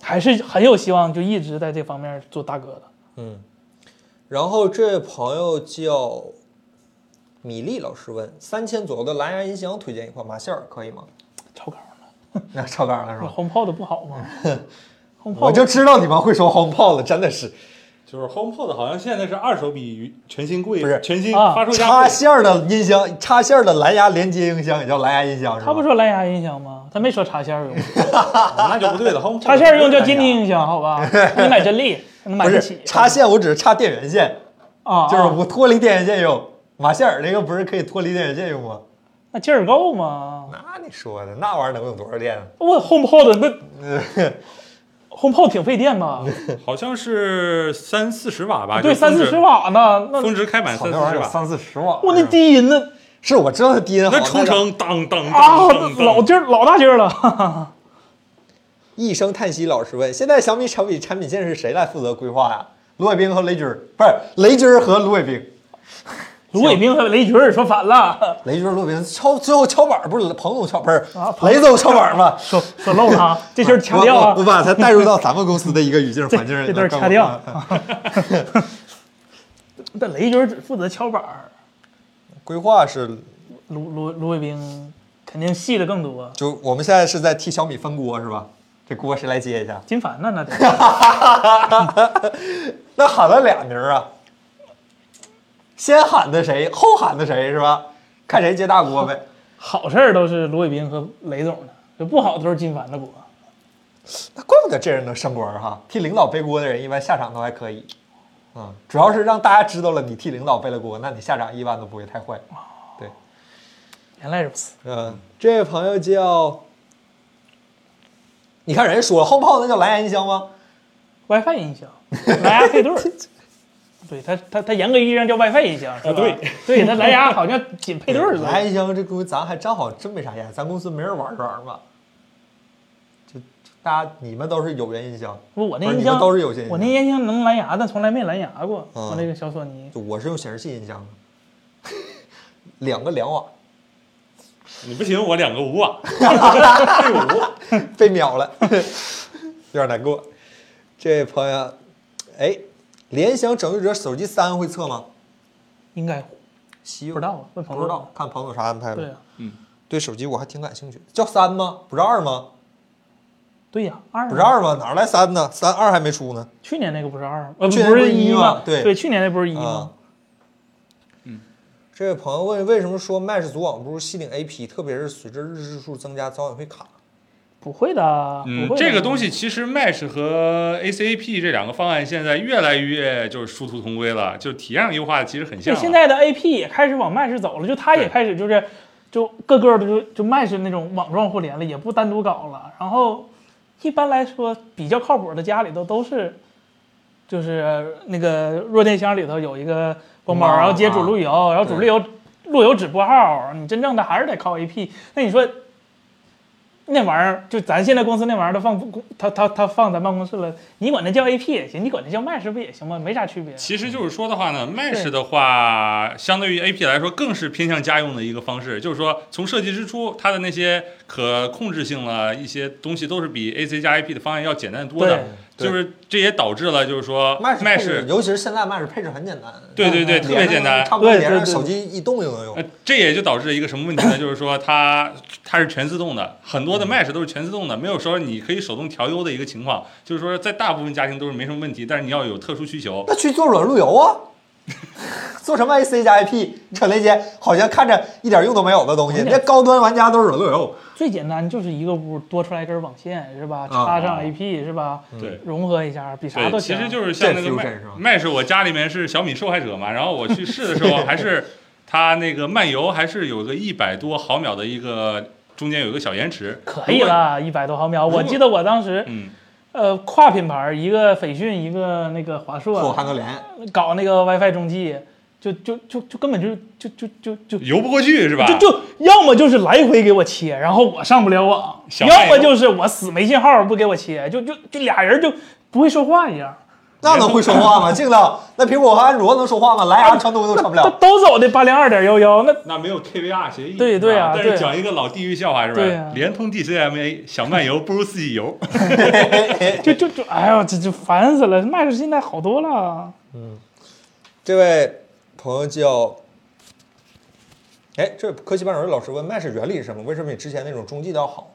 B: 还是很有希望，就一直在这方面做大哥的。
A: 然后这位朋友叫米粒老师问：三千左右的蓝牙音箱推荐一款马歇尔可以吗？
B: 超高了，
A: 那超纲了是吧？
B: 那
A: 嗯
B: 红炮的不好吗？红炮 <laughs>
A: 我就知道你们会说 HomePod，真的是。
C: 就是 HomePod 好像现在是二手比全新贵，
A: 不是
C: 全新
B: 啊
C: 发售价贵、
A: 插线儿的音箱，插线儿的蓝牙连接音箱也叫蓝牙音箱是吧？
B: 他不说蓝牙音响吗？他没说插
A: <laughs>
B: 线儿用，
C: 那就不对了。HomePod
B: 插线儿用叫监听音响，好
A: <laughs>
B: 吧？你买真力，能买
A: 不
B: 得
A: 是
B: 起。
A: 插线，我只是插电源线，
B: 啊，
A: 就是
B: 啊
A: 我脱离电源线用。马歇尔那个不是可以脱离电源线用吗？
B: 那劲儿够吗？
A: 那你说的那玩意儿能用多少电啊？
B: 我 HomePod 那
A: <laughs>
B: HomePod 挺费电吧？
C: 好像是三四十瓦
A: 啊
C: 吧？
B: 对，
C: 就
B: 三四
C: 峰值
B: 十，瓦呢，那
C: 峰值开满
A: 操，
C: 三
A: 那
C: 四
A: 玩
C: 十
A: 意儿
C: 瓦，
A: 三四十瓦，
B: 我那低音那
A: 是我知道它低音好，
C: 那出声当当
B: 啊
C: 当当，，
B: 老劲儿老大劲儿了，哈哈
A: 一声叹息，老实问：现在小米产品产品线是谁来负责规划呀？卢伟冰和雷军儿，不是雷军儿和卢伟冰，
B: <laughs> 卢伟冰和雷军儿说反了，
A: 雷军儿、卢伟冰敲最后敲板儿不是彭总敲，不是
B: 啊彭
A: 雷总敲板儿 <laughs> 吗？
B: 说说漏了啊，这就是掐
A: 我
B: 掉
A: 我
B: 啊
A: 我，把它带入到咱们公司的一个语境环境里，
B: 这段掐
A: 啊
B: 掉。但雷军儿只负责敲板儿，
A: 规划是，
B: 卢卢卢伟冰肯定戏的更多。
A: 就我们现在是在替小米分锅是吧？这锅谁来接一下？
B: 金凡呢？那得
A: 那喊了俩名儿啊，先喊的谁，后喊的谁是吧？看谁接大锅呗。
B: 好事儿都是卢伟冰和雷总的，这不好的都是金凡的锅。
A: 那怪不得这人能升官儿哈，替领导背锅的人一般下场都还可以。嗯，主要是让大家知道了你替领导背了锅，那你下场一般都不会太坏。对，
B: 原来如此，
A: 嗯，这位朋友叫，你看人家说了，HomePod 那叫蓝牙音箱吗？
B: WiFi 音箱，蓝牙配对儿。对它，它它严格意义上叫 WiFi 音箱，是吧？对，对它蓝牙好像仅配对儿似
A: 蓝牙
B: 的。
A: 音箱这东西咱还真好真没啥用，咱公司没人玩这玩意儿吧？就就大家你们都是有源音箱，
B: 不，我那
A: 不是
B: 音
A: 你们
B: 箱
A: 都是有线音箱
B: 我那音箱能蓝牙，但从来没蓝牙过。
A: 嗯
B: 我那个小索尼，
A: 就我是用显示器音箱的，两个
B: <laughs>
A: 两瓦
C: 你不行，我两个五瓦，
A: 被秒了，有点难过。这位朋友，哎，联想拯救者手机三会测吗？
B: 应该
A: 希
B: 不
A: 望
B: 知道啊问朋友
A: 不知道，看彭总啥安排吧。
B: 对呀、啊
A: 对手机我还挺感兴趣的，叫三吗？不是二吗？
B: 对呀、二
A: 不是二吗？哪来三呢？三二还没出呢。
B: 去年那个不是二吗？呃，不
A: 去年
B: 不
A: 不
B: 是
A: 是一
B: 吗
A: 吗？对
B: 去年那不是一
A: 啊
B: 吗？，
A: 这位朋友问，为什么说 Mesh 组网不如吸顶 AP，特别是随着日志数增加，早晚会卡？
B: 不会的，
C: 嗯
B: 不，会的。
C: 这个东西其实 Mesh 和 ACAP 这两个方案现在越来越就是殊途同归了，就体验上优化的其实很像
B: 对，
C: 了。
B: 现在的 AP 也开始往 Mesh 走了，就它也
C: 对
B: 开始就是就各个的就就 Mesh 那种网状互联了，也不单独搞了。然后一般来说比较靠谱的家里头都是就是那个弱电箱里头有一个光猫，
A: 光猫
B: 然后接主路由，然后主路
A: 对
B: 由路由只拨号，你真正的还是得靠 AP。那你说？那玩意儿就咱现在公司那玩意儿，它放公，它它它放咱办公室了，你管它叫 AP 也行，你管它叫 Mesh 不也行吗？没啥区别。
C: 其实就是说的话
A: 嗯
C: 呢，Mesh 的话，相对于 AP 来说，更是偏向家用的一个方式。就是说，从设计之初，它的那些可控制性了一些东西，都是比 AC 加 AP 的方案要简单多的。
A: 对
C: 就是这也导致了，就是说
A: Mesh 配置
C: Mesh，
A: 尤其是现在 Mesh 配置很简单，
C: 对对对
A: 连
C: 特别简单
A: 差不多
B: 对
A: 连
B: 对
A: 上
B: 对
A: 手机一动就能用。
C: 呃，这也就导致一个什么问题呢？就是说它它是全自动的，很多的
A: 嗯
C: Mesh 都是全自动的，没有说你可以手动调优的一个情况。就是说，在大部分家庭都是没什么问题，但是你要有特殊需求，
A: 那去做软路由啊，做什么 AC 加 IP 扯那些好像看着一点用都没有的东西，
B: 嗯
A: 那高端玩家都是软路由。
B: 最简单就是一个屋多出来一根网线是吧？
A: 啊
B: 插上 AP 是吧？
C: 对。
B: 融合一下，比啥都强。
C: 对，其实就是像那
A: 这 fusion
C: 个麦
A: 是吧
C: 麦是我家里面是小米受害者嘛，然后我去试的
A: <laughs>
C: 时候还是它那个漫游还是有个一百多毫秒的一个中间有一个小延迟，
B: 可以了，一百多毫秒。我记得我当时
C: 如果。，嗯，
B: 呃，跨品牌，一个斐讯，一个那个华
A: 我
B: 硕，
A: 还能连，
B: 搞那个 WiFi 中继，就就就就根本就就就就就
C: 游不过去是吧？
B: 就就要么就是来回给我切，然后我上不了网；
C: 小
B: 要
C: 麦
B: 么
C: 克
B: 就是我死没信号不给我切，就就就俩人就不会说话一样。
A: 那能会说话
C: <laughs>
A: 吗？镜头，那苹果和安卓能说话吗？蓝牙传东西都传不
B: 都
C: <laughs>
A: 了。
B: 都走的八零二点幺幺，那
C: 那没有 KVR 协议，
B: 对对啊
C: 啊，但
B: 对
C: 是
B: 啊
C: 讲一个老地域笑话是吧
B: 对啊？
C: 联通 DCMA 想漫游不如自己游， <laughs>
B: 就就就，哎呦，这就烦死了！麦克现在好多了，
A: 这位朋友叫，哎，这科技班主任老师问 Mesh 原理是什么？为什么比之前那种中继的要好？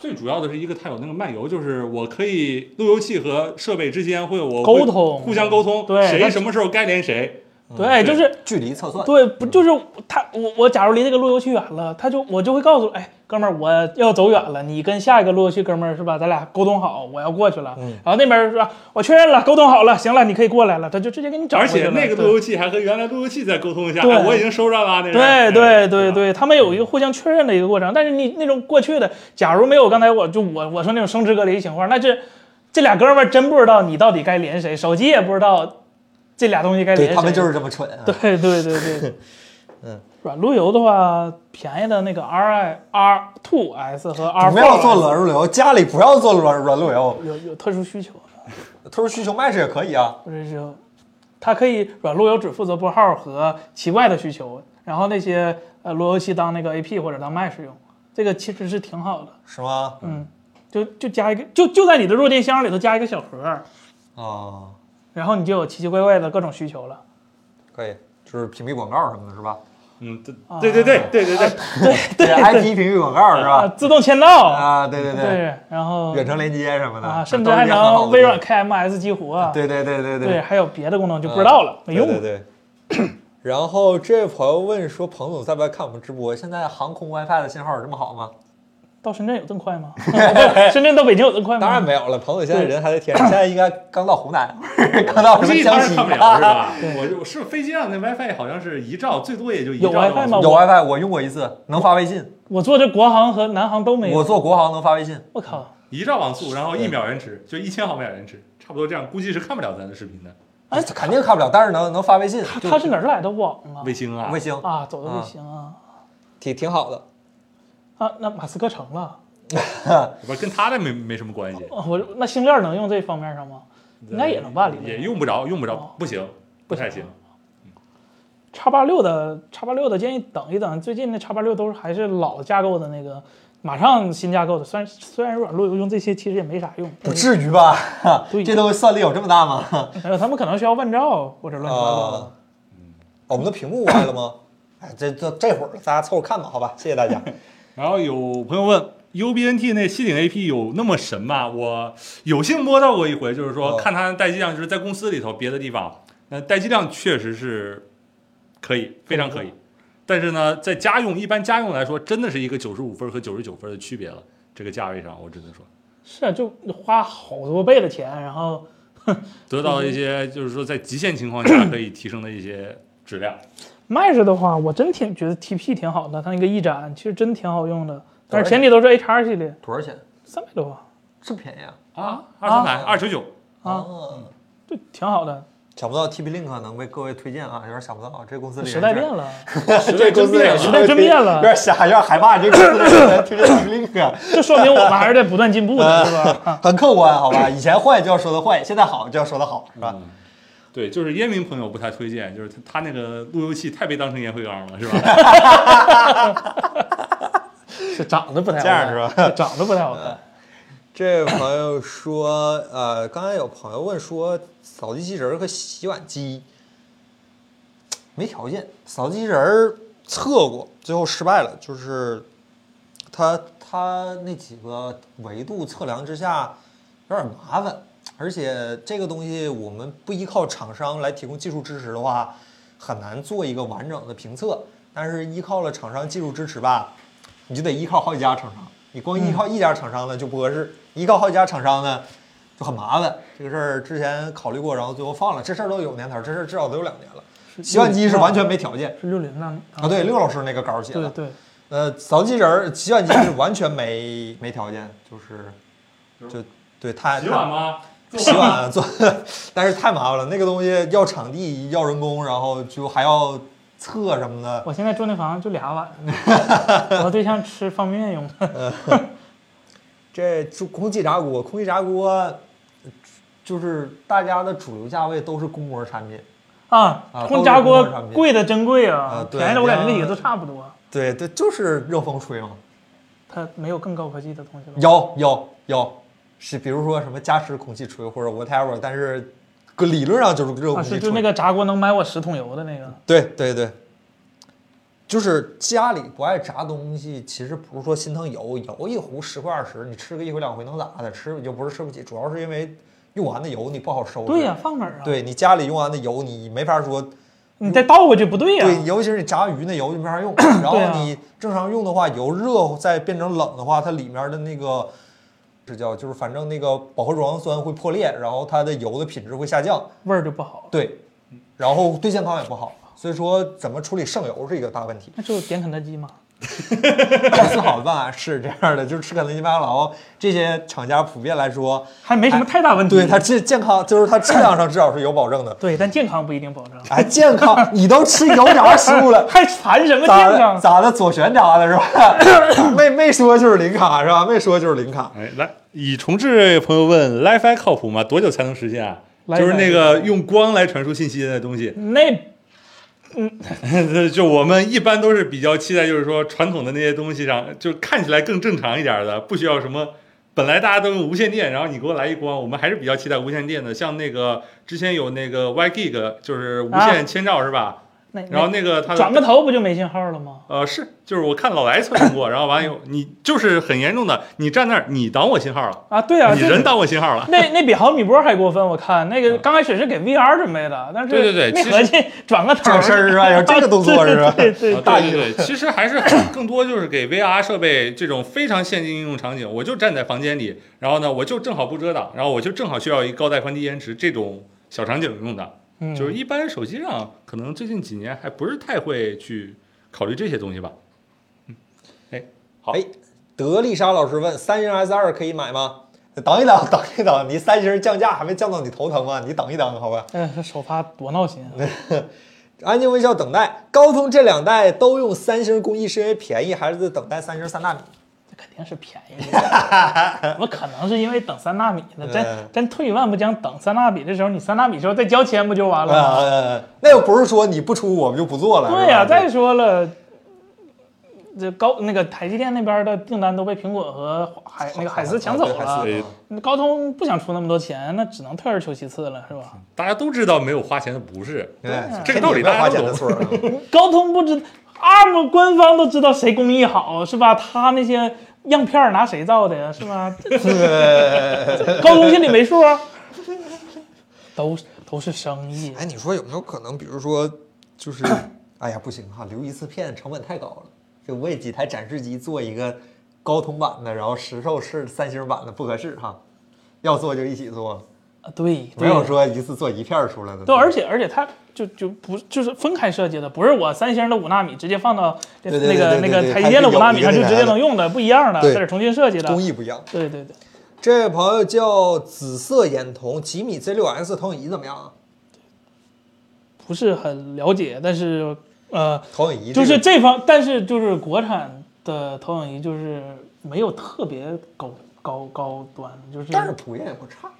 C: 最主要的是一个它有那个漫游，就是我可以路由器和设备之间会有我
B: 沟
C: 会
B: 通
C: 互相沟通，
B: 对它
C: 谁什么时候该连谁，
B: 对，
C: 对
B: 就是
A: 距离测算，
B: 对，不就是他我我假如离那个路由器远了，他就我就会告诉哎哥们儿我要走远了，你跟下一个路由器哥们儿是吧？咱俩沟通好，我要过去
C: 嗯
B: 了。然后那边儿说我确认了，沟通好了，行了，你可以过来了，他就直接给你找
C: 而
B: 过去
C: 且
B: 了。
C: 那个
B: 对
C: 路由器还和原来路由器再沟通一下，
B: 对
C: 哎我已经收上了啊那
B: 对
C: 人
B: 对
C: 哎
B: 对
C: 吧
B: 对，他们有一个互相确认的一个过程。但是你那种过去的，假如没有刚才我就我我说那种生殖隔离情况，那这这俩哥们儿真不知道你到底该连谁，手机也不知道这俩东西该连
A: 对
B: 谁。
A: 他们就是这么蠢啊。
B: 对对对对，嗯，软路由的话，便宜的那个 R I R Two S 和 R
A: 不要做软路由，家里不要做软软路由，
B: 有有特殊需求，
A: 特殊需求 Mesh 也可以啊。
B: 或者是它可以软路由只负责拨号和奇怪的需求，然后那些呃路由器当那个 A P 或者当 Mesh 用，这个其实是挺好的。
A: 是吗？
B: 嗯，就就加一个，就就在你的弱电箱里头加一个小盒儿，
A: 哦，
B: 然后你就有奇奇怪怪的各种需求了。
A: 可以，就是屏蔽广告什么的，是
B: <laughs>
A: 吧？
C: 嗯，对对对对对对
A: 对
C: 对，
A: IP 屏蔽广告是
B: 啊， <laughs>
A: 吧？
B: 自动签到，
A: 啊，对对对，
B: 对，然后
A: 远程连接什么的，
B: 啊，
A: 那
B: 甚至
A: 都是
B: 还
A: 一些很好
B: 能
A: 的
B: 微
A: 功
B: 软
A: 能。
B: KMS 激活啊，
A: 对对对对啊
B: 对，，还有别的功能就不知道了，没用
A: 对
B: 过。
A: 对对。 <coughs> 然后这位朋友问说：“彭总在不在看我们直播？现在航空 WiFi 的信号有这么好吗
B: 到深圳有这么
A: <laughs>
B: 快吗？ <laughs> 不深圳到北京有这么快？”吗？
A: 当然没有了，彭总现在人还在天上，现在应该刚到湖 <laughs> 南，刚到什
C: 这
A: 么
C: 一
A: 江
C: 般
A: 西
C: 是看不了是
A: 啊？
B: <laughs>
C: 吧？我就我是飞机上那 WiFi 好像是一兆，最多也就一兆
B: 有 WiFi 吗
A: <laughs>
C: 吧
A: 有 WiFi，我用过一次，能发微信。
B: 我坐这国航和南航都没
A: 我
B: 有。
A: 做国航能发微信，
B: 我靠，
C: 一兆网速，然后一秒延迟，就一千毫秒延迟，差不多这样，估计是看不了咱的视频的。
B: 哎
A: 肯定看不了，但是能能发微信，就
B: 他是哪儿来的网啊
C: 卫？星啊
A: 卫，星
B: 啊，走的卫星啊
A: 挺挺好的。
B: 啊，那马斯克成了，
C: 不是跟他的没没什么关系，
B: 我那星链能用这方面上吗？应该也能吧，理论
C: 也
B: 上
C: 用不着，用不
B: 哦
C: 着，不行，
B: 不
C: 不
B: 行
C: 太行。
B: x 八六的 x 八六的建议等一等，最近的 x 八六都是还是老架构的那个，马上新架构的。虽然虽然软路由用这些其实也没啥用，
A: 不至于吧？
B: 对
A: <laughs> 这东西算力有这么大吗？
B: 还呃有他们可能需要万兆或者乱七八糟的。
A: 啊， <laughs> 我们的屏幕歪了吗？哎，这这这会儿了大家凑合看吧，好吧，谢谢大家。
C: 然后有朋友问，UBNT 那西顶 AP 有那么神吗？我有幸摸到过一回，就是说
A: 哦
C: 看它的待机量，就是在公司里头别的地方，那待机量确实是可以，非常可以。但是呢，在家用一般家用来说，真的是一个九十五分和九十九分的区别了。这个价位上，我只能说
B: 是啊，就花好多倍的钱，然后
C: 得到了一些，就是说在极限情况下可以提升的一些质量。
B: Mesh 的话，我真挺觉得 TP 挺好的，它那个翼展其实真挺好用的，但是
A: 对
B: 前提都是 HR 系列，
A: <laughs> 多少钱？
B: 三百多吧，
A: 这么便宜啊？
C: 啊，二三百，二九九，
B: 啊
A: 嗯
B: 就挺好的，
A: 想不到 TP Link 能为各位推荐啊，有点想不到，这公司里
B: 时代变
A: 人
B: 了，
A: 是，这公司里人
B: 时代真变了
A: 有点瞎，有点害怕，这公司里人来推荐 TP Link，啊
B: <laughs> 这说明我们还是在不断进步的，是吧？啊
A: 很客观，好吧？以前坏就要说它坏，现在好就要说它好，是吧？
C: 对，就是烟民朋友不太推荐，就是他他那个路由器太被当成烟灰缸了，是吧？
B: 是长得不太好
A: 这样是吧
B: 看？长得不太好看。
A: 这位朋友说，呃，刚才有朋友问说，扫地机器人儿和洗碗机没条件，扫地机器人儿测过，最后失败了，就是它它那几个维度测量之下有点麻烦，而且这个东西我们不依靠厂商来提供技术支持的话，很难做一个完整的评测。但是依靠了厂商技术支持吧，你就得依靠好几家厂商，你光依靠一家厂商呢就不合适，依靠好几家厂商呢就很麻烦。这个事儿之前考虑过，然后最后放了。这事儿都有年头，这事儿至少都有两年了。洗碗机是完全没条件
B: 是六零那里
A: 啊，对，六老师那个稿儿写
B: 对
A: 的。
B: 对，
A: 呃，扫地机器人儿、洗碗机是 <coughs> 完全没没条件，就是就对太
C: 洗碗吗？
A: 太洗碗做， <laughs> 但是太麻烦了。那个东西要场地，要人工，然后就还要测什么的。
B: 我现在住那房就
A: <laughs>
B: 俩碗，我对象吃方便面用的，
A: 这就空气炸锅，空气炸锅就是大家的主流价位都是公模产品。
B: 啊
A: 啊，
B: 空气炸
A: 都是
B: 锅
A: 同样
B: 贵的真贵
A: 啊
B: 啊，
A: 对
B: 便宜的我感觉
A: 你
B: 那
A: 像
B: 也都差不多，
A: 对对，就是热风吹嘛。
B: 它没有更高科技的东西了。
A: 有有有，是比如说什么加湿空气吹或者 whatever，但是理论上就是热
B: 啊，
A: 空气
B: 是
A: 吹。
B: 就那个炸锅能买我十桶油的那个，
A: 对对对，就是家里不爱炸东西，其实不是说心疼油，油一壶十块二十，你吃个一回两回能咋的？吃你就不是吃不起，主要是因为用完的油你不好收拾。
B: 对呀、放哪儿啊？，
A: 对你家里用完的油你没法说，
B: 你再倒回去不对呀、
A: 对，尤其是你炸鱼那油就没法用。然后你正常用的话，油热再变成冷的话，它里面的那个是叫就是反正那个饱和脂肪酸会破裂，然后它的油的品质会下降。
B: 味儿就不好。
A: 对，
B: 嗯
A: 然后对健康也不好。所以说，怎么处理剩油是一个大
B: <laughs>
A: 问题。
B: 那就点肯德基嘛。
A: 公司好的办法是这样的，就是吃肯德基、麦当劳这些厂家普遍来说，
B: 还没什么太大问题。
A: 哎对它这健康就是它质量上至少是有保证的。
B: 对，但健康不一定保证。，
A: 哎，健康，你都吃油炸食物了
B: 还谈什么
A: 咋
B: 健
A: 的
B: 康？
A: 咋的？左旋炸的是吧？没没说就是零卡是吧？没说就是零卡。
C: 哎，来，已重置朋友问，WiFi 靠谱吗？多久才能实现啊？
B: LiFi
C: 就是那个用光来传输信息的东西， <laughs>
B: 那
C: 就我们一般都是比较期待，就是说传统的那些东西上，就看起来更正常一点的，不需要什么。本来大家都用无线电，然后你给我来一光，我们还是比较期待无线电的。像那个之前有那个 YGig，就是无
B: 啊
C: 线千兆、是吧？
B: 那
C: 然后那个
B: 那
C: 它的
B: 转个头不就没信号了吗？
C: 呃，是，就是我看老来测试过，然后完了以后，你就是很严重的，你站那儿，你挡我信号了，
B: 啊，对啊，
C: 你
B: 就是
C: 人挡我信号了。
B: 那那比毫米波还过分，我看那个刚开始是给 VR 准备的，但是
C: 对对对
B: 没
C: 其实
B: 合计 <laughs> 转个头
A: 转身儿是吧有这个动作是吧
B: 对对
C: 啊
B: 对，
A: 大
C: 对对对，其实还是更多就是给 VR 设备这种非常限定应用场景，我就站在房间里，然后呢，我就正好不遮挡，然后我就正好需要一高带宽低延迟这种小场景用的，
B: 嗯
C: 就是一般手机上可能最近几年还不是太会去考虑这些东西吧。嗯好
A: 哎，德丽莎老师问：三星 S 二可以买吗？等一等，等一等，你三星降价还没降到你头疼吗？你等一等，好吧。
B: 嗯，这首发多闹心啊！
A: 安静微笑等待，高通这两代都用三星工艺，是因为便宜，还是在等待三星三纳米？
B: 这肯定是便宜的， <laughs> 我可能是因为等三纳米呢，
A: 嗯
B: 真真退一万步讲，等三纳米的时候，你三纳米时候再交钱不就完了吗？
A: 呃，那又不是说你不出我们就不做了。
B: 啊对
A: 是吧
B: 呀、再说了，这高那个台积电那边的订单都被苹果和海那个海思抢走
A: 啊对海
B: 了
A: 思，
C: 对，
B: 那高通不想出那么多钱，那只能退而求其次了，是吧？
C: 大家都知道没有花钱的不是，
A: 对
C: 这个道理
A: 不要花
C: 大家
A: 钱
C: 都
A: 的
C: 懂。
A: 错儿啊。
B: 高通不知 ARM 官方都知道谁工艺好，是吧？他那些样片儿拿谁造的呀，是
A: <laughs>
B: 吧？高通心里没数啊，都是都是生意。
A: 哎，你说有没有可能，比如说， <coughs> 就是，哎呀，不行哈、留一次片成本太高了，就为几台展示机做一个高通版的，然后实售是三星版的不合适哈、要做就一起做，
B: 啊对，
A: 没有说一次做一片儿出来的。
B: 对，而且而且它就就不就是分开设计的，不是我三星的五纳米直接放到这
A: 对对
B: 那个
A: 对对
B: 那个
A: 对
B: 台积电的五纳米
A: 它
B: 上
A: 是有一个
B: 就直接能用的，不一样的，
A: 对
B: 在这重新设计的。
A: 工艺不一样。
B: 对对对，
A: 这位朋友叫紫色眼瞳，几米 Z 6 S 投影仪怎么样啊？
B: 不是很了解，但是呃，
A: 投影仪这
B: 就
A: 个
B: 是这方，但是就是国产的投影仪就是没有特别高高高端，就是
A: 但是普遍也不差，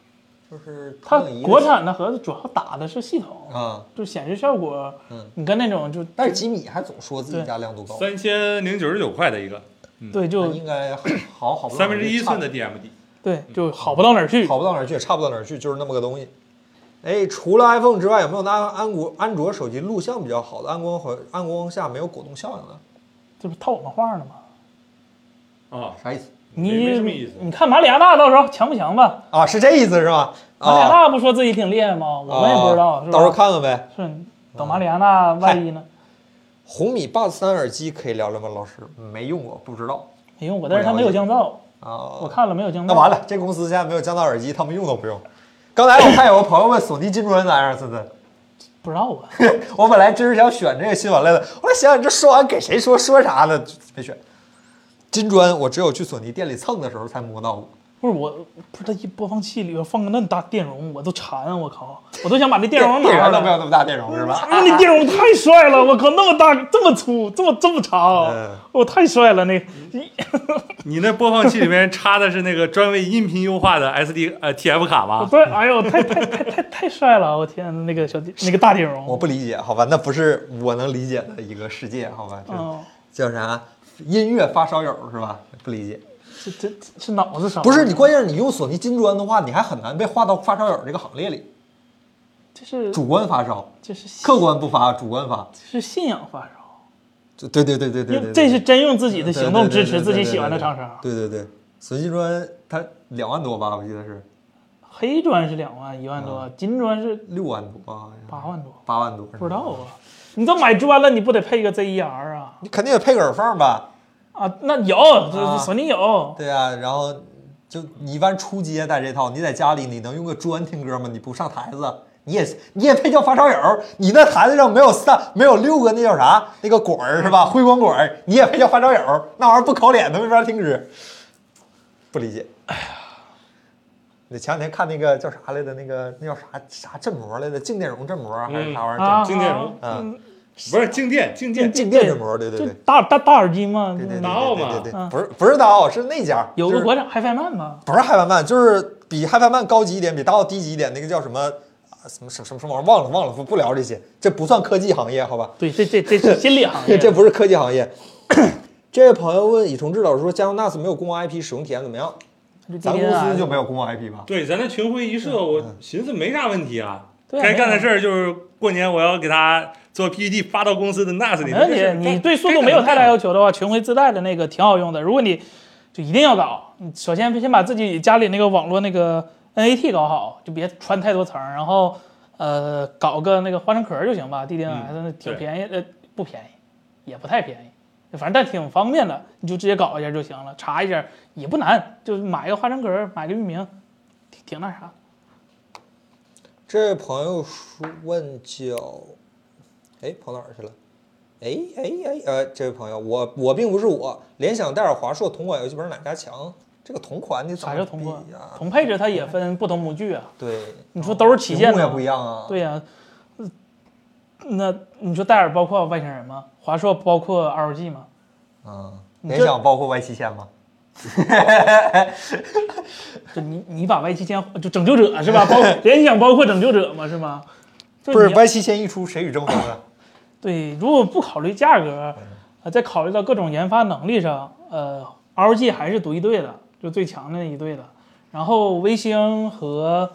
A: 就是
B: 它
A: 投影仪
B: 国产的盒子主要打的是系统，
A: 啊，
B: 就显示效果
A: 嗯，
B: 你跟那种就
A: 但是几米还总说自己
B: 对
A: 家亮度高，
C: 三千零九十九块的一个
B: 对
A: 那
B: 就
A: 应该好好不到
C: 三
A: 哪
C: 分
A: 儿
C: 之
A: 去
C: 一
A: 差
C: 寸的 DMD，
B: 对
C: 嗯
B: 就好不到哪儿去。
A: 好不到哪儿去，差不到哪儿去，就是那么个东西。哎，除了 iPhone 之外，有没有拿安国安卓手机录像比较好的？暗光和暗光下没有果冻效应的，
B: 这不套我们话呢吗？
A: <laughs>
C: 啊，
A: 啥意思？
B: 你
C: 没没什么意思
B: 你看马里亚纳到时候强不强吧？
A: 啊，是这意思是吧？
B: 马里亚
A: 啊，
B: 纳不说自己挺厉害吗？我们也不知道，
A: 啊
B: 是吧？
A: 到时候看看嗯呗。
B: 是等马里亚纳万一呢？
A: 红米 Buds 三耳机可以聊聊吗？老师没用过，不知道
B: 没用过，哎但是它没有降噪，
A: 啊。
B: 我看了没有降噪。
A: 那完了，这公司现在没有降噪耳机，他们用都不用。刚才我看有个朋友问索尼金砖咋样，森森，
B: 不知道啊。
A: 我本来真是想选这个新闻来的，后来想想这说完给谁说说啥呢，没选。金砖我只有去索尼店里蹭的时候才摸到过。
B: 不是我，不是它一播放器里边放个那么大电容，我都馋，啊我靠， <laughs> 我都想把那电容拿啊
A: 电源
B: 上
A: 都没
B: 来。
A: 有那么大电容是吧？
B: 啊，那电容太帅了，我靠，那么大，这么粗，这么这么长
A: 嗯，
B: 我太帅了那。一
C: 你那播放器里面插的是那个专为音频优化的 SD 呃 TF 卡吧？
B: 对，哎呦，太太太太太帅了，我天，那个小那个大电
A: 我
B: 容，
A: 不理解，好吧，那不是我能理解的一个世界，好吧？
B: 嗯，
A: 这叫啥？音乐发烧友是吧？不理解，
B: 这这这是脑子少。
A: 不是你，关键是你用索尼金砖的话，你还很难被划到发烧友这个行列里。
B: 这是
A: 主观发烧，
B: 这是信
A: 客观不发，主观发。
B: 这是信仰发烧，
A: 就对对对对对对对，
B: 用这是真用自己的行
A: 对对
B: 动
A: 对
B: 支持
A: 对对
B: 自
A: 对
B: 己喜欢的啊
A: 对
B: 厂商。
A: 对对对，损金砖它两万多吧，我记得是
B: 黑砖是两万一万多，
A: 嗯
B: 金砖是
A: 六万多吧，好像
B: 八万多，
A: 八万多，
B: 不知道啊。你都买砖了，你不得配个 ZER 啊？
A: 你肯定得配个耳放吧？
B: 啊，那有，这
A: 啊
B: 索尼有，
A: 对啊，然后就你一般出街带这套，你在家里你能用个砖听歌吗？你不上台子，你也你也配叫发烧友？你那台子上没有三没有六个那叫啥那个管儿是吧？辉光管儿，你也配叫发烧友？那玩意儿不烤脸都没法听歌，不理解。哎呀，你前两天看那个叫啥来的那个那叫啥啥振膜来的静电容振膜啊还是啥玩意儿？
B: 啊，
C: 静电
B: 啊
C: 容
A: 嗯，
C: 不是静电，静电
A: 静静电振膜，对对
B: 就
A: 对。
B: 大大大耳机嘛，
A: 对对对
C: 达奥嘛
A: 对对对
B: 嗯
A: 对，不是不是达奥，是那家
B: 有
A: 就
B: 个
A: 是
B: 国产 HiFi Man 嘛，
A: 不是嗨翻曼，就是比嗨翻曼高级一点，比大奥低级一点，那个叫什么啊什么什么什么什么玩意儿忘了忘了，不不聊这些，这不算科技行业，好吧？
B: 对，这这这是心理行业，
A: 这不是科技行业。这位朋友问以重志老师说，家用 NAS 没有公共 IP 使用体验怎么样？
B: 就今
D: 咱
B: 天
D: 公
B: 啊
D: 司就没有公共 IP 吧？
C: 对，咱那群晖一社，我寻思没啥问题啊。
B: 嗯对啊
C: 该干的
B: 没啥
C: 事儿就是过年我要给他做 PPT 发到公司的 NAS 里。
B: 没问
C: 这事儿
B: 题，你
C: 干
B: 对速度没有太大要求的话，全回自带的那个挺好用的。如果你就一定要搞，你首先先把自己家里那个网络那个 NAT 搞好，就别穿太多层儿，然后呃搞个那个花生壳儿就行吧，DDNS
A: 嗯
B: 那挺
C: 对
B: 便宜，呃不便宜，也不太便宜，反正但挺方便的，你就直接搞一下就行了，查一下也不难，就是买个花生壳儿，买个域名，挺挺那啥。
A: 这位朋友说问叫，哎，跑哪儿去了？哎哎哎，呃，这位朋友，我我并不是我，联想、戴尔、华硕同款游戏本哪家强？这个同款你怎
B: 啥
A: 么
B: 叫同
A: 比
B: 步
A: 呀、？
B: 同配置它也分不同模具啊。
A: 对，
B: 你说都是旗舰
A: 屏幕也
B: 的吗
A: 不一样啊。
B: 对呀、呃那你说戴尔包括外星人吗？华硕包括 LG 吗？
A: 嗯，
B: 你
A: 联
B: 这
A: 想包括 Y 七千吗？
B: 就你你把 Y 七千就拯救者是吧？
A: <laughs>
B: 包联想包括拯救者嘛是吗？就
A: 不是
B: 你
A: Y 七千一出，谁与争锋啊？
B: 对，如果不考虑价格，呃，再考虑到各种研发能力上，呃，LG 还是独一队的，就最强的那一队的。然后微星和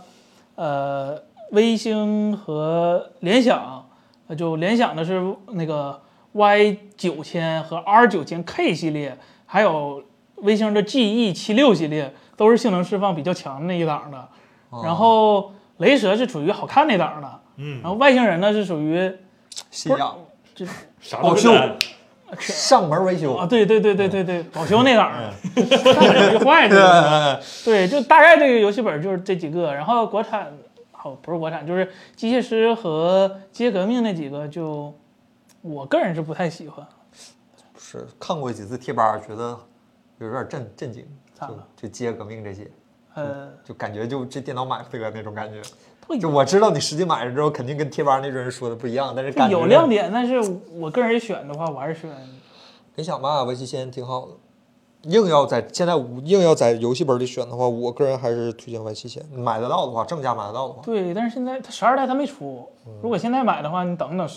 B: 呃微星和联想，呃，就联想的是那个 Y 九千和 R 九千 K 系列，还有微星的 GE 七六系列，都是性能释放比较强的那一档的。然后雷蛇是属于好看那档的，嗯，然后外星人呢是属于
A: 信仰
C: 啥都
A: 哦
C: 是
A: 秀
C: 咱
A: 上门维修
B: 啊，，
A: <laughs>
B: 对对对对对对，保修那档儿，
A: 嗯
B: 差点就坏了。对，就大概这个游戏本就是这几个，然后国产，哦，不是国产，就是机械师和机械革命那几个就，我个人是不太喜欢。
A: 是看过几次贴吧，觉得有点震震惊，
B: 咋
A: 就
B: 了
A: 就街革命这些，
B: 呃，
A: 就感觉就这电脑买不得那种感觉。
B: 会
A: 就我知道你实际买了之后，肯定跟贴吧那种人说的不一样，但是嗯感觉
B: 有亮点，但是我个人选的话，我还是选
A: 联想吧，维 C 先挺好的。硬要在现在硬要在游戏本里选的话，我个人还是推荐 Y 七千，买得到的话，正价买得到的话，
B: 对，但是现在它十二代它没出，
A: 嗯
B: 如果现在买的话，你等等，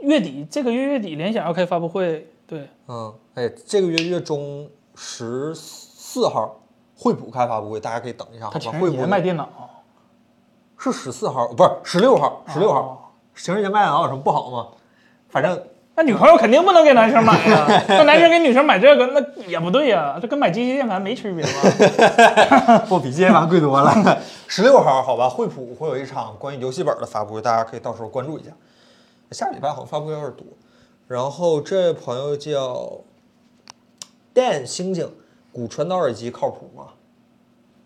B: 月底这个月月底联想要开发布会，对，
A: 嗯，哎，这个月月中十四号惠普开发布会，大家可以等一下，好
B: 它
A: 吧
B: 情？
A: 惠普
B: 人节
A: 的
B: 卖电脑，
A: 是十四号，不是十六号，十六
B: 哦
A: 号。情人节卖电脑有什么不好吗？反正
B: 那女朋友肯定不能给男生买
A: <laughs>
B: 呀、那男生给女生买这个，那也不对呀、这跟买机械键盘没区
A: <laughs>
B: 别吧？
A: 不比键盘贵多了。 <laughs> 十六号，好吧，惠普会有一场关于游戏本的发布会，大家可以到时候关注一下。下礼拜好像发布会有点多。然后这位朋友叫 Dan 星星，骨传导耳机靠谱吗？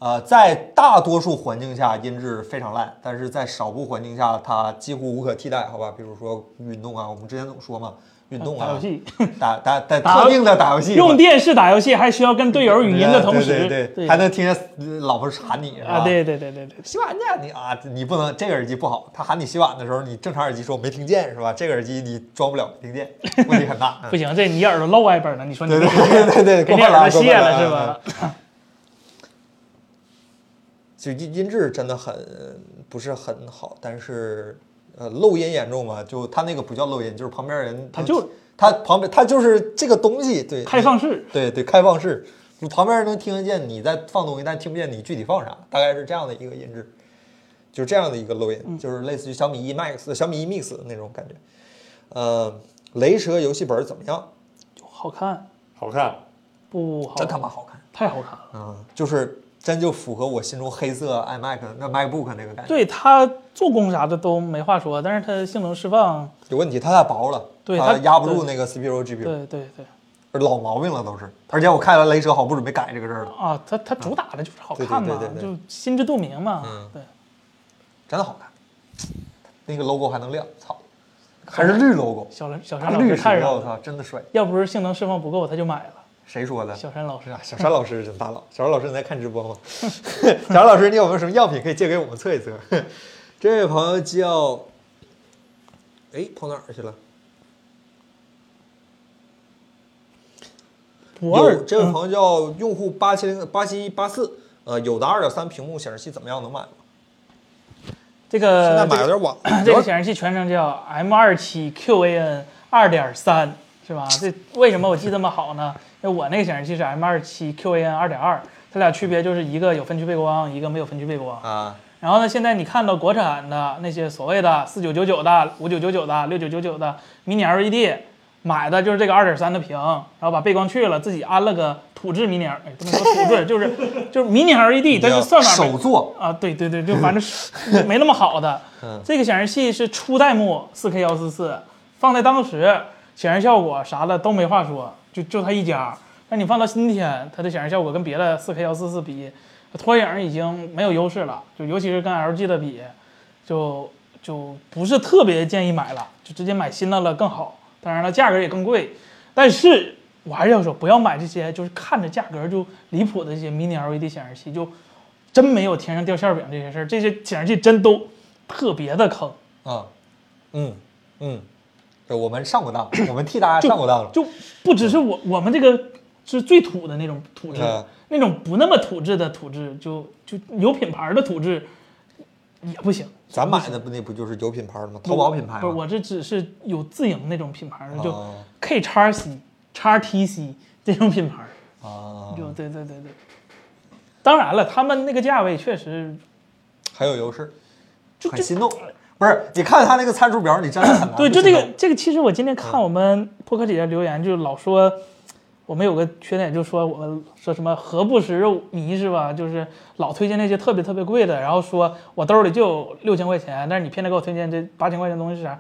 A: 呃，在大多数环境下音质非常烂，但是在少部环境下它几乎无可替代，好吧？比如说运动啊，我们之前总说嘛，运动啊，
B: 打游戏，
A: 打打打
B: 打
A: 特定的打游戏，
B: 用电视打游戏还需要跟队友语音的同时，
A: 对对对，还能听见老婆喊你是吧？
B: 啊，对对对对对，
A: 洗碗去，你啊，你不能这个耳机不好，他喊你洗碗的时候，你正常耳机说没听见是吧？这个耳机你装不了没听见，问题很
B: <laughs>
A: 大。嗯
B: 不行，这你耳朵露外边了，你说你
A: 对对对对对，过
B: 给你
A: 分
B: 耳
A: 了，
B: 朵
A: 过
B: 卸
A: 分
B: 了是？
A: 嗯嗯
B: 吧？
A: 就音音质真的很不是很好，但是呃漏音严重嘛，就他那个不叫漏音，就是旁边人
B: 他就
A: 他旁边他就是这个东西对
B: 开放式，
A: 对对开放式，你旁边人能听得见你在放东西，但听不见你具体放啥，大概是这样的一个音质，E 就是这样的一个漏音，就是类似于小米一 Max、小米一 Mix 那种感觉。呃，雷蛇游戏本怎么样？
B: 就好看
C: 好看，
B: 不好
A: 真他妈好看，
B: 太好看了。
A: 嗯，就是真就符合我心中黑色 iMac 那 MacBook 那个感觉。
B: 对它做工啥的都没话说，但是它性能释放，
A: 有问题，它太薄了，
B: 对
A: 它
B: 它
A: 压不住那个 CPU GPU，
B: 对对对
A: 老毛病了都是。而且我看了雷蛇，好不准备改这个事儿了，
B: 啊，它它主打的就是好
A: 对对
B: 看嘛，
A: 对对对
B: 就心知肚明嘛。
A: 嗯
B: 对，
A: 真的好看，那个 logo 还能亮，操，还是绿 logo，
B: 小蓝小
A: 还
B: 山老师
A: 绿
B: 看
A: 石头，
B: 上
A: 我
B: 了，
A: 操，真的帅。
B: 要不是性能释放不够，他就买了。
A: 谁说的？
B: 小山老师啊
A: 哎呀，小山老师真大佬。小山老师，你在看直播吗？ <laughs> 小山老师，你有没有什么药品可以借给我们测一测？ <laughs> 这位朋友叫，哎，跑哪儿去了？
B: 博尔
A: 有，这位朋友叫用户八七零八七八四，呃，有的二点三屏幕显示器怎么样？能买吗？
B: 呃这
A: 现在
B: 个
A: 买有点
B: <clears throat>
A: 啊晚。
B: 这个显示器全称叫 M 二七 QAN 二点三，是吧？这为什么我记这么好呢？ <laughs> 因为我那个显示器是 M 二七 QAN 二点二，它俩区别就是一个有分区背光，一个没有分区背光。 <clears throat>
A: 啊，
B: 然后呢，现在你看到国产的那些所谓的四九九九的、五九九九的、六九九九的 Mini LED，买的就是这个二点三的屏，然后把背光去了，自己安了个土制 Mini，哎，不能说土
A: <laughs>
B: 制，就是就是 Mini LED，但是 E 算法没
A: 手做，
B: 啊，对对对，就反正是没那么好的。这个显示器是初代目四 K 幺四四，放在当时显示效果啥的都没话说，就就它一家。但你放到今天，它的显示效果跟别的四 K 幺四四比，拖影已经没有优势了，就尤其是跟 LG 的比，就就不是特别建议买了，就直接买新的了更好。当然了，价格也更贵，但是我还是要说，不要买这些就是看着价格就离谱的这些 Mini LED E 显示器，就真没有天上掉馅儿饼这些事儿，这些显示器真都特别的坑，
A: 啊，嗯嗯，这我们上过当，我们替大家上过当了。
B: 就不只是我我们这个是最土的那种土质，
A: 嗯
B: 那种不那么土质的土质，就就有品牌的土质也不行。
A: 咱买的不那不就是有品牌的吗？淘宝品牌
B: 不是，
A: 吗？
B: 我这只是有自营那种品牌的，就
A: 哦
B: K 叉 C、叉 TC 这种品牌。
A: 啊，
B: 就对对对对。当然了，他们那个价位确实
A: 很有优势，
B: 就
A: 很
B: 就
A: 心动。不是，你看他那个参数表，你真的很难
B: 对，
A: 不
B: 就这
A: 心
B: 个
A: 动
B: 这个，其实我今天
A: 嗯
B: 看我们播客底下留言，就老说我们有个缺点，就说我们说什么何不食肉糜是吧？就是老推荐那些特别特别贵的，然后说我兜里就有六千块钱，但是你偏得给我推荐这八千块钱的东西是啥？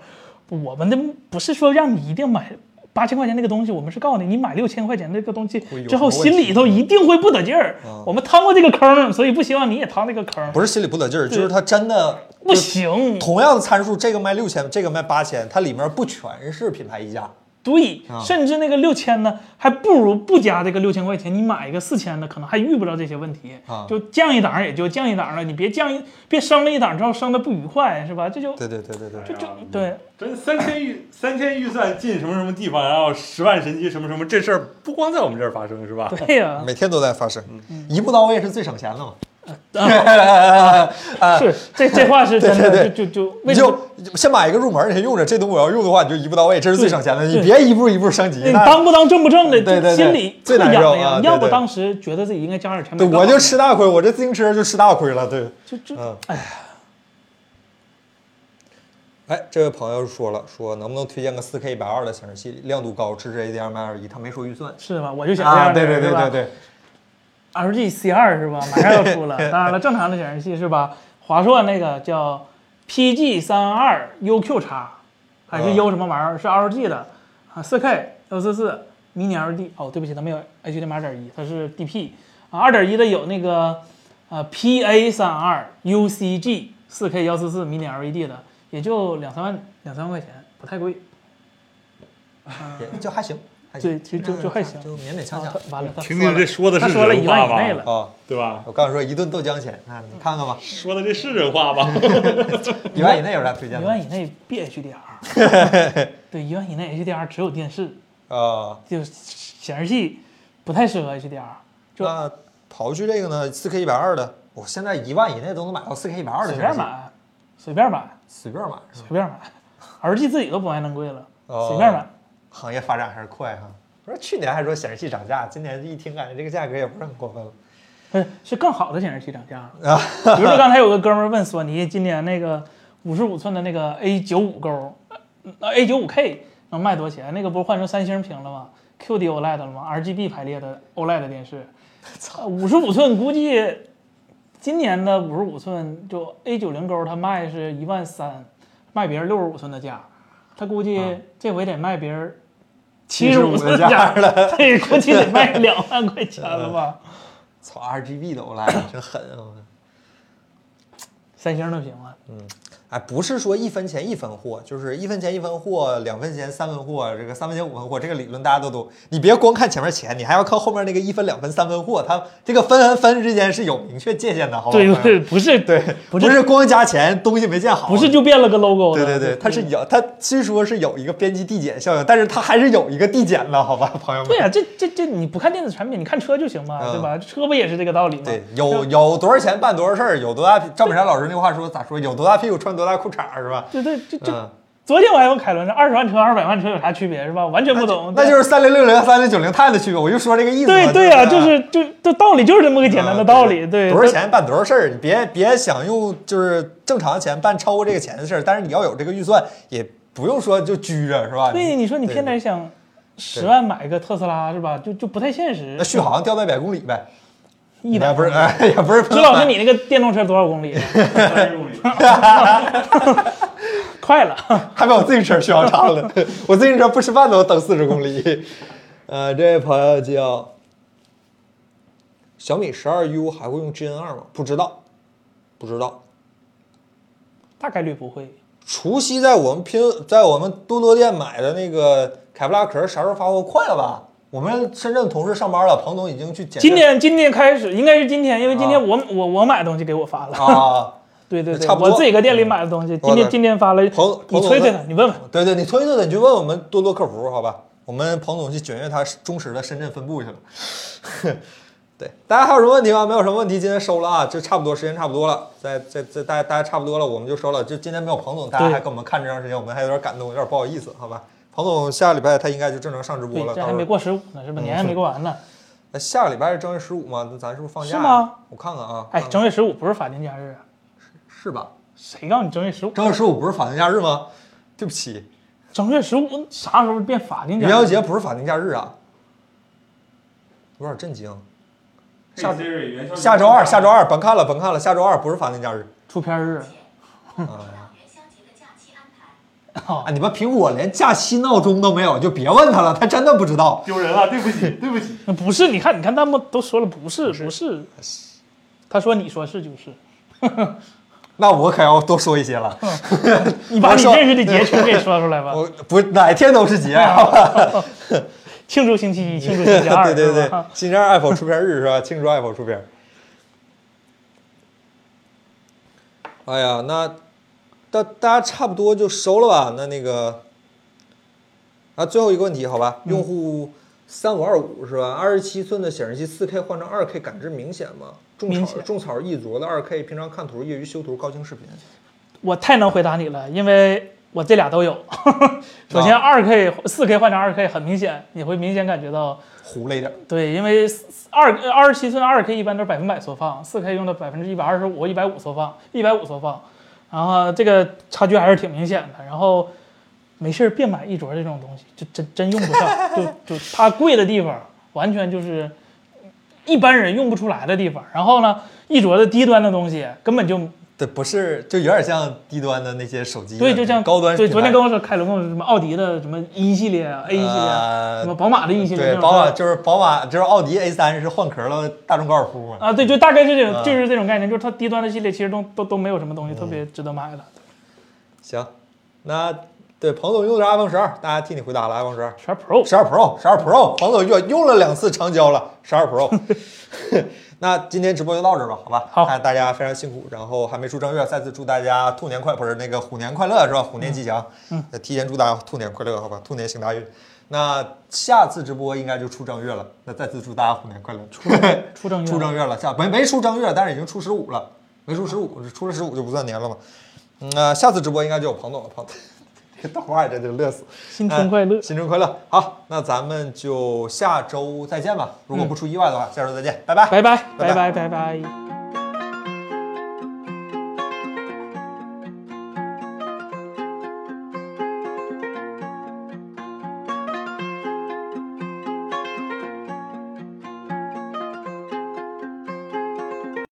B: 我们的不是说让你一定买八千块钱那个东西，我们是告诉你，你买六千块钱那个东西
A: 会有
B: 之后，
A: 什么问
B: 心
A: 题嗯
B: 里头一定会不得劲儿。我们趟过这个坑，所以不希望你也趟那个坑。
A: 不是心里不得劲儿，就是它真的
B: 不行，
A: 同样的参数，这个卖六千，这个卖八千，它里面不全是品牌溢价。
B: 对，
A: 啊
B: 甚至那个六千呢，还不如不加这个六千块钱，你买一个四千的，可能还遇不着这些问题。
A: 啊
B: 就降一档也就降一档了，你别降一别升了一档之后升的不愉快，是吧？这就
A: 对啊对对对对，
B: 这就
C: 哎呀
B: 对，
C: 真三千预三千预算进什么什么地方，然后十万神机什么什么，这事儿不光在我们这儿发生是吧？
A: <laughs>
B: 对呀、
A: 每天都在发生，
B: 嗯
A: 一步到位是最省钱的嘛。 <laughs>
B: 是这这话是真的，
A: 啊对对
B: 就就就
A: 你
B: 啊为什么
A: 就先买一个入门，你先用着，这东西我要用的话，你就一步到位，这是最省钱的。你
B: 对
A: 别一步一步升级。
B: 你
A: 那
B: 当不当正不正的，
A: 对对对
B: 就心里
A: 最
B: 特
A: 难
B: 痒
A: 受
B: 痒。
A: 啊对
B: 要不
A: 对
B: 当时觉得自己应该加点钱买
A: 对
B: 个好
A: 我
B: 的，
A: 就吃大亏，我这自行车就吃大亏了。对，
B: 就就
A: 嗯
B: 哎呀，
A: 哎，这位朋友说了，说能不能推荐个四 K 一百二的显示器，亮度高，支持 HDMI 2.1，他没说预算
B: 是吧？我就想这
A: 啊。
B: 样的
A: 对
B: 人，
A: 对对
B: 是吧
A: 对对，
B: LG C 2是吧？马上要
C: <laughs>
B: 出了。当然了，正常的显示器是吧？华硕那个叫 PG 三二 UQ 叉，还
C: 啊
B: 是
A: 嗯
B: U 什么玩意儿？是 LG 的啊，四 K 幺四四 Mini LED。哦，对不起，它没有 HDMI 点一，它是 DP 啊，二点一的有那个呃 PA 三二 UCG 四 K 幺四四 Mini LED 的，也就两三万两三万块钱，不太贵。
A: 也就还行，还行
B: 对，其实嗯就就还行。
A: 就勉勉强
B: 啊
A: 强。
B: 它完了，他
C: 听听这说的
B: 他
C: 是
B: 说了
C: 人
B: 一万
C: 话
B: 以
C: 吧？
B: 内了，
A: 啊，
C: 对吧？
A: 我刚说一顿豆浆钱，那你看看吧，
C: 说的这是人
B: <laughs>
C: 话吧？
A: 一万以内有啥推荐
B: 一
A: 的？
B: 万以内别 HDR，对，一万以内 HDR 只有电视，
A: 啊，
B: 就是显示器不太适合 HDR。就
A: 那刨去这个呢，四 K 一百二的，我现在一万以内都能买到四 K 一百二的显
B: 随便
A: 示器，
B: 买，随便买，
A: 随便买是吧
B: 随便买，LG 自己都不爱弄贵了，
A: 哦
B: 随便买。
A: 行业发展还是快哈。不是去年还说显示器涨价，今年一听感觉这个价格也不是很过分了。
B: 不是，呃是更好的显示器涨价了。比如说刚才有个哥们儿问索尼，今年那个五十五寸的那个呃 A 九五勾，A 九五 K 能卖多少钱？那个不是换成三星屏了吗？QD OLED E 了吗？RGB 排列的 OLED 的电视，操，五十五寸估计今年的五十五寸就 A 九零勾它卖是一万三，卖别人六十五寸的价，它估计这回得卖别人啊七十
A: 75
B: 五寸
A: 的价
B: 价了，啊对，估计得卖两万块钱了吧？
A: 操，RGB 的 OLED 真狠啊！
B: 三星的屏啊，
A: 哎，不是说一分钱一分货，就是一分钱一分货，两分钱三分货，这个三分钱五分货，这个理论大家都懂。你别光看前面钱，你还要看后面那个一分、两分、三分货，它这个分和分之间是有明确界限的，好吧？
B: 对对对，不是
A: 对，
B: 不
A: 不
B: 是
A: 是光加钱东西没见好，
B: 不是就变了个 logo
A: 对
B: 了，
A: 对对，它是有，它虽说是有一个边际递减效应，但是它还是有一个递减的，好吧，朋友们。
B: 对啊呀、这这这你不看电子产品，你看车就行嘛，
A: 嗯
B: 对吧？车不也是这个道理吗？
A: 对，有有多少钱办多少事儿，有多大屁赵本山老师那话说咋说？有多大屁股穿多大裤衩儿是吧？
B: 对对，这这、
A: 嗯，
B: 昨天我还问凯伦，这二十万车、二百万车有啥区别是吧？完全不懂。
A: 那就是三零六零、三零九零钛的区别，我就说这个意思嘛。
B: 对对
A: 呀、
B: 呀、就是就就道理就是这么个简单的道理。
A: 嗯
B: 对，
A: 多少
B: 这
A: 钱办多少事儿，你别别想用就是正常钱办超过这个钱的事儿，但是你要有这个预算，也不用说就拘着是吧？
B: 对，你说你
A: 对
B: 偏得想十万买个特斯拉是吧？就就不太现实
A: 那。续航掉到一百公里呗，
B: 一百
A: 也不是，哎也不是。
B: 周老师，你那个电动车多少
A: <laughs>
B: 公里？
C: 三十公里，
B: 快了， <laughs>
A: 还把我自行车续航长了， <laughs> 我自行车不吃饭都能蹬四十公里。呃，这位朋友叫小米十二 U 还会用 GN 二吗？不知道，不知道。
B: 大概率不会。
A: 除夕在我们拼在我们多多店买的那个凯夫拉壳啥时候发货？快了吧？我们深圳同事上班了，彭总已经去检
B: 今
A: 验
B: 天今天开始应该是今天，因为今
A: 啊
B: 天我、我我买东西给我发了。
A: 啊，
B: 对对对，
A: 差不多嗯
B: 我自己搁店里买的东西，今
A: 我
B: 天
A: 的
B: 今天发了，你
A: 彭彭总
B: 催催
A: 的
B: 他，你问问。
A: 对对，你推推他，你去问我们多多客服，好吧？我们彭总去检阅他忠实的深圳分部去了。 <laughs> 对，大家还有什么问题吗？没有什么问题，今天收了啊，就差不多，时间差不多了，再再再，大家大家差不多了，我们就收了。就今天没有彭总，大家
B: 对
A: 还跟我们看这长时间，我们还有点感动，有点不好意思，好吧？彭总下个礼拜他应该就正常上直播
B: 对，
A: 了，
B: 这
A: 到
B: 还
A: 时
B: 没
A: 候
B: 过十五呢，是
A: 嗯
B: 吧？年还没过完呢。
A: 哎下个礼拜是正月十五吗？那咱是不是放假呀？
B: 是吗
A: 我看看啊，看
B: 哎，
A: 看
B: 正月十五不是法定假日啊？
A: 是吧？
B: 谁告诉你正月十五？
A: 正月十五不是法定假日吗？对不起，
B: 正月十五啥时候变法定假
A: 元宵
B: 日？
A: 节不是法定假日啊，有点震惊。下
C: 这是元宵节
A: 下周二，下周二，甭看了，甭看了，下周二不是法定假日
B: 出片日，啊
F: 让元宵节的假期安
A: 啊！
F: 排。
A: 你们苹果连假期闹钟都没有，就别问他了，他真的不知道。
C: 丢人了，对不起，对不起。
B: 那不是？你看，你看弹幕都说了，不是，不是。
A: 哎
B: 他说你说是就是，
A: 那我可要多说一些了，
B: 嗯你把
A: 我
B: 你
A: 说
B: 认识的节全给说出来吧。
A: 我不哪天都是
B: 哎
A: 节啊！
B: 庆祝星期一，庆祝星期二，
A: <laughs> 对对对
B: 是吧，
A: 今天 Apple 出片日是吧？ <laughs> 庆祝 Apple 出片。哎呀，那大大家差不多就收了吧？那那个啊，最后一个问题，好
B: 嗯
A: 吧？用户三五二五是吧？二十七寸的显示器四 K 换成二 K 感知明显吗？种
B: 明
A: 草
B: 显
A: 种草一族的二 K，平常看图、业余修图、高清视频。
B: 我太能回答你了，因为我这俩都有。首先，二 K、四 K 换成二 K，很明显，你会明显感觉到
A: 糊了一点儿，
B: 对，因为二二十七寸二 K 一般都是百分百缩放，四 K 用的百分之一百二十五、一百五缩放，一百五缩放，然后这个差距还是挺明显的。然后没事儿别买一卓这种东西，就真真用不上，就就它贵的地方，完全就是一般人用不出来的地方。然后呢，一卓的低端的东西根本就
A: 对，不是，就有点像低端的那些手机的，
B: 对，就像
A: 高端
B: 对，
A: 品
B: 昨天
A: 牌
B: 跟我说凯伦跟我说什么奥迪的什么一系列、A 啊系列，
A: 呃
B: 什么宝马的 E 系列，
A: 对，宝马就是宝马，就是奥迪 A 3是换壳了大众高尔夫嘛。
B: 啊，对，就大概是这种，
A: 啊
B: 就是这种概念，就是它低端的系列其实都都都没有什么东西特
A: 嗯
B: 别值得买的。
A: 行，那对彭总用的是 iPhone 十二，大家替你回答了 iPhone 十二。
B: 十二 Pro
A: 十二 Pro，十二 Pro，彭总用用了两次长焦了，十二
B: <laughs>
A: Pro。那今天直播就到这儿吧，好吧？
B: 好
A: 看大家非常辛苦，然后还没出正月，再次祝大家兔年快，不是那个虎年快乐是吧？虎年吉祥，嗯，提前祝大家兔年快乐，好吧？兔年行大运。那下次直播应该就出正月了，那再次祝大家虎年快乐。 <laughs>
B: 出正月，
A: 出正月了，下没没出正月，但是已经出十五了，没出十五，出了十五就不算年了嘛。嗯，呃下次直播应该就有彭总了，彭总，啊这动画真的乐死。
B: 新春快乐
A: 哎，新春快乐！好，那咱们就下周再见吧。如果不出意外的话，下周再见，拜拜。
B: 拜拜
A: 拜
B: 拜拜拜拜。